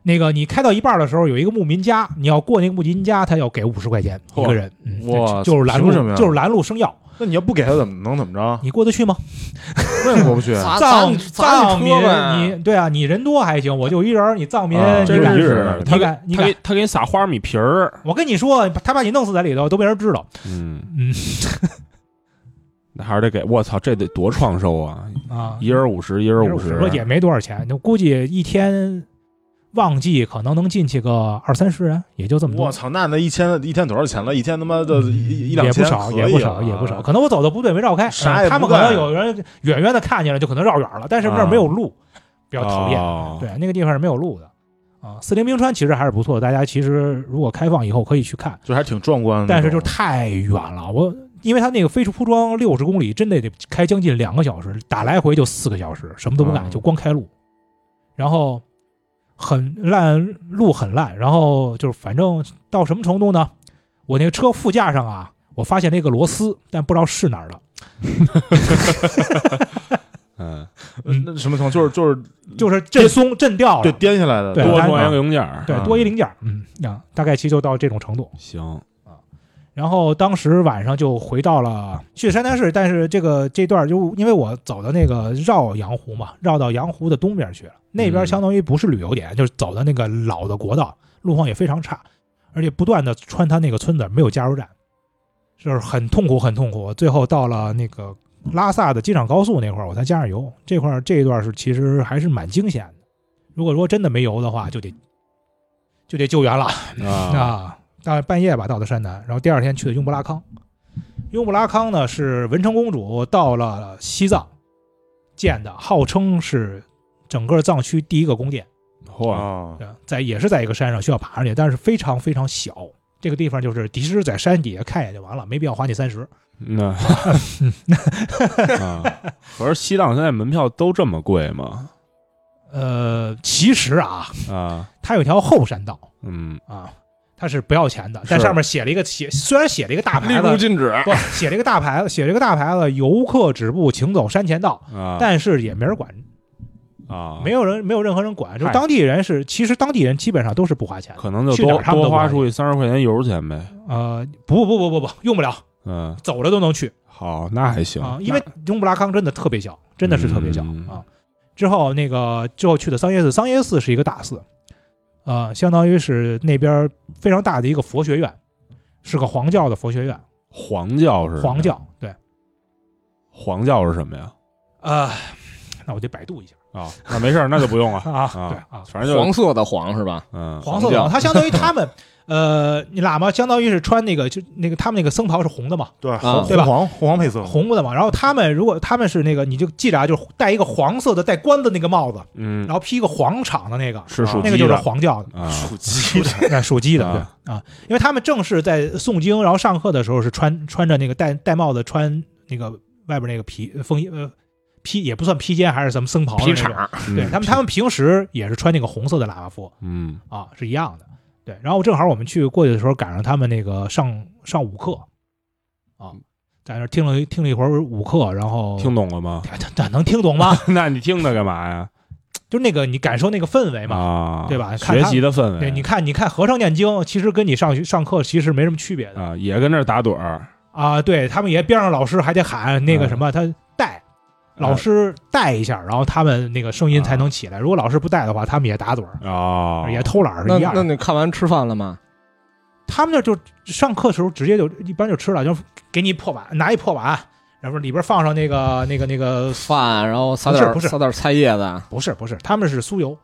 Speaker 1: 那个你开到一半的时候，有一个牧民家，你要过那个牧民家，他要给五十块钱一个人。嗯
Speaker 2: 哇
Speaker 1: 就是拦路
Speaker 2: 凭什么，呀
Speaker 1: 就是拦路生药，
Speaker 2: 那你要不给他怎么能怎么着？
Speaker 1: 你过得去吗？
Speaker 2: 那我
Speaker 1: 啊
Speaker 2: 不去，
Speaker 4: 砸砸
Speaker 1: 藏
Speaker 4: 你砸
Speaker 1: 藏
Speaker 4: 你
Speaker 1: 民
Speaker 4: 啊车，呗！
Speaker 1: 你对啊，你人多还行，我就一人儿，你藏民，
Speaker 2: 啊
Speaker 1: 你
Speaker 2: 真
Speaker 1: 敢？
Speaker 2: 是
Speaker 1: 你
Speaker 3: 他给
Speaker 1: 敢？你
Speaker 3: 他给
Speaker 1: 敢？
Speaker 3: 他给你撒花米皮儿，
Speaker 1: 我跟你说，他把你弄死在里头，都没人知道。
Speaker 3: 嗯，
Speaker 1: 嗯
Speaker 3: 那还是得给我操，这得多创收啊！
Speaker 1: 啊，
Speaker 3: 一人五十，一人五
Speaker 1: 说也没多少钱，就估计一天旺季可能能进去个二三十人，也就这么多嗯
Speaker 2: 我。操，那那一天一天多少钱了？一天他妈的一一两
Speaker 1: 也不
Speaker 2: 千
Speaker 1: 少，
Speaker 2: 可
Speaker 1: 也不
Speaker 2: 以啊
Speaker 1: 少，
Speaker 2: 了
Speaker 1: 也不少。。可能我走的不对，没绕开。嗯
Speaker 2: 啥也
Speaker 1: 他
Speaker 2: 不
Speaker 1: 们可能
Speaker 2: 干啊
Speaker 1: 有人远远的看见了，就可能绕远了，但是那儿没有路，比较讨厌。
Speaker 3: 厌
Speaker 1: 对，那个地方是没有路的。啊，四灵冰川其实还是不错，大家其实如果开放以后可以去看，
Speaker 2: 就还挺壮观的，
Speaker 1: 但是就是太远了。我因为它那个飞出铺装六十公里，真的得开将近两个小时，打来回就四个小时，什么都不干，
Speaker 2: 嗯
Speaker 1: 就光开路，然后很烂，路很烂，然后就是反正到什么程度呢？我那个车副驾上啊，我发现了一个螺丝，但不知道是哪儿的，
Speaker 3: 嗯，
Speaker 1: 嗯
Speaker 2: 呃那什么情况？就是就是
Speaker 1: 就是震松震掉了，
Speaker 2: 对颠下来的，
Speaker 1: 对
Speaker 3: 多
Speaker 1: 但
Speaker 3: 创
Speaker 2: 是
Speaker 3: 一个零件儿，
Speaker 1: 对
Speaker 2: 嗯
Speaker 1: 多一零件儿，嗯啊，大概其实就到这种程度。
Speaker 3: 行，
Speaker 1: 然后当时晚上就回到了去山南市，但是这个这段就因为我走的那个绕阳湖嘛，绕到阳湖的东边去了，那边
Speaker 3: 嗯
Speaker 1: 相当于不是旅游点，就是走的那个老的国道，路况也非常差，而且不断的穿它那个村子，没有加油站，就是很痛苦，很痛苦。最后到了那个拉萨的机场高速那块儿，我才加上油。这块儿这一段是其实还是蛮惊险的，如果说真的没油的话，就得就得救援了。
Speaker 3: 啊
Speaker 1: 啊，大概半夜吧到的山南，然后第二天去的雍布拉康。雍布拉康呢是文成公主到了西藏建的，号称是整个藏区第一个宫殿，
Speaker 3: 嚯，
Speaker 2: 啊，
Speaker 1: 对在也是在一个山上需要爬上去，但是非常非常小。这个地方就是，其实在山底下看一眼就完了，没必要花你三十。
Speaker 3: 那啊，可是西藏现在门票都这么贵吗？
Speaker 1: 呃，其实啊，
Speaker 3: 啊，
Speaker 1: 它有条后山道
Speaker 3: 嗯，
Speaker 1: 啊，它是不要钱的，但
Speaker 3: 是
Speaker 1: 上面写了一个写，虽然写了一个大
Speaker 4: 立
Speaker 1: 牌
Speaker 4: 入
Speaker 1: 子，
Speaker 4: 禁止，
Speaker 1: 不写了一个大牌子，写了一个大牌子，游客止步，请走山前道。
Speaker 3: 啊，
Speaker 1: 但是也没人管，
Speaker 3: 啊，
Speaker 1: 没有人没有任何人管，就
Speaker 3: 嗨
Speaker 1: 当地人是，其实当地人基本上都是不花钱的，
Speaker 3: 可能就
Speaker 1: 去哪
Speaker 3: 多
Speaker 1: 儿他们
Speaker 3: 多
Speaker 1: 都不
Speaker 3: 花
Speaker 1: 愿意
Speaker 3: 出去三十块钱油钱呗。
Speaker 1: 呃，不不不不不，用不了，
Speaker 3: 嗯，
Speaker 1: 走着都能去
Speaker 3: 好，那还行
Speaker 1: 啊，因为雍布拉康真的特别小，真的是特别小
Speaker 3: 嗯
Speaker 1: 啊。之后那个之后去的桑耶寺，桑耶寺是一个大寺，呃，相当于是那边非常大的一个佛学院，是个黄教的佛学院，
Speaker 3: 黄教是什么
Speaker 1: 黄，教对，
Speaker 3: 黄教是什么呀？
Speaker 1: 呃，那我得百度一下
Speaker 3: 啊，那没事儿，那就不用了。
Speaker 1: 啊，
Speaker 3: 啊
Speaker 1: 对啊，
Speaker 3: 反正就
Speaker 4: 黄色的黄是吧？
Speaker 3: 嗯，
Speaker 1: 黄色的，
Speaker 4: 教
Speaker 1: 它相当于他们。呃，你喇嘛相当于是穿那个，就那个他们那个僧袍是红的嘛，
Speaker 2: 对，
Speaker 4: 啊
Speaker 2: 红
Speaker 1: 对吧
Speaker 2: 红黄红黄配色，
Speaker 1: 红的嘛。然后他们如果他们是那个，你就记着啊，就是戴一个黄色的带冠的那个帽子，
Speaker 3: 嗯
Speaker 1: 然，后披一个黄氅的那个，
Speaker 3: 是属
Speaker 1: 那
Speaker 3: 鸡
Speaker 1: 个就是
Speaker 3: 的
Speaker 1: 黄 教的，
Speaker 3: 啊，
Speaker 2: 属鸡的，
Speaker 1: 那属鸡的
Speaker 3: 啊
Speaker 1: 对啊，因为他们正式在诵经，然后上课的时候是穿穿着那个戴戴帽子，穿那个外边那个皮风衣呃披也不算披肩，还是什么僧袍的
Speaker 4: 皮
Speaker 1: 那种。
Speaker 4: 叉，
Speaker 1: 对他们，他们平时也是穿那个红色的喇嘛服
Speaker 3: 嗯
Speaker 1: 啊，是一样的。对，然后正好我们去过去的时候赶上他们那个上上午课啊，在那儿听了一听了一会儿午课，然后
Speaker 3: 嗯，听懂 了吗？
Speaker 1: 他他能听懂吗？
Speaker 3: 那你听它干嘛呀？
Speaker 1: 就是那个你感受那个氛围嘛。
Speaker 3: 啊，
Speaker 1: 对吧看
Speaker 3: 学
Speaker 1: 他
Speaker 3: 习的氛围，啊
Speaker 1: 对，你看，你看和尚念经，其实跟你上学上课其实没什么区别的。
Speaker 3: 啊，也跟这儿打盹儿
Speaker 1: 啊，对他们也边上老师还得喊
Speaker 3: 啊
Speaker 1: 那个什么，他带老师带一下，然后他们那个声音才能起来。如果老师不带的话，他们也打盹儿，
Speaker 3: 啊，
Speaker 1: 也偷懒儿
Speaker 4: 那
Speaker 1: 是一样
Speaker 4: 那
Speaker 1: 的。
Speaker 4: 你看完吃饭了吗？
Speaker 1: 他们那就上课时候直接就一般就吃了，就给你破碗，拿一破碗，然后里边放上那个那个那个，
Speaker 4: 饭，然后撒
Speaker 1: 不是
Speaker 4: 点
Speaker 1: 不是
Speaker 4: 撒点菜叶子，啊
Speaker 1: 不是不是，他们是酥油，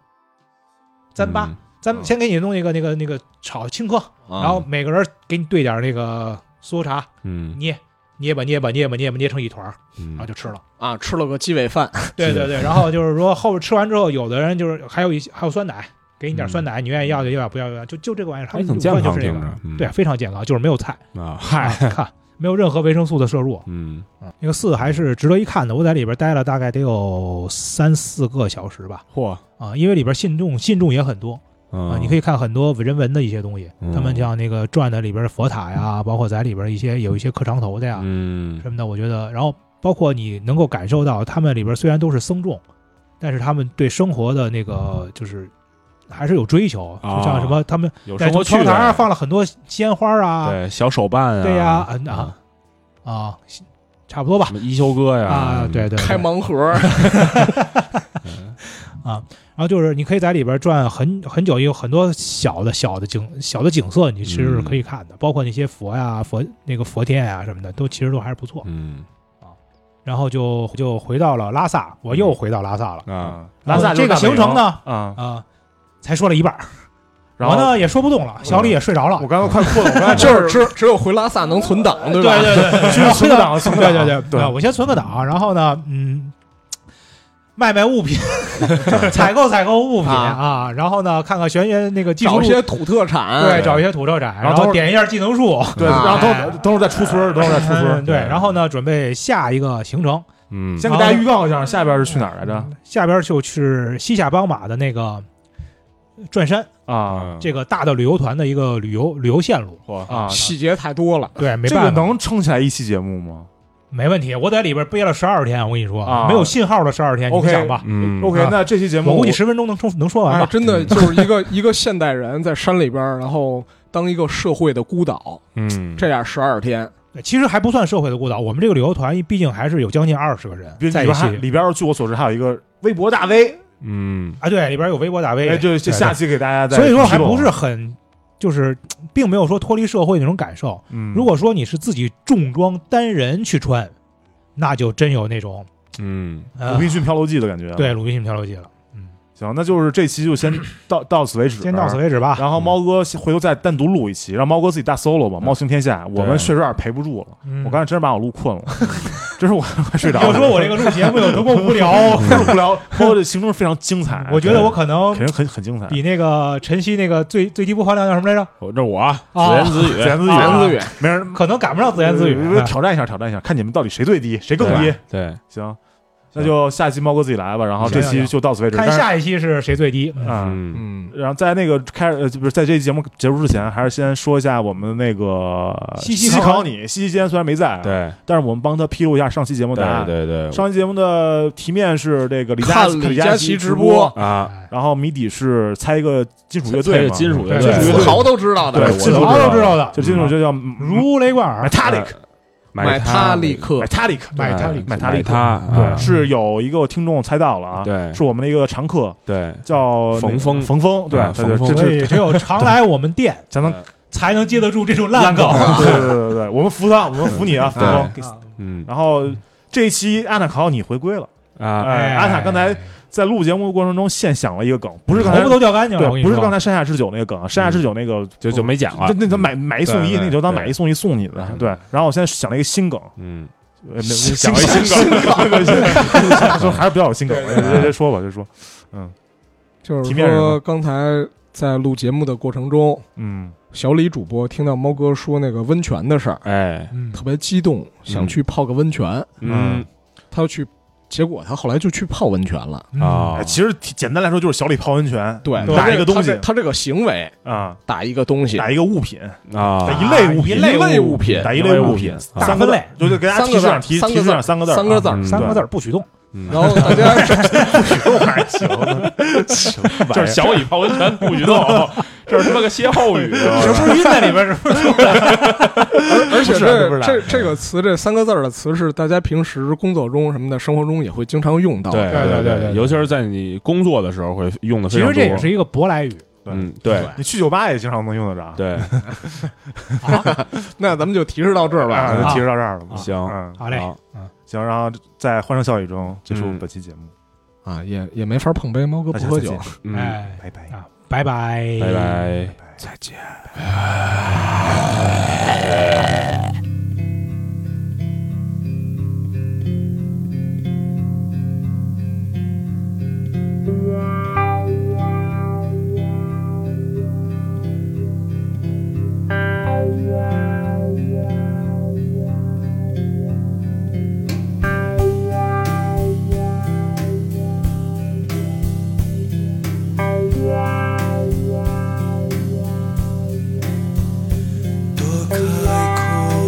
Speaker 1: 糌粑，咱
Speaker 4: 嗯
Speaker 1: 先给你弄一个那个那个炒青稞，
Speaker 4: 然
Speaker 1: 然后每个人给你兑点儿那个酥茶，
Speaker 3: 嗯，
Speaker 1: 捏捏吧捏吧捏吧捏吧捏成一团儿，
Speaker 3: 嗯
Speaker 1: 然后
Speaker 3: 嗯，
Speaker 1: 就吃 了。
Speaker 4: 啊吃了个鸡尾饭，
Speaker 1: 对
Speaker 3: 是
Speaker 1: 对对，然后就是说后边吃完之后，有的人就是还有一些还有酸奶，给你点酸奶，你愿意要就要，不要就要，就就这个玩意儿，他
Speaker 3: 嗯还
Speaker 1: 们
Speaker 3: 挺
Speaker 1: 就
Speaker 3: 健
Speaker 1: 就
Speaker 3: 康，
Speaker 1: 是这
Speaker 3: 听
Speaker 1: 个，
Speaker 3: 着，嗯
Speaker 1: 对，非常健康，就是没有菜，
Speaker 3: 啊，
Speaker 1: 啊
Speaker 3: 嗨，
Speaker 1: 看没有任何维生素的摄入。
Speaker 3: 嗯
Speaker 1: 那个四还是值得一看的，我在里边待了大概得有三四个小时吧，
Speaker 3: 嚯，
Speaker 1: 啊，因为里边信众信众也很多啊，
Speaker 3: 啊
Speaker 1: 你可以看很多人文的一些东西，
Speaker 3: 嗯
Speaker 1: 他们像那个转的里边的佛塔呀，包括在里边一些有一些磕长头的呀，
Speaker 3: 嗯
Speaker 1: 什么的，我觉得，然后包括你能够感受到，他们里边虽然都是僧众，但是他们对生活的那个就是还是有追求，
Speaker 3: 啊
Speaker 1: 就像什么他们
Speaker 3: 有
Speaker 1: 在
Speaker 3: 生活趣
Speaker 1: 窗台上
Speaker 3: 味，啊
Speaker 1: 放了很多鲜花啊，
Speaker 3: 对小手办啊，
Speaker 1: 对呀，嗯啊
Speaker 3: 啊，
Speaker 1: 啊，差不多吧
Speaker 3: 什，么一休哥呀，嗯
Speaker 1: 啊，对，对，对
Speaker 4: 开盲盒，
Speaker 1: 然后就是你可以在里边转很很久，也有很多小的小的景小的景色，你其实是可以看
Speaker 2: 嗯
Speaker 1: 的，包括那些佛呀、佛那个佛殿呀什么的，都其实都还是不错。
Speaker 3: 嗯
Speaker 1: 然后就就回到了拉萨，我又回到拉萨了。
Speaker 3: 啊，
Speaker 2: 嗯拉萨
Speaker 1: 这个
Speaker 2: 就是大
Speaker 1: 行
Speaker 2: 本营
Speaker 1: 程呢，
Speaker 2: 啊，
Speaker 1: 啊，才说了一半儿，
Speaker 2: 然后嗯
Speaker 1: 我呢也说不动了，小李也睡着了
Speaker 2: 我。刚才快困了， 我刚才
Speaker 4: 就是只只有回拉萨能存档，
Speaker 1: 对
Speaker 4: 对吧？
Speaker 1: 对 对，
Speaker 2: 去存个档存
Speaker 1: 对
Speaker 2: 个档
Speaker 1: 对对
Speaker 2: 对
Speaker 1: 啊我先存个档，然后呢，嗯，卖卖物品， 采购采购物品
Speaker 4: 啊
Speaker 1: 啊，然后呢，看看玄学那个技术
Speaker 4: 找一
Speaker 1: 路，
Speaker 4: 些土特产，
Speaker 1: 对，找一些土特产，
Speaker 2: 然后
Speaker 1: 然
Speaker 2: 等会
Speaker 1: 后
Speaker 2: 儿
Speaker 1: 点一下技能树，
Speaker 2: 对，
Speaker 4: 啊
Speaker 2: 然后等等会儿再出 村儿，等会儿再出村儿
Speaker 1: 嗯。对，然后呢，准备下一个行程，
Speaker 3: 嗯
Speaker 2: 先给大家预告一下，下边是去哪儿来着？
Speaker 1: 下边就去西夏邦马的那个转山
Speaker 2: 啊
Speaker 1: 这个大的旅游团的一个旅游旅游线路，
Speaker 3: 嚯
Speaker 2: 啊，
Speaker 4: 细节太多了，
Speaker 1: 对，没
Speaker 2: 这
Speaker 1: 办
Speaker 2: 个
Speaker 1: 法，
Speaker 2: 能撑起来一期节目吗
Speaker 1: 没问题，我在里边憋了十二天，我跟你说，
Speaker 2: 啊
Speaker 1: 没有信号的十二天，你
Speaker 2: OK
Speaker 1: 们想吧，
Speaker 3: 嗯
Speaker 2: ？OK，
Speaker 1: 啊
Speaker 2: 那这期节目
Speaker 1: 我估计十分钟能说能说完
Speaker 4: 哎，
Speaker 1: 吧。
Speaker 4: 真的就是一个一个现代人在山里边儿，然后当一个社会的孤岛，
Speaker 3: 嗯，
Speaker 4: 这样十二天，
Speaker 1: 其实还不算社会的孤岛，我们这个旅游团毕竟还是有将近二十个人
Speaker 2: 里
Speaker 1: 在
Speaker 2: 边
Speaker 1: 一
Speaker 2: 还
Speaker 1: 起
Speaker 2: 里边儿，据我所知还有一个微博大 V，
Speaker 3: 嗯
Speaker 1: 啊，对，里边有微博打微，
Speaker 2: 哎，就就
Speaker 1: 对
Speaker 2: 下期给大家再
Speaker 1: 所以说还
Speaker 2: 披露
Speaker 1: 不是很，就是并没有说脱离社会那种感受。
Speaker 2: 嗯
Speaker 1: 如果说你是自己重装单人去穿，那就真有那种
Speaker 3: 嗯
Speaker 1: 呃
Speaker 2: 鲁滨逊漂流记的感觉，，啊
Speaker 1: 对鲁滨逊漂流记了。嗯，
Speaker 2: 行，那就是这期 就先到到此为止，啊
Speaker 1: 先到此。为止吧。
Speaker 2: 然后猫哥回头再单独录一期，让猫哥自己大 solo 吧。猫行天下，我们确实有点陪不住了。
Speaker 1: 嗯
Speaker 2: 我刚才真是把我录 困了，真是我快睡着了。
Speaker 1: 要说我这个录节目有多么无 聊，
Speaker 2: 不是无聊，猫哥这行程非常精彩。
Speaker 1: 我觉得我可能
Speaker 2: 肯定很很精彩。
Speaker 1: 比那个晨曦那个最最低播放量叫什么来着？
Speaker 3: 我这我啊自
Speaker 1: 啊
Speaker 3: 言自
Speaker 2: 自
Speaker 3: 语，
Speaker 2: 言自语，
Speaker 1: 啊
Speaker 4: 言自语，
Speaker 2: 没人
Speaker 1: 可能赶不上自言自语。啊
Speaker 2: 呃挑战一下，挑战一下，看你们到底谁最低，谁更低
Speaker 3: 对。对，
Speaker 2: 行，那就下期猫哥自己来吧。然后这
Speaker 1: 行行行
Speaker 2: 期就到此为止。
Speaker 1: 看
Speaker 2: 但是
Speaker 1: 下一期是谁最低？嗯
Speaker 2: 啊，
Speaker 3: 嗯
Speaker 4: 嗯，
Speaker 2: 然后在那个开呃，就不是在这期节目结束之前，还是先说一下我们那个
Speaker 1: 西西
Speaker 2: 西
Speaker 1: 考
Speaker 2: 考你。西西今天虽然没在啊，
Speaker 3: 对
Speaker 2: 但是我们帮他披露一下上期节目答
Speaker 3: 对
Speaker 2: 案。
Speaker 3: 对对，
Speaker 2: 上期节目的题面是这个李佳
Speaker 4: 看李佳
Speaker 2: 佳
Speaker 4: 琦直
Speaker 2: 直
Speaker 4: 播，
Speaker 3: 啊，
Speaker 1: 哎
Speaker 2: 然后谜底是猜一个金属乐
Speaker 3: 猜
Speaker 2: 队
Speaker 3: 一
Speaker 2: 嘛，
Speaker 3: 个金属乐
Speaker 1: 对
Speaker 3: 队，
Speaker 2: 金属
Speaker 4: 土
Speaker 2: 乐队
Speaker 4: 豪都知道
Speaker 2: 对
Speaker 4: 的，
Speaker 3: 我
Speaker 2: 金
Speaker 3: 都
Speaker 2: 属
Speaker 1: 老
Speaker 2: 乐
Speaker 1: 早
Speaker 2: 队
Speaker 1: 就知道的，
Speaker 2: 就金属就叫
Speaker 1: 如雷贯耳，
Speaker 2: 嗯 Metallic
Speaker 4: 买他力
Speaker 1: 哎
Speaker 4: 克，
Speaker 2: Metallic
Speaker 1: 买他力
Speaker 2: 买
Speaker 3: 他
Speaker 2: 他力克
Speaker 3: 他，
Speaker 2: 对，
Speaker 3: 嗯啊
Speaker 2: 是有一个听众猜到了
Speaker 1: 嗯
Speaker 2: 啊，
Speaker 3: 对
Speaker 2: 是我们的一个常客
Speaker 3: 对，
Speaker 2: 叫那
Speaker 3: 冯
Speaker 2: 个
Speaker 3: 峰
Speaker 2: 冯峰，对
Speaker 3: 啊，
Speaker 2: 对对
Speaker 3: 冯峰
Speaker 2: 这
Speaker 1: 所
Speaker 2: 这
Speaker 1: 以只有常来我们店
Speaker 2: 咱能
Speaker 1: 才能接得住这种烂梗。
Speaker 2: 对对对对对，我们服他，我们服你 啊，冯峰。
Speaker 1: 啊
Speaker 3: 嗯
Speaker 2: 然后这一期阿塔考你回归了，
Speaker 3: 啊，
Speaker 2: 哎，阿塔刚才在录节目的过程中现想了一个梗，不是刚才
Speaker 1: 头发都掉干净了，我跟
Speaker 2: 对，
Speaker 1: 你
Speaker 2: 不
Speaker 1: 说
Speaker 2: 是刚才山下智久那个梗，啊山下智久那个
Speaker 3: 就就没讲了
Speaker 2: 那，那咱买买一送一，
Speaker 3: 对对
Speaker 2: 那你就当买
Speaker 3: 对
Speaker 2: 一送一送你的。对，然后我现在想了一个新梗，
Speaker 3: 嗯，
Speaker 2: 呃没新
Speaker 3: 想了一新梗
Speaker 2: 梗，对说还是比较有新梗，
Speaker 4: 对
Speaker 2: 直接说吧，就说，
Speaker 4: 就是
Speaker 2: 题面是什
Speaker 4: 说
Speaker 2: 么
Speaker 4: 刚才在录节目的过程中，
Speaker 2: 嗯，
Speaker 4: 小李主播听到猫哥说那个温泉的事儿，
Speaker 3: 哎，
Speaker 1: 嗯
Speaker 4: 特别激动，想去泡个温泉，
Speaker 3: 嗯
Speaker 4: 他要去，结果他后来就去泡温泉了。
Speaker 1: 嗯
Speaker 3: 啊
Speaker 2: 哎，其实挺简单来说就是小李泡温泉，
Speaker 4: 对，
Speaker 1: 对
Speaker 2: 打一个东
Speaker 4: 他
Speaker 2: 西
Speaker 4: 这他这个行为
Speaker 2: 啊，
Speaker 4: 打一个东西，
Speaker 2: 打一个物品，打
Speaker 3: 啊，
Speaker 2: 一类物
Speaker 1: 哎一
Speaker 2: 品，
Speaker 4: 类物品
Speaker 2: 打一类物
Speaker 3: 啊
Speaker 2: 品，
Speaker 1: 大
Speaker 2: 三
Speaker 1: 分
Speaker 2: 个
Speaker 1: 类，
Speaker 2: 字，就就给大家
Speaker 4: 三
Speaker 2: 提
Speaker 4: 个
Speaker 2: 示
Speaker 4: 字儿
Speaker 2: 上提
Speaker 4: 三
Speaker 2: 提
Speaker 4: 个
Speaker 2: 示
Speaker 4: 字儿
Speaker 2: 上三个字儿，
Speaker 4: 三个字儿
Speaker 3: 嗯
Speaker 1: 三个 字
Speaker 2: 对
Speaker 1: 儿不许动。
Speaker 3: 嗯
Speaker 4: 然后大家
Speaker 2: 这还行，
Speaker 3: 就是小雨泡温泉不许动，这是他妈个歇后语，
Speaker 2: 啊
Speaker 3: 啊
Speaker 1: 是不是晕在里边？是不是？
Speaker 4: 而且
Speaker 1: 不是不
Speaker 4: 这
Speaker 1: 是
Speaker 4: 这这个词这三个字儿的词是大家平时工作中什么的生活中也会经常用到的。
Speaker 3: 对
Speaker 1: 对对
Speaker 3: 对
Speaker 1: 对
Speaker 3: 尤其是在你工作的时候会用的
Speaker 1: 其
Speaker 3: 非
Speaker 1: 实
Speaker 3: 常多。
Speaker 1: 这也是一个舶来语
Speaker 3: 嗯，对
Speaker 2: 你去酒吧也经常能用得 着。
Speaker 3: 对，
Speaker 1: 啊。
Speaker 4: 那咱们就提示到这儿吧。
Speaker 2: 啊，
Speaker 1: 啊
Speaker 2: 提示到这儿了吧。
Speaker 3: 行
Speaker 2: 嗯，
Speaker 1: 好嘞，
Speaker 3: 好
Speaker 2: 行，然后在欢声笑语中结束本期节目，
Speaker 4: 啊，也也没法碰杯，猫哥不喝酒
Speaker 2: 大家。再见
Speaker 3: 嗯，
Speaker 1: 哎
Speaker 2: 拜拜。
Speaker 1: 啊，拜拜，
Speaker 3: 拜。拜。
Speaker 4: 再见。
Speaker 5: 多开阔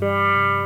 Speaker 5: Bye.